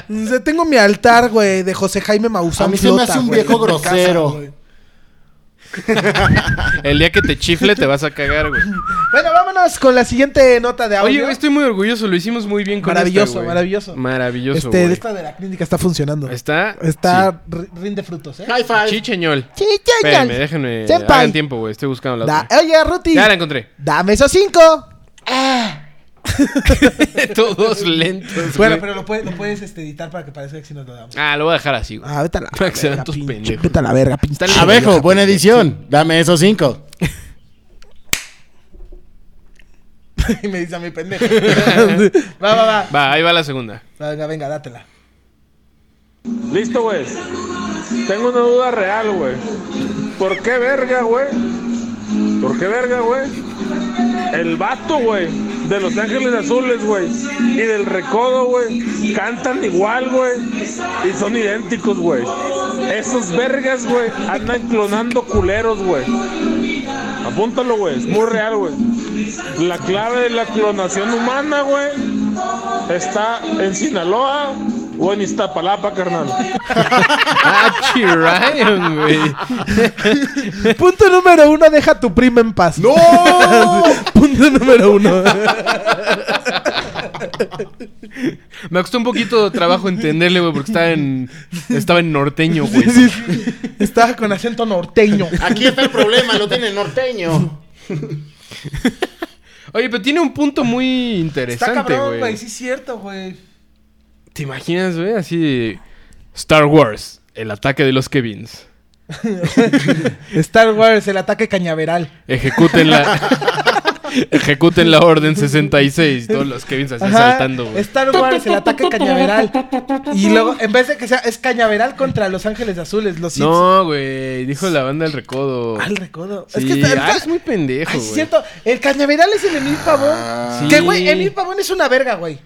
Speaker 2: O sea, tengo mi altar, güey, de José Jaime Maussan.
Speaker 3: A mí se me
Speaker 2: Flota,
Speaker 3: hace un
Speaker 2: güey,
Speaker 3: viejo
Speaker 2: en mi casa,
Speaker 3: grosero.
Speaker 2: güey.
Speaker 1: El día que te chifle te vas a cagar,
Speaker 2: <laughs>
Speaker 1: güey.
Speaker 2: bueno, vámonos con la siguiente nota de audio.
Speaker 1: Oye, güey, estoy muy orgulloso. Lo hicimos muy bien con
Speaker 2: Maravilloso,
Speaker 1: esta, güey.
Speaker 2: maravilloso.
Speaker 1: Maravilloso,
Speaker 2: este,
Speaker 1: güey.
Speaker 2: esta de la clínica está funcionando.
Speaker 1: Está...
Speaker 2: Está ri- rinde frutos, ¿eh?
Speaker 3: High five.
Speaker 1: sí. Chicheñol.
Speaker 2: Chicheñol.
Speaker 1: Espérenme, déjenme...
Speaker 2: Senpai.
Speaker 1: Hagan tiempo, güey. Estoy buscando la
Speaker 2: Da-
Speaker 1: otra.
Speaker 2: Oye, Ruti.
Speaker 1: Ya la encontré.
Speaker 2: Dame esos cinco.
Speaker 1: <laughs> Todos lentos,
Speaker 2: Bueno,
Speaker 1: güey.
Speaker 2: pero lo, puede- lo puedes este, editar para que parezca que si nos
Speaker 1: <laughs>
Speaker 2: lo damos.
Speaker 1: Ah, lo voy a dejar así, güey.
Speaker 2: Ah, vete a la
Speaker 1: Para que se vean
Speaker 2: verga,
Speaker 1: tus
Speaker 2: pinche-
Speaker 1: pendejos.
Speaker 2: Vete a la verga, pinche.
Speaker 1: Está la-
Speaker 3: Abejo, buena edición. Dame esos cinco.
Speaker 2: Y me dice a mi pendejo. va, va, va.
Speaker 1: Va, ahí va la segunda.
Speaker 2: Venga, venga,
Speaker 1: <laughs>
Speaker 2: dátela.
Speaker 6: Listo, güey. Tengo una duda real, güey. ¿Por qué verga, güey? ¿Por qué verga, güey? El vato, güey, de Los Ángeles Azules, güey, y del Recodo, güey, cantan igual, güey, y son idénticos, güey. Esos vergas, güey, andan clonando culeros, güey. Apúntalo, güey, es muy real, güey. La clave de la clonación humana, güey, está en Sinaloa o en Iztapalapa, carnal.
Speaker 1: Ah, <laughs> Ryan, güey.
Speaker 2: Punto número uno, deja a tu prima en paz. ¡No! <laughs> Punto número
Speaker 1: <laughs>
Speaker 2: uno.
Speaker 1: Me costó un poquito de trabajo entenderle, güey, porque estaba en, estaba en norteño, <laughs> güey.
Speaker 2: <laughs> Estaba con acento norteño.
Speaker 3: Aquí está el problema, lo tiene el norteño.
Speaker 1: Oye, pero tiene un punto muy interesante, güey.
Speaker 2: es cierto, güey.
Speaker 1: ¿Te imaginas, güey? Así de Star Wars, el ataque de los Kevins.
Speaker 2: Star Wars, el ataque cañaveral.
Speaker 1: Ejecuten la... <laughs> Ejecuten la orden 66. Todos los Kevins así
Speaker 2: Ajá,
Speaker 1: saltando, güey.
Speaker 2: Star Wars, el ataque cañaveral. Y luego, en vez de que sea, es cañaveral contra Los Ángeles Azules, los Sith.
Speaker 1: No, güey. Dijo la banda del recodo.
Speaker 2: Al recodo.
Speaker 1: Sí,
Speaker 2: es que está-
Speaker 1: ah,
Speaker 2: está-
Speaker 1: es muy pendejo,
Speaker 2: Ay,
Speaker 1: güey. Ah.
Speaker 2: es cierto. El cañaveral es el Emil Pavón.
Speaker 1: Sí.
Speaker 2: Que, güey, Emil Pavón es una verga, güey.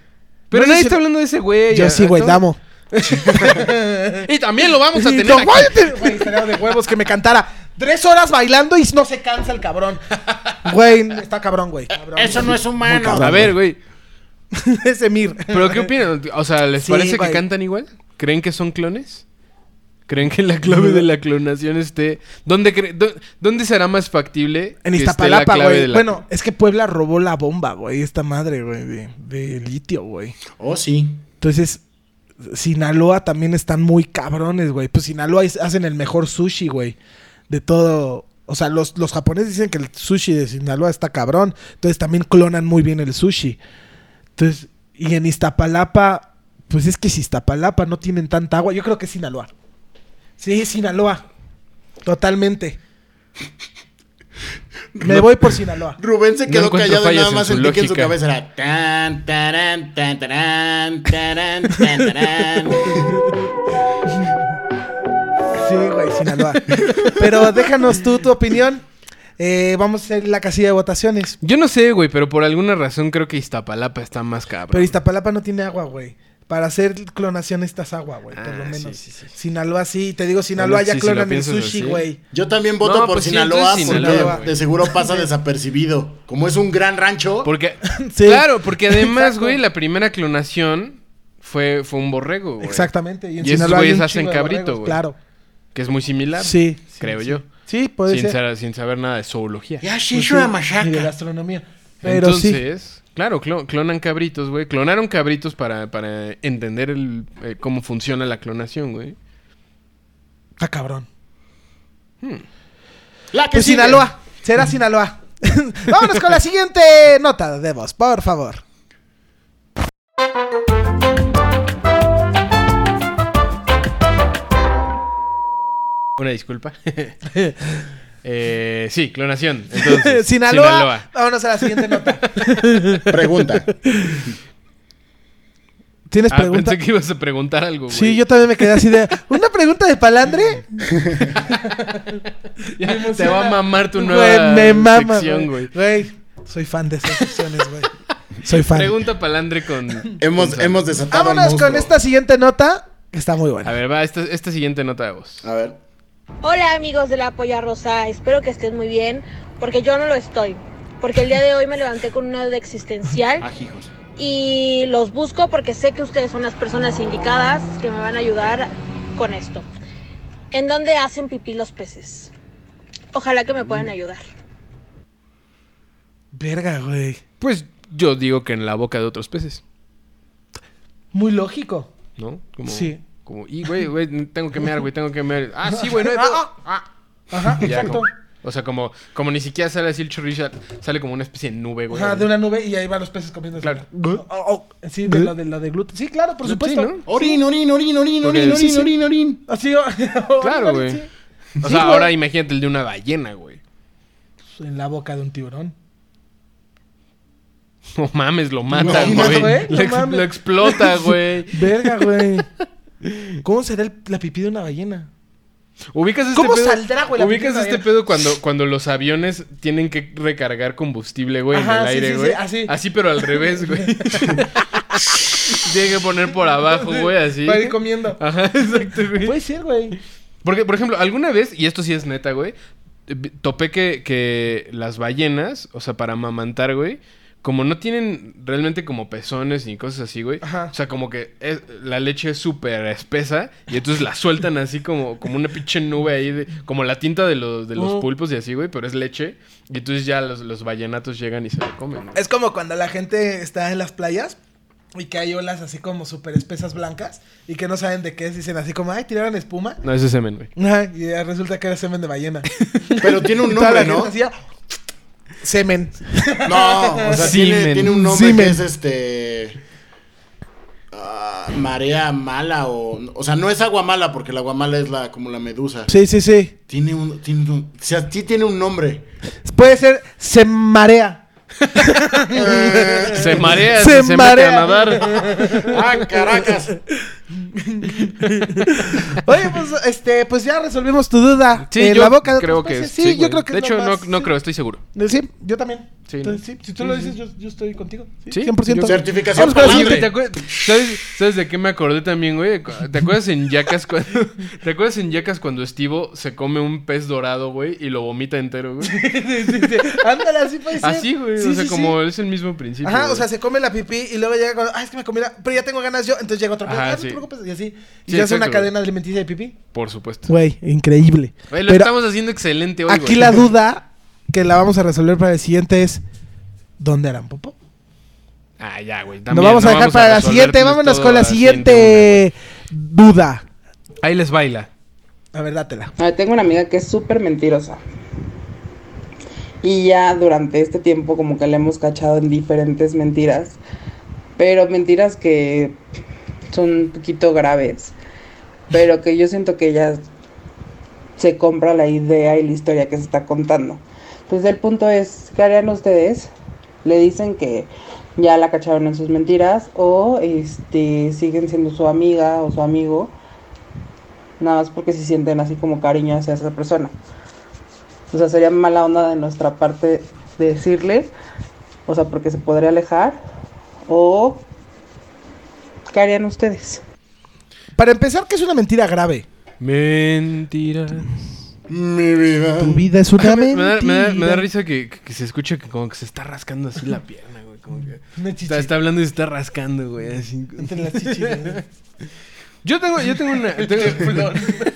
Speaker 1: Pero
Speaker 2: No
Speaker 1: nadie
Speaker 2: sé si-
Speaker 1: está hablando de ese güey.
Speaker 2: Yo
Speaker 1: a-
Speaker 2: sí,
Speaker 1: a
Speaker 2: güey,
Speaker 1: todo-
Speaker 2: <laughs> damo.
Speaker 1: Y también lo vamos a
Speaker 2: Y
Speaker 1: tener
Speaker 2: lo
Speaker 1: aquí.
Speaker 2: voy a tener- Güey, estaría de huevos que me cantara tres horas bailando y no se cansa el cabrón. Güey, está cabrón, güey. <laughs> Cabrón.
Speaker 3: Eso no es humano.
Speaker 1: A ver, güey.
Speaker 2: Ese Mir.
Speaker 1: ¿Pero qué opinan? O sea, ¿les
Speaker 2: Sí,
Speaker 1: parece
Speaker 2: güey.
Speaker 1: que cantan igual? ¿Creen que son clones? ¿Creen que la clave de la clonación esté... ¿Dónde, cre- dó- dónde será más factible
Speaker 2: En
Speaker 1: que esté
Speaker 2: Iztapalapa,
Speaker 1: clave
Speaker 2: güey.
Speaker 1: de la-
Speaker 2: Bueno, es que Puebla robó la bomba, güey. Esta madre, güey, de, de litio, güey.
Speaker 3: Oh, sí.
Speaker 2: Entonces, Sinaloa también están muy cabrones, güey. Pues Sinaloa es- hacen el mejor sushi, güey. De todo. O sea, los, los japoneses dicen que el sushi de Sinaloa está cabrón. Entonces también clonan muy bien el sushi. Entonces, y en Iztapalapa, pues es que si Iztapalapa no tienen tanta agua, yo creo que es Sinaloa. Sí, Sinaloa. Totalmente. Me voy por Sinaloa.
Speaker 3: Rubén se
Speaker 1: No
Speaker 3: quedó
Speaker 1: encuentro
Speaker 3: callado y
Speaker 1: fallas
Speaker 3: nada
Speaker 1: en
Speaker 3: más
Speaker 1: su
Speaker 3: sentí que en su
Speaker 1: lógica.
Speaker 3: cabeza era tan, tarán, tan, tarán, tarán, tan, tarán.
Speaker 2: Sí, güey, Sinaloa. Pero déjanos tú tu opinión. Eh, vamos a hacer la casilla de votaciones.
Speaker 1: Yo no sé, güey, pero por alguna razón creo que Iztapalapa está más cabrón.
Speaker 2: Pero Iztapalapa no tiene agua, güey. Para hacer clonación estás agua, güey, por
Speaker 1: Ah,
Speaker 2: lo
Speaker 1: sí,
Speaker 2: menos.
Speaker 1: sí, sí.
Speaker 2: Sinaloa sí, te digo, Sinaloa
Speaker 1: Bueno,
Speaker 2: ya
Speaker 1: sí, si lo
Speaker 2: clonan el
Speaker 1: piensas
Speaker 2: sushi,
Speaker 1: así.
Speaker 2: güey.
Speaker 3: Yo también voto
Speaker 1: No,
Speaker 3: por
Speaker 1: pues sí,
Speaker 3: Sinaloa
Speaker 1: entonces
Speaker 3: porque
Speaker 1: Sinaloa,
Speaker 3: de seguro pasa desapercibido. Como es un gran rancho,
Speaker 1: Porque...
Speaker 2: <laughs> Sí.
Speaker 1: Claro, porque además,
Speaker 2: Exacto.
Speaker 1: güey, la primera clonación fue, fue un borrego, güey.
Speaker 2: Exactamente. Y en
Speaker 1: Y esos
Speaker 2: Sinaloa hay
Speaker 1: güeyes
Speaker 2: un
Speaker 1: hacen
Speaker 2: chingo de
Speaker 1: cabrito,
Speaker 2: borregos,
Speaker 1: güey.
Speaker 2: Claro.
Speaker 1: Que es muy similar.
Speaker 2: Sí. sí,
Speaker 1: Creo
Speaker 2: sí.
Speaker 1: yo.
Speaker 2: Sí, puede
Speaker 1: sin,
Speaker 2: ser.
Speaker 1: sa- sin saber nada de zoología.
Speaker 3: ya se
Speaker 2: Pues
Speaker 3: hizo una
Speaker 2: sí, ni de
Speaker 3: machaca.
Speaker 2: gastronomía. Pero sí.
Speaker 1: Entonces, claro, clo- clonan cabritos, güey. Clonaron cabritos para, para entender el, eh, cómo funciona la clonación, güey.
Speaker 2: Está cabrón.
Speaker 1: Hmm.
Speaker 3: La que
Speaker 2: Pues
Speaker 3: sigue.
Speaker 2: Sinaloa. Será Sinaloa. <laughs> Vámonos con la siguiente nota de voz, por favor.
Speaker 1: Una disculpa. <laughs> Eh, sí, clonación. Entonces,
Speaker 2: <laughs> Sinaloa. Vámonos a la siguiente nota.
Speaker 3: Pregunta.
Speaker 2: <laughs> ¿Tienes
Speaker 1: Ah,
Speaker 2: pregunta?
Speaker 1: pensé que ibas a preguntar algo, güey.
Speaker 2: Sí, yo también me quedé así de. ¿Una pregunta de palandre?
Speaker 1: <laughs> Ya
Speaker 2: Me <laughs>
Speaker 1: te
Speaker 2: emociona.
Speaker 1: va a mamar tu
Speaker 2: Güey,
Speaker 1: nueva
Speaker 2: me mama,
Speaker 1: sección,
Speaker 2: güey.
Speaker 1: güey.
Speaker 2: Güey, soy fan de esas secciones, güey. Soy fan.
Speaker 1: Pregunta palandre
Speaker 2: <laughs>
Speaker 1: con.
Speaker 3: Hemos,
Speaker 1: con-
Speaker 3: hemos desatado al
Speaker 2: Vámonos con
Speaker 3: monstruo.
Speaker 2: esta siguiente nota, que está muy
Speaker 1: A
Speaker 2: buena.
Speaker 1: ver, va, esta, esta siguiente nota de voz.
Speaker 3: A ver.
Speaker 14: Hola amigos de la Polla Rosa, espero que estén muy bien, porque yo no lo estoy, porque el día de hoy me levanté con una duda existencial
Speaker 2: Ah,
Speaker 14: y los busco porque sé que ustedes son las personas indicadas que me van a ayudar con esto. ¿En dónde hacen pipí los peces? Ojalá que me puedan ayudar.
Speaker 2: Verga, güey.
Speaker 1: Pues yo digo que en la boca de otros peces,
Speaker 2: Muy lógico.
Speaker 1: ¿no? Como,
Speaker 2: Sí.
Speaker 1: Como, y güey, güey, tengo que mear, güey, tengo que mear. Ah, sí, güey, no hay pedo.
Speaker 2: Ajá,
Speaker 1: Y <laughs> ya
Speaker 2: ah, exacto.
Speaker 1: como- o sea, como, como ni siquiera sale así el chorrillo, sale como una especie de nube, güey.
Speaker 2: Ajá, de una nube y ahí van los peces comiendo.
Speaker 1: Claro. ¿Eh?
Speaker 2: Oh, oh, Sí, de lo de, lo de gluten. Sí, claro, por
Speaker 1: Sí,
Speaker 2: supuesto.
Speaker 1: ¿no?
Speaker 3: Orín, orín, orín, orín,
Speaker 1: Porque-
Speaker 3: orín,
Speaker 1: sí,
Speaker 3: orín,
Speaker 1: sí.
Speaker 3: orín, orín.
Speaker 2: Así, oh, <laughs>
Speaker 1: Claro, güey.
Speaker 2: sí.
Speaker 1: O sea,
Speaker 2: Sí, güey.
Speaker 1: ahora imagínate el de una ballena, güey.
Speaker 2: En la boca de un tiburón.
Speaker 1: No mames, lo mata,
Speaker 2: No,
Speaker 1: güey.
Speaker 2: güey,
Speaker 1: Lo,
Speaker 2: no
Speaker 1: ex-
Speaker 2: mames.
Speaker 1: lo explota, güey.
Speaker 2: Verga, güey. ¿Cómo será el- la pipí de una ballena?
Speaker 1: ¿Ubicas este
Speaker 2: ¿Cómo
Speaker 1: pedo?
Speaker 2: saldrá, güey, la
Speaker 1: ¿Ubicas
Speaker 2: pinche
Speaker 1: este
Speaker 2: ballena?
Speaker 1: pedo cuando, cuando los aviones tienen que recargar combustible, güey, en
Speaker 2: Ajá,
Speaker 1: el
Speaker 2: sí, sí,
Speaker 1: aire,
Speaker 2: sí,
Speaker 1: güey?
Speaker 2: así.
Speaker 1: así. pero al revés,
Speaker 2: <laughs>
Speaker 1: güey. Tienen que poner por abajo, güey, así.
Speaker 2: Para ir comiendo.
Speaker 1: Ajá, <laughs> exacto, güey.
Speaker 2: Ah, Puede ser, güey.
Speaker 1: Porque, por ejemplo, alguna vez, y esto sí es neta, güey, eh, vi- topé que, que las ballenas, o sea, para amamantar, güey, como no tienen realmente como pezones ni cosas así, güey.
Speaker 2: Ajá.
Speaker 1: O sea, como que es- la leche es súper espesa y entonces la sueltan así como, como una pinche nube ahí, de- como la tinta de, los de los
Speaker 2: Mm.
Speaker 1: pulpos y así, güey, pero es leche. Y entonces ya los, los ballenatos llegan y se lo comen. güey.
Speaker 2: Es como cuando la gente está en las playas y que hay olas así como súper espesas blancas y que no saben de qué es. Dicen así como, ay, tiraron espuma.
Speaker 1: No, ese es semen, güey.
Speaker 2: Ajá, y ya resulta que era semen de <laughs> ballena.
Speaker 3: Pero tiene un
Speaker 2: Y <laughs> toda la
Speaker 3: nombre,
Speaker 2: gente
Speaker 3: ¿no?
Speaker 2: hacía, Semen.
Speaker 3: No, o sea, tiene,
Speaker 1: Simen.
Speaker 3: tiene un nombre
Speaker 2: Simen.
Speaker 3: que es este. ah, marea mala o. O sea, no es agua mala, porque la agua mala es la como la medusa.
Speaker 2: Sí, sí, sí.
Speaker 3: Tiene un. Tiene un- o sea, sí tiene un nombre.
Speaker 2: Puede ser se marea.
Speaker 1: Se marea,
Speaker 2: Se
Speaker 1: se, se mete
Speaker 2: marea.
Speaker 1: a
Speaker 2: <laughs>
Speaker 1: nadar.
Speaker 3: ¡Ah, caracas!
Speaker 2: Oye, pues este, pues ya resolvimos tu duda.
Speaker 1: Sí,
Speaker 2: en
Speaker 1: yo
Speaker 2: la boca de
Speaker 1: creo
Speaker 2: otros
Speaker 1: que
Speaker 2: peces.
Speaker 1: es-
Speaker 2: sí.
Speaker 1: güey.
Speaker 2: yo creo que
Speaker 1: De
Speaker 2: es
Speaker 1: hecho,
Speaker 2: lo
Speaker 1: no,
Speaker 2: más-
Speaker 1: no
Speaker 2: sí.
Speaker 1: creo, estoy seguro.
Speaker 2: Sí, yo también.
Speaker 1: Sí,
Speaker 2: Entonces,
Speaker 1: ¿no?
Speaker 2: sí, si tú lo dices, yo, yo estoy contigo. Sí,
Speaker 1: Sí.
Speaker 2: 100%. Vamos
Speaker 3: Certificación
Speaker 2: con la
Speaker 1: Oye,
Speaker 3: Madre.
Speaker 1: güey, ¿te acuerdas- ¿sabes, sabes de qué me acordé también, güey? Cu- ¿Te acuerdas en Yacas cuando, <laughs> ¿te acuerdas en Yacas cuando Estivo se come un pez dorado, güey, y lo vomita entero, güey?
Speaker 2: siguiente. <laughs> <laughs> Sí, sí. Ándale, así puede ser.
Speaker 1: Así, güey.
Speaker 2: Sí,
Speaker 1: o sea,
Speaker 2: sí, sí.
Speaker 1: como es el mismo principio.
Speaker 2: Ajá, o
Speaker 1: güey.
Speaker 2: sea, se come la pipí y luego llega con, ah, es que me comí la... Pero ya tengo ganas yo, entonces llega otro...
Speaker 1: Ajá,
Speaker 2: ah, no
Speaker 1: sí.
Speaker 2: te preocupes, y así. Y
Speaker 1: Sí,
Speaker 2: ya
Speaker 1: exacto,
Speaker 2: hace una
Speaker 1: güey.
Speaker 2: cadena alimenticia de pipí.
Speaker 1: Por supuesto.
Speaker 2: Güey, increíble.
Speaker 1: Güey, lo
Speaker 2: Pero
Speaker 1: estamos haciendo excelente hoy,
Speaker 2: aquí
Speaker 1: güey. <laughs>
Speaker 2: la duda que la vamos a resolver para el siguiente es... ¿Dónde harán popó?
Speaker 1: Ah, ya, güey.
Speaker 2: Nos
Speaker 1: también,
Speaker 2: vamos
Speaker 1: no
Speaker 2: a dejar para la
Speaker 1: resolver pues
Speaker 2: siguiente.
Speaker 1: todo
Speaker 2: Vámonos con la
Speaker 1: así de una,
Speaker 2: siguiente duda.
Speaker 1: güey. Ahí les baila.
Speaker 2: A ver, dátela.
Speaker 15: A ver, tengo una amiga que es súper mentirosa. Y ya durante este tiempo como que la hemos cachado en diferentes mentiras. Pero mentiras que son un poquito graves. Pero que yo siento que ella se compra la idea y la historia que se está contando. Entonces el punto es, ¿qué harían ustedes? Le dicen que ya la cacharon en sus mentiras o este, siguen siendo su amiga o su amigo nada más porque se sienten así como cariño hacia esa persona. O sea, sería mala onda de nuestra parte decirle, o sea, porque se podría alejar, o ¿qué harían ustedes?
Speaker 2: Para empezar, que es una mentira grave.
Speaker 1: Mentiras.
Speaker 3: Mi vida.
Speaker 2: Tu vida es una
Speaker 1: Me
Speaker 2: mentira.
Speaker 1: da, me da- me da risa que, que- que se escucha que como que se está rascando así la pierna, güey. Como que...
Speaker 2: Una chichi.
Speaker 1: Está, está hablando y se está rascando, güey. Así.
Speaker 2: Entre las chichis. ¿no?
Speaker 1: Yo tengo, yo tengo una. tengo-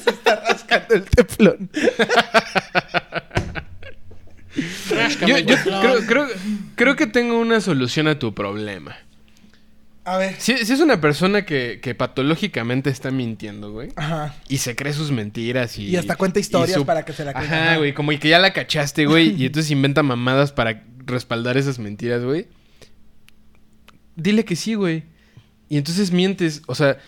Speaker 2: Se está rascando el teflón.
Speaker 1: yo yo
Speaker 2: pues
Speaker 1: creo, creo, creo que tengo una solución a tu problema.
Speaker 2: A ver.
Speaker 1: Si, si es una persona que, que patológicamente está mintiendo, güey.
Speaker 2: Ajá.
Speaker 1: Y se cree sus mentiras y...
Speaker 2: Y hasta cuenta
Speaker 1: y
Speaker 2: historias para que se la crean.
Speaker 1: Ajá, güey. Como que ya la cachaste, güey. y entonces inventa mamadas para respaldar esas mentiras, güey. Dile que sí, güey. Y entonces mientes. O sea,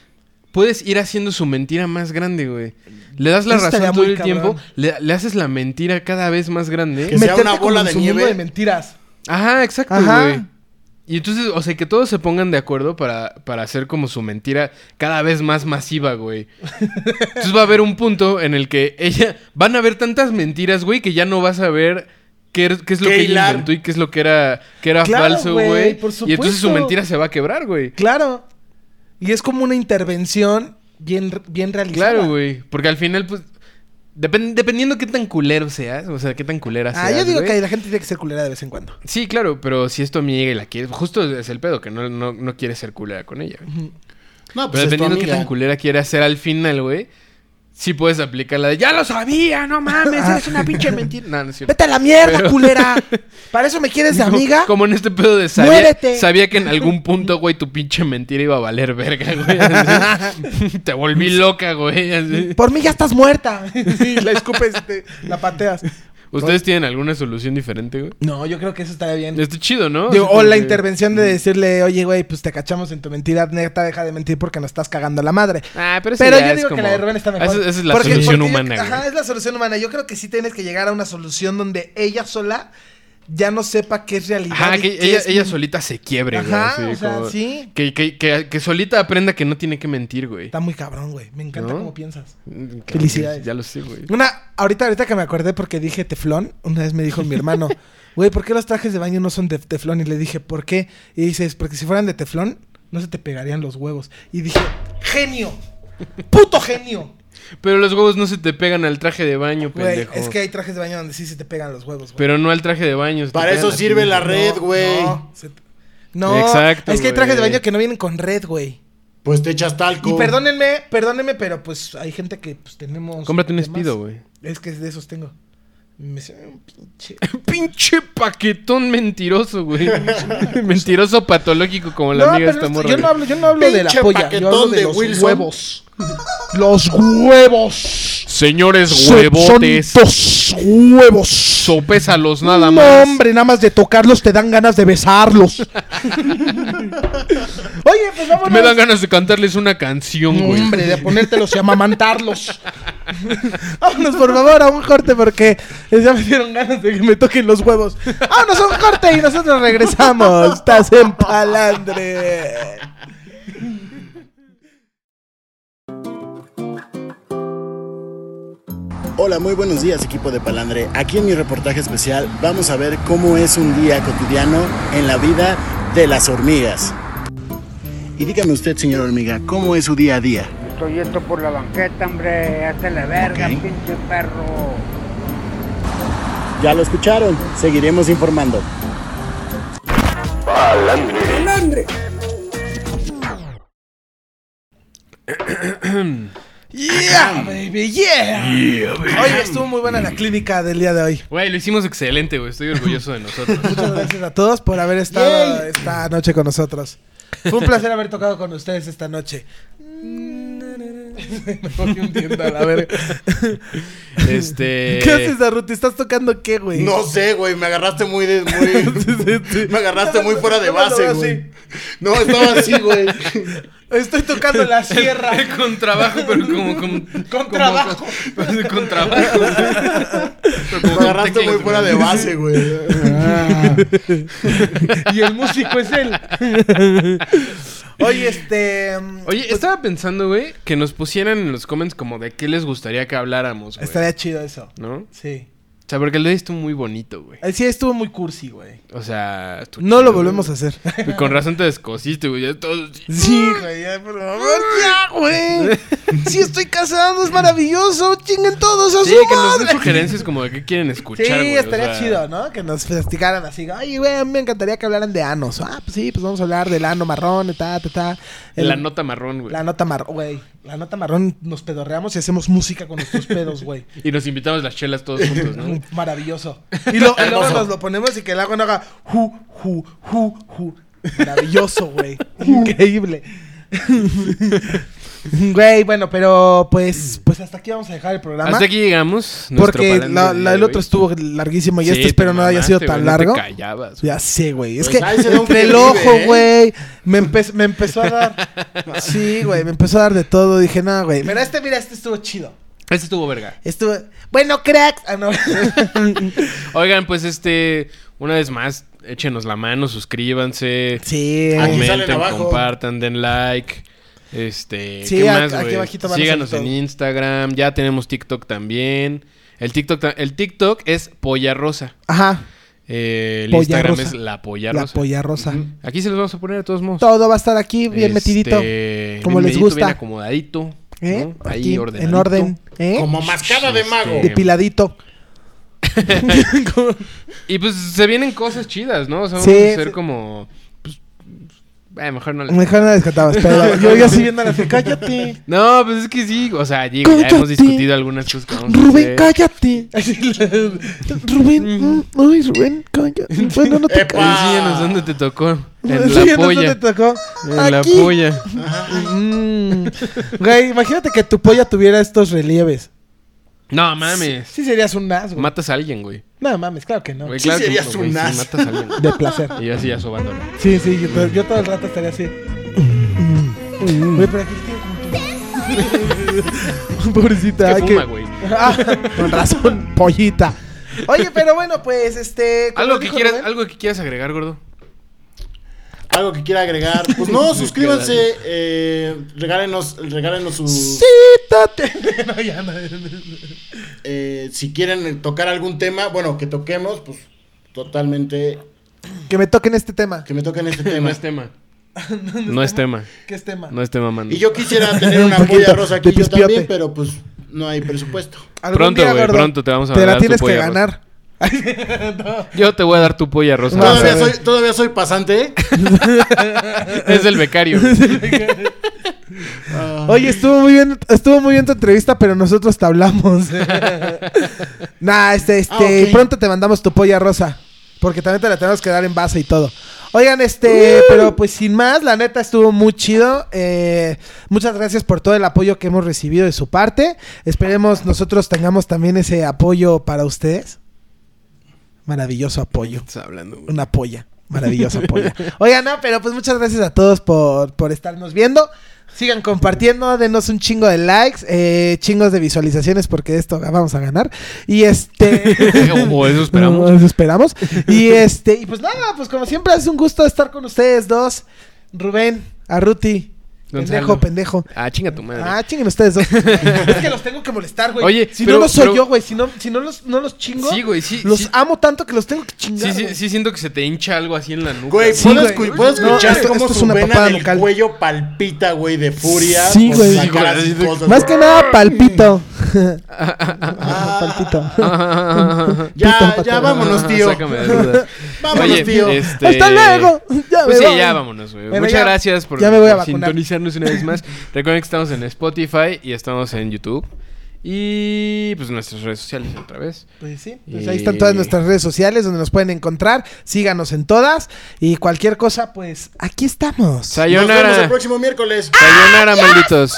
Speaker 1: puedes ir haciendo su mentira más grande, güey. Le das la
Speaker 2: Eso estaría
Speaker 1: razón todo
Speaker 2: muy
Speaker 1: el
Speaker 2: cabrón.
Speaker 1: tiempo, le, le haces la mentira cada vez más grande.
Speaker 2: Que sea Meterte una como bola en de su mundo nieve. de mentiras.
Speaker 1: Ajá, exacto,
Speaker 2: Ajá.
Speaker 1: güey. Y entonces, o sea, que todos se pongan de acuerdo para, para hacer como su mentira cada vez más masiva, güey. Entonces va a haber un punto en el que ella... Van a haber tantas mentiras, güey, que ya no vas a ver qué, er- qué es lo
Speaker 2: Qué
Speaker 1: que ella
Speaker 2: hilar.
Speaker 1: inventó y qué es lo que era, que era
Speaker 2: Claro,
Speaker 1: falso,
Speaker 2: güey,
Speaker 1: güey.
Speaker 2: por
Speaker 1: Y entonces su
Speaker 2: supuesto.
Speaker 1: mentira se va a quebrar, güey.
Speaker 2: Claro. Y es como una intervención bien, bien realizada.
Speaker 1: Claro, güey. Porque al final, pues... depend- dependiendo qué tan culero seas, o sea, qué tan culera seas,
Speaker 2: Ah, yo digo
Speaker 1: güey.
Speaker 2: que la gente tiene que ser culera de vez en cuando.
Speaker 1: Sí, claro, pero si es tu amiga y la quieres... Justo es el pedo, que no, no, no quieres ser culera con ella, güey.
Speaker 3: No,
Speaker 1: Pero
Speaker 3: pues es tu
Speaker 1: dependiendo qué tan
Speaker 3: amiga.
Speaker 1: culera quieras ser al final, güey. Sí puedes aplicar la de ¡Ya lo sabía! ¡No mames! ¡Eres una pinche mentira! No, no es cierto.
Speaker 2: Vete a la mierda,
Speaker 1: Pero-
Speaker 2: culera.
Speaker 1: <laughs>
Speaker 2: Para eso me quieres de
Speaker 1: Como-
Speaker 2: amiga.
Speaker 1: Como en este pedo de sabía,
Speaker 2: ¡Muérete!
Speaker 1: sabía que en algún punto, güey, tu pinche mentira iba a valer verga,
Speaker 2: <laughs>
Speaker 1: güey. Te volví loca, güey. así.
Speaker 2: Por mí ya
Speaker 1: <laughs>
Speaker 2: estás muerta. Sí, la escupes, y te- la pateas.
Speaker 1: ¿Ustedes tienen alguna solución diferente, güey?
Speaker 2: No, yo creo que eso estaría bien.
Speaker 1: Está chido, ¿no? Así
Speaker 2: Digo, o
Speaker 1: como
Speaker 2: la
Speaker 1: que- Mm.
Speaker 2: intervención de decirle, oye, güey, pues te cachamos en tu mentira, neta, deja de mentir porque nos estás cagando la madre.
Speaker 1: Ah, pero eso ya
Speaker 2: yo
Speaker 1: es
Speaker 2: digo
Speaker 1: como- Ah,
Speaker 2: que la de Rubén está mejor.
Speaker 1: Esa- esa es la solución humana,
Speaker 2: yo-
Speaker 1: güey.
Speaker 2: Ajá, es la solución humana. Yo creo que sí tienes que llegar a una solución donde ella sola ya no sepa qué es realidad.
Speaker 1: Ajá,
Speaker 2: y
Speaker 1: que
Speaker 2: qué
Speaker 1: ella,
Speaker 2: es
Speaker 1: ella
Speaker 2: mentira.
Speaker 1: solita se quiebre, güey.
Speaker 2: Ajá,
Speaker 1: así
Speaker 2: o sea,
Speaker 1: como-
Speaker 2: sí.
Speaker 1: Que, que- que- que solita aprenda que no tiene que mentir, güey.
Speaker 2: Está muy cabrón, güey. Me encanta
Speaker 1: ¿No?
Speaker 2: cómo piensas.
Speaker 1: Felicidades. Ya lo sé, güey.
Speaker 2: Una, ahorita, ahorita que me acordé porque dije teflón, una vez me dijo
Speaker 1: <laughs>
Speaker 2: mi hermano, güey, ¿por qué los trajes de baño no son de teflón? Y le dije, ¿por qué? Y dices, porque si fueran de teflón, no se te pegarían los huevos. Y dije, genio, puto genio.
Speaker 1: Pero los huevos no se te pegan al traje de baño,
Speaker 2: Güey,
Speaker 1: pendejo.
Speaker 2: es que hay trajes de baño donde sí se te pegan los huevos. güey.
Speaker 1: Pero no al traje de baño. se te
Speaker 3: Para
Speaker 1: pegan
Speaker 3: eso
Speaker 1: a ti,
Speaker 3: sirve la red,
Speaker 2: No,
Speaker 3: güey.
Speaker 2: no, No,
Speaker 1: Exacto,
Speaker 2: es que hay trajes de
Speaker 1: güey.
Speaker 2: baño que no vienen con red, güey.
Speaker 3: Pues te echas talco.
Speaker 2: Y perdónenme, perdónenme, pero pues hay gente que pues tenemos...
Speaker 1: Cómprate un
Speaker 2: temas.
Speaker 1: espido, güey.
Speaker 2: Es que de esos tengo. Me se ve un pinche...
Speaker 1: <laughs> Pinche paquetón mentiroso,
Speaker 2: <laughs>
Speaker 1: güey. mentiroso patológico como la
Speaker 2: No,
Speaker 1: amiga de
Speaker 2: pero
Speaker 1: esta morra.
Speaker 2: esto- yo no hablo, yo no hablo de la
Speaker 3: Pinche
Speaker 2: polla, yo hablo
Speaker 3: paquetón
Speaker 2: de,
Speaker 3: de
Speaker 2: los
Speaker 3: Wilson.
Speaker 2: huevos. Los huevos.
Speaker 1: Señores
Speaker 2: So-
Speaker 1: huevotes.
Speaker 2: Son dos huevos.
Speaker 1: Sopésalos nada
Speaker 2: No,
Speaker 1: más.
Speaker 2: hombre, nada más de tocarlos te dan ganas de
Speaker 3: <laughs>
Speaker 2: besarlos. Oye, pues vámonos.
Speaker 1: Me dan ganas de cantarles una canción, güey.
Speaker 2: Hombre, de ponértelos y amamantarlos. <laughs> Vámonos, por favor, a un corte porque ya me dieron ganas de que me toquen los huevos. Vámonos a un corte y nosotros regresamos. Estás en palandre.
Speaker 3: Hola, muy buenos días equipo de Palandre. Aquí en mi reportaje especial vamos a ver cómo es un día cotidiano en la vida de las hormigas. Y dígame usted, señor hormiga, ¿cómo es su día a día?
Speaker 16: Estoy yendo por la banqueta, hombre. Hasta la verga, pinche perro.
Speaker 3: Ya lo escucharon, seguiremos informando.
Speaker 2: Yeah, baby, yeah.
Speaker 1: Yeah, baby.
Speaker 2: Oye, estuvo muy buena la clínica del día de hoy.
Speaker 1: Güey, lo hicimos excelente, güey. Estoy orgulloso de
Speaker 2: <laughs>
Speaker 1: nosotros.
Speaker 2: Muchas gracias a todos por haber estado esta noche con nosotros. Fue un placer haber tocado con ustedes esta noche. Me voy hundiendo a la verga.
Speaker 1: Este.
Speaker 2: ¿Qué haces, Daruti? ¿Estás tocando qué, güey?
Speaker 3: No sé, güey, me agarraste muy de- <laughs> muy- me agarraste muy fuera de
Speaker 2: Yo me lo
Speaker 3: base,
Speaker 2: veo
Speaker 3: güey. No, estaba así, <laughs> güey.
Speaker 2: Estoy tocando la sierra.
Speaker 1: con trabajo, pero como. como con
Speaker 2: trabajo.
Speaker 1: <laughs> con trabajo.
Speaker 3: Me agarraste muy fuera de base, güey.
Speaker 2: Ah. <laughs> y el músico es él. <laughs> Oye, este.
Speaker 1: Oye, estaba pensando, güey, que nos pusieran en los comments como de qué les gustaría que habláramos, güey.
Speaker 2: Estaría chido eso.
Speaker 1: ¿No?
Speaker 2: Sí.
Speaker 1: O sea, porque lo diste muy bonito, güey.
Speaker 2: Eh, Sí, estuvo muy cursi, güey.
Speaker 1: O sea, estuvo
Speaker 2: No lo
Speaker 1: chido,
Speaker 2: volvemos a
Speaker 1: güey.
Speaker 2: hacer.
Speaker 1: Y Con razón te descosiste, güey. Ya todo-
Speaker 2: <laughs> Sí, güey, ya, por favor, ya, <laughs> güey. Sí, estoy casado, es maravilloso. Chinguen todos a
Speaker 1: Sí,
Speaker 2: su
Speaker 1: que nos den
Speaker 2: madre.
Speaker 1: sugerencias como de qué quieren escuchar,
Speaker 2: Sí,
Speaker 1: güey, o
Speaker 2: estaría
Speaker 1: sea.
Speaker 2: chido, ¿no? Que nos platicaran así. Ay, güey, a mí me encantaría que hablaran de anos. Ah, pues sí, pues vamos a hablar del ano marrón, ta, ta, ta. El-
Speaker 1: La nota marrón, güey.
Speaker 2: La nota marrón, güey. La nota marrón nos pedorreamos y hacemos música con nuestros pedos, güey.
Speaker 1: Y nos invitamos las chelas todos juntos, <laughs>
Speaker 2: <laughs>
Speaker 1: ¿no? <laughs>
Speaker 2: Maravilloso. Y, lo- y luego nos lo ponemos y que el agua no haga ju, ju,
Speaker 1: <laughs>
Speaker 2: ju, ju. Maravilloso, güey. Increíble. <laughs> Güey, bueno, pero pues, pues hasta aquí vamos a dejar el programa.
Speaker 1: Hasta aquí llegamos. nuestro
Speaker 2: Porque
Speaker 1: parando
Speaker 2: la-
Speaker 1: del
Speaker 2: la-
Speaker 1: día
Speaker 2: el
Speaker 1: de
Speaker 2: otro
Speaker 1: hoy.
Speaker 2: estuvo larguísimo y
Speaker 1: Sí,
Speaker 2: este
Speaker 1: te
Speaker 2: espero no haya sido
Speaker 1: mamaste,
Speaker 2: tan
Speaker 1: güey, no te
Speaker 2: largo.
Speaker 1: callabas,
Speaker 2: ya sé, güey. Es
Speaker 1: Pues ahí se
Speaker 2: que
Speaker 1: ve un
Speaker 2: entre el
Speaker 1: declive,
Speaker 2: ojo,
Speaker 1: ¿eh?
Speaker 2: güey, me, empe- me empezó
Speaker 1: <laughs>
Speaker 2: a dar. sí, güey, me empezó a dar de todo. Dije, no, güey. Pero este, mira, este estuvo chido.
Speaker 1: Este estuvo verga.
Speaker 2: Estuvo. Bueno, cracks.
Speaker 1: <laughs>
Speaker 2: Ah, no.
Speaker 1: Oigan, pues este, una vez más, échenos la mano, suscríbanse.
Speaker 2: Sí. Aquí salen
Speaker 1: Comenten,
Speaker 2: abajo.
Speaker 1: compartan, den like. Este,
Speaker 2: Sí,
Speaker 1: ¿qué
Speaker 2: a-
Speaker 1: más,
Speaker 2: aquí
Speaker 1: güey?
Speaker 2: abajito van a
Speaker 1: Síganos
Speaker 2: salir
Speaker 1: en Instagram, ya tenemos TikTok también. El TikTok, ta- el TikTok es Polla Rosa.
Speaker 2: Ajá.
Speaker 1: Eh, el
Speaker 2: Polla
Speaker 1: Instagram
Speaker 2: Rosa.
Speaker 1: es La Polla
Speaker 2: La
Speaker 1: Rosa.
Speaker 2: polla rosa.
Speaker 1: Aquí se los vamos a poner de todos modos.
Speaker 2: Todo va a estar aquí bien
Speaker 1: Este,
Speaker 2: metidito.
Speaker 1: bien
Speaker 2: Como les
Speaker 1: medidito, Bien
Speaker 2: gusta.
Speaker 1: acomodadito.
Speaker 2: ¿Eh?
Speaker 1: ¿no? Ahí
Speaker 2: Aquí, en
Speaker 1: ordenadito.
Speaker 2: orden. ¿eh?
Speaker 3: Como mascada de mago.
Speaker 2: Depiladito.
Speaker 1: <laughs>
Speaker 2: <laughs>
Speaker 1: Y pues se vienen cosas chidas, ¿no? O sea,
Speaker 2: Sí,
Speaker 1: vamos a hacer
Speaker 2: sí.
Speaker 1: como. Pues, eh, mejor no les-
Speaker 2: Mejor no descatabas,
Speaker 1: <laughs>
Speaker 2: pero yo yo así viendo a la que cállate.
Speaker 1: No, pues es que sí. O sea, digo, ya hemos
Speaker 2: Cállate.
Speaker 1: discutido algunas cosas que vamos a
Speaker 2: Rubén,
Speaker 1: hacer.
Speaker 2: cállate. Rubén, mm, ay, Rubén,
Speaker 1: <laughs>
Speaker 2: cállate. Bueno, no te
Speaker 1: Ahí síguenos dónde te tocó. En la
Speaker 2: <laughs> Sí, ¿no? ¿Dónde
Speaker 1: polla.
Speaker 2: te tocó?
Speaker 1: En la
Speaker 2: Aquí.
Speaker 1: polla.
Speaker 2: Mm. Güey, imagínate que tu polla tuviera estos relieves.
Speaker 1: No mames.
Speaker 2: Sí serías un as, güey.
Speaker 1: Matas a alguien, güey.
Speaker 2: No mames, claro que no.
Speaker 1: Güey, claro que no, güey, sí matas a alguien.
Speaker 2: De placer.
Speaker 1: Y yo así ya sobándole.
Speaker 2: Sí, sí, yo, to- yo todo el rato estaría así. Güey, pero aquí tengo
Speaker 1: <laughs>
Speaker 2: como... Pobrecita.
Speaker 1: Es que
Speaker 2: ay,
Speaker 1: fuma, güey.
Speaker 2: Ah, con razón, pollita. Oye, pero bueno, pues este... como
Speaker 1: ¿Algo que,
Speaker 2: dijo
Speaker 1: quieras,
Speaker 2: Rubén-
Speaker 1: algo que quieras agregar, gordo.
Speaker 3: Algo que
Speaker 2: <laughs>
Speaker 3: quiera agregar. Pues no, suscríbanse. Eh, regálenos, regálenos sus.
Speaker 2: <laughs> No, ya no.
Speaker 3: eh, si quieren tocar algún tema, bueno, que toquemos, pues totalmente.
Speaker 2: Que me toquen este tema. <laughs>
Speaker 3: Que me toquen este tema.
Speaker 1: No es tema. No es tema.
Speaker 2: ¿Qué es tema?
Speaker 1: No es tema, mano.
Speaker 3: Y yo
Speaker 2: <laughs>
Speaker 3: quisiera tener una
Speaker 2: Un poquito
Speaker 3: polla rosa aquí
Speaker 2: de
Speaker 3: yo también,
Speaker 2: pispiote.
Speaker 3: pero pues no hay presupuesto.
Speaker 2: Algún
Speaker 1: Pronto,
Speaker 2: día,
Speaker 1: güey,
Speaker 2: gordo,
Speaker 1: pronto te vamos a
Speaker 2: Te
Speaker 1: dar
Speaker 2: la
Speaker 1: tu
Speaker 2: tienes que
Speaker 1: polla rosa.
Speaker 2: ganar.
Speaker 1: Yo te voy a dar tu polla rosa.
Speaker 3: Todavía soy, todavía
Speaker 2: <laughs>
Speaker 3: soy pasante.
Speaker 1: Es el becario.
Speaker 3: Ah,
Speaker 2: Oye, estuvo muy bien, estuvo muy bien tu entrevista, pero nosotros te
Speaker 3: <laughs>
Speaker 2: hablamos. nah, este, este,
Speaker 3: Ah, ok.
Speaker 2: pronto te mandamos tu polla rosa. Porque también te la tenemos que dar en base y todo. Oigan,
Speaker 3: Uh.
Speaker 2: este, pero pues sin más, la neta estuvo muy chido. Eh, muchas gracias por todo el apoyo que hemos recibido de su parte. Esperemos nosotros tengamos también ese apoyo para ustedes. Maravilloso apoyo.
Speaker 1: Estás hablando, güey.
Speaker 2: Una polla.
Speaker 1: <laughs>
Speaker 2: Maravillosa polla. Oigan, no, pero pues muchas gracias a todos por, por estarnos viendo. Sigan compartiendo, denos un chingo de likes, eh, chingos de visualizaciones, porque de esto vamos a ganar.
Speaker 1: <laughs>
Speaker 2: Y este.
Speaker 1: O eso esperamos.
Speaker 2: O eso esperamos. Y este, y pues nada, pues como siempre es un gusto estar con ustedes dos. Rubén, Arruti,
Speaker 1: Gonzalo.
Speaker 2: pendejo, pendejo.
Speaker 1: Ah, chinga tu madre.
Speaker 2: Ah, chinguen ustedes
Speaker 1: <laughs>
Speaker 2: dos. es que los tengo que molestar, güey.
Speaker 1: Oye,
Speaker 2: si
Speaker 1: pero-
Speaker 2: no, no soy
Speaker 1: pero-
Speaker 2: yo, güey. Si no, si no los, no los chingo.
Speaker 1: Sí, güey, sí,
Speaker 2: Los
Speaker 1: sí.
Speaker 2: amo tanto que los tengo que chingar.
Speaker 1: Sí, sí,
Speaker 2: güey.
Speaker 1: sí, siento que se te hincha algo así en la nuca.
Speaker 3: Güey,
Speaker 1: güey.
Speaker 3: ¿puedo,
Speaker 2: güey.
Speaker 3: escu- puedo
Speaker 2: No,
Speaker 3: escuchar
Speaker 2: esto-
Speaker 3: cómo
Speaker 2: esto es
Speaker 3: su
Speaker 2: una
Speaker 3: vena
Speaker 2: papada
Speaker 3: del
Speaker 2: local.
Speaker 3: cuello palpita, güey, de furia.
Speaker 2: Sí,
Speaker 3: por
Speaker 2: güey.
Speaker 3: sacar
Speaker 1: Sí, güey,
Speaker 3: así
Speaker 1: así-
Speaker 3: cosas,
Speaker 2: Más que
Speaker 3: güey.
Speaker 2: nada, palpito. palpito.
Speaker 3: Ah, Ya, ya vámonos, tío.
Speaker 1: Sácame de
Speaker 2: <laughs>
Speaker 1: dudas.
Speaker 3: Vámonos,
Speaker 1: Oye,
Speaker 3: tío.
Speaker 1: este-
Speaker 2: ¡Hasta luego! Ya
Speaker 1: pues
Speaker 2: me
Speaker 1: sí,
Speaker 2: voy.
Speaker 1: ya vámonos, güey.
Speaker 2: Bueno,
Speaker 1: Muchas
Speaker 2: ya-
Speaker 1: gracias por,
Speaker 2: ya me voy a
Speaker 1: por
Speaker 2: vacunar.
Speaker 1: sintonizarnos una vez
Speaker 2: <laughs>
Speaker 1: más. Recuerden que estamos en Spotify y estamos en YouTube. Y pues nuestras redes sociales otra vez.
Speaker 2: Pues sí, pues ahí están todas nuestras redes sociales donde nos pueden encontrar. Síganos en todas. Y cualquier cosa, pues aquí estamos.
Speaker 3: Nos vemos el
Speaker 1: Sayonara.
Speaker 3: próximo miércoles.
Speaker 1: Sayonara, malditos.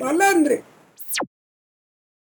Speaker 7: Malandre.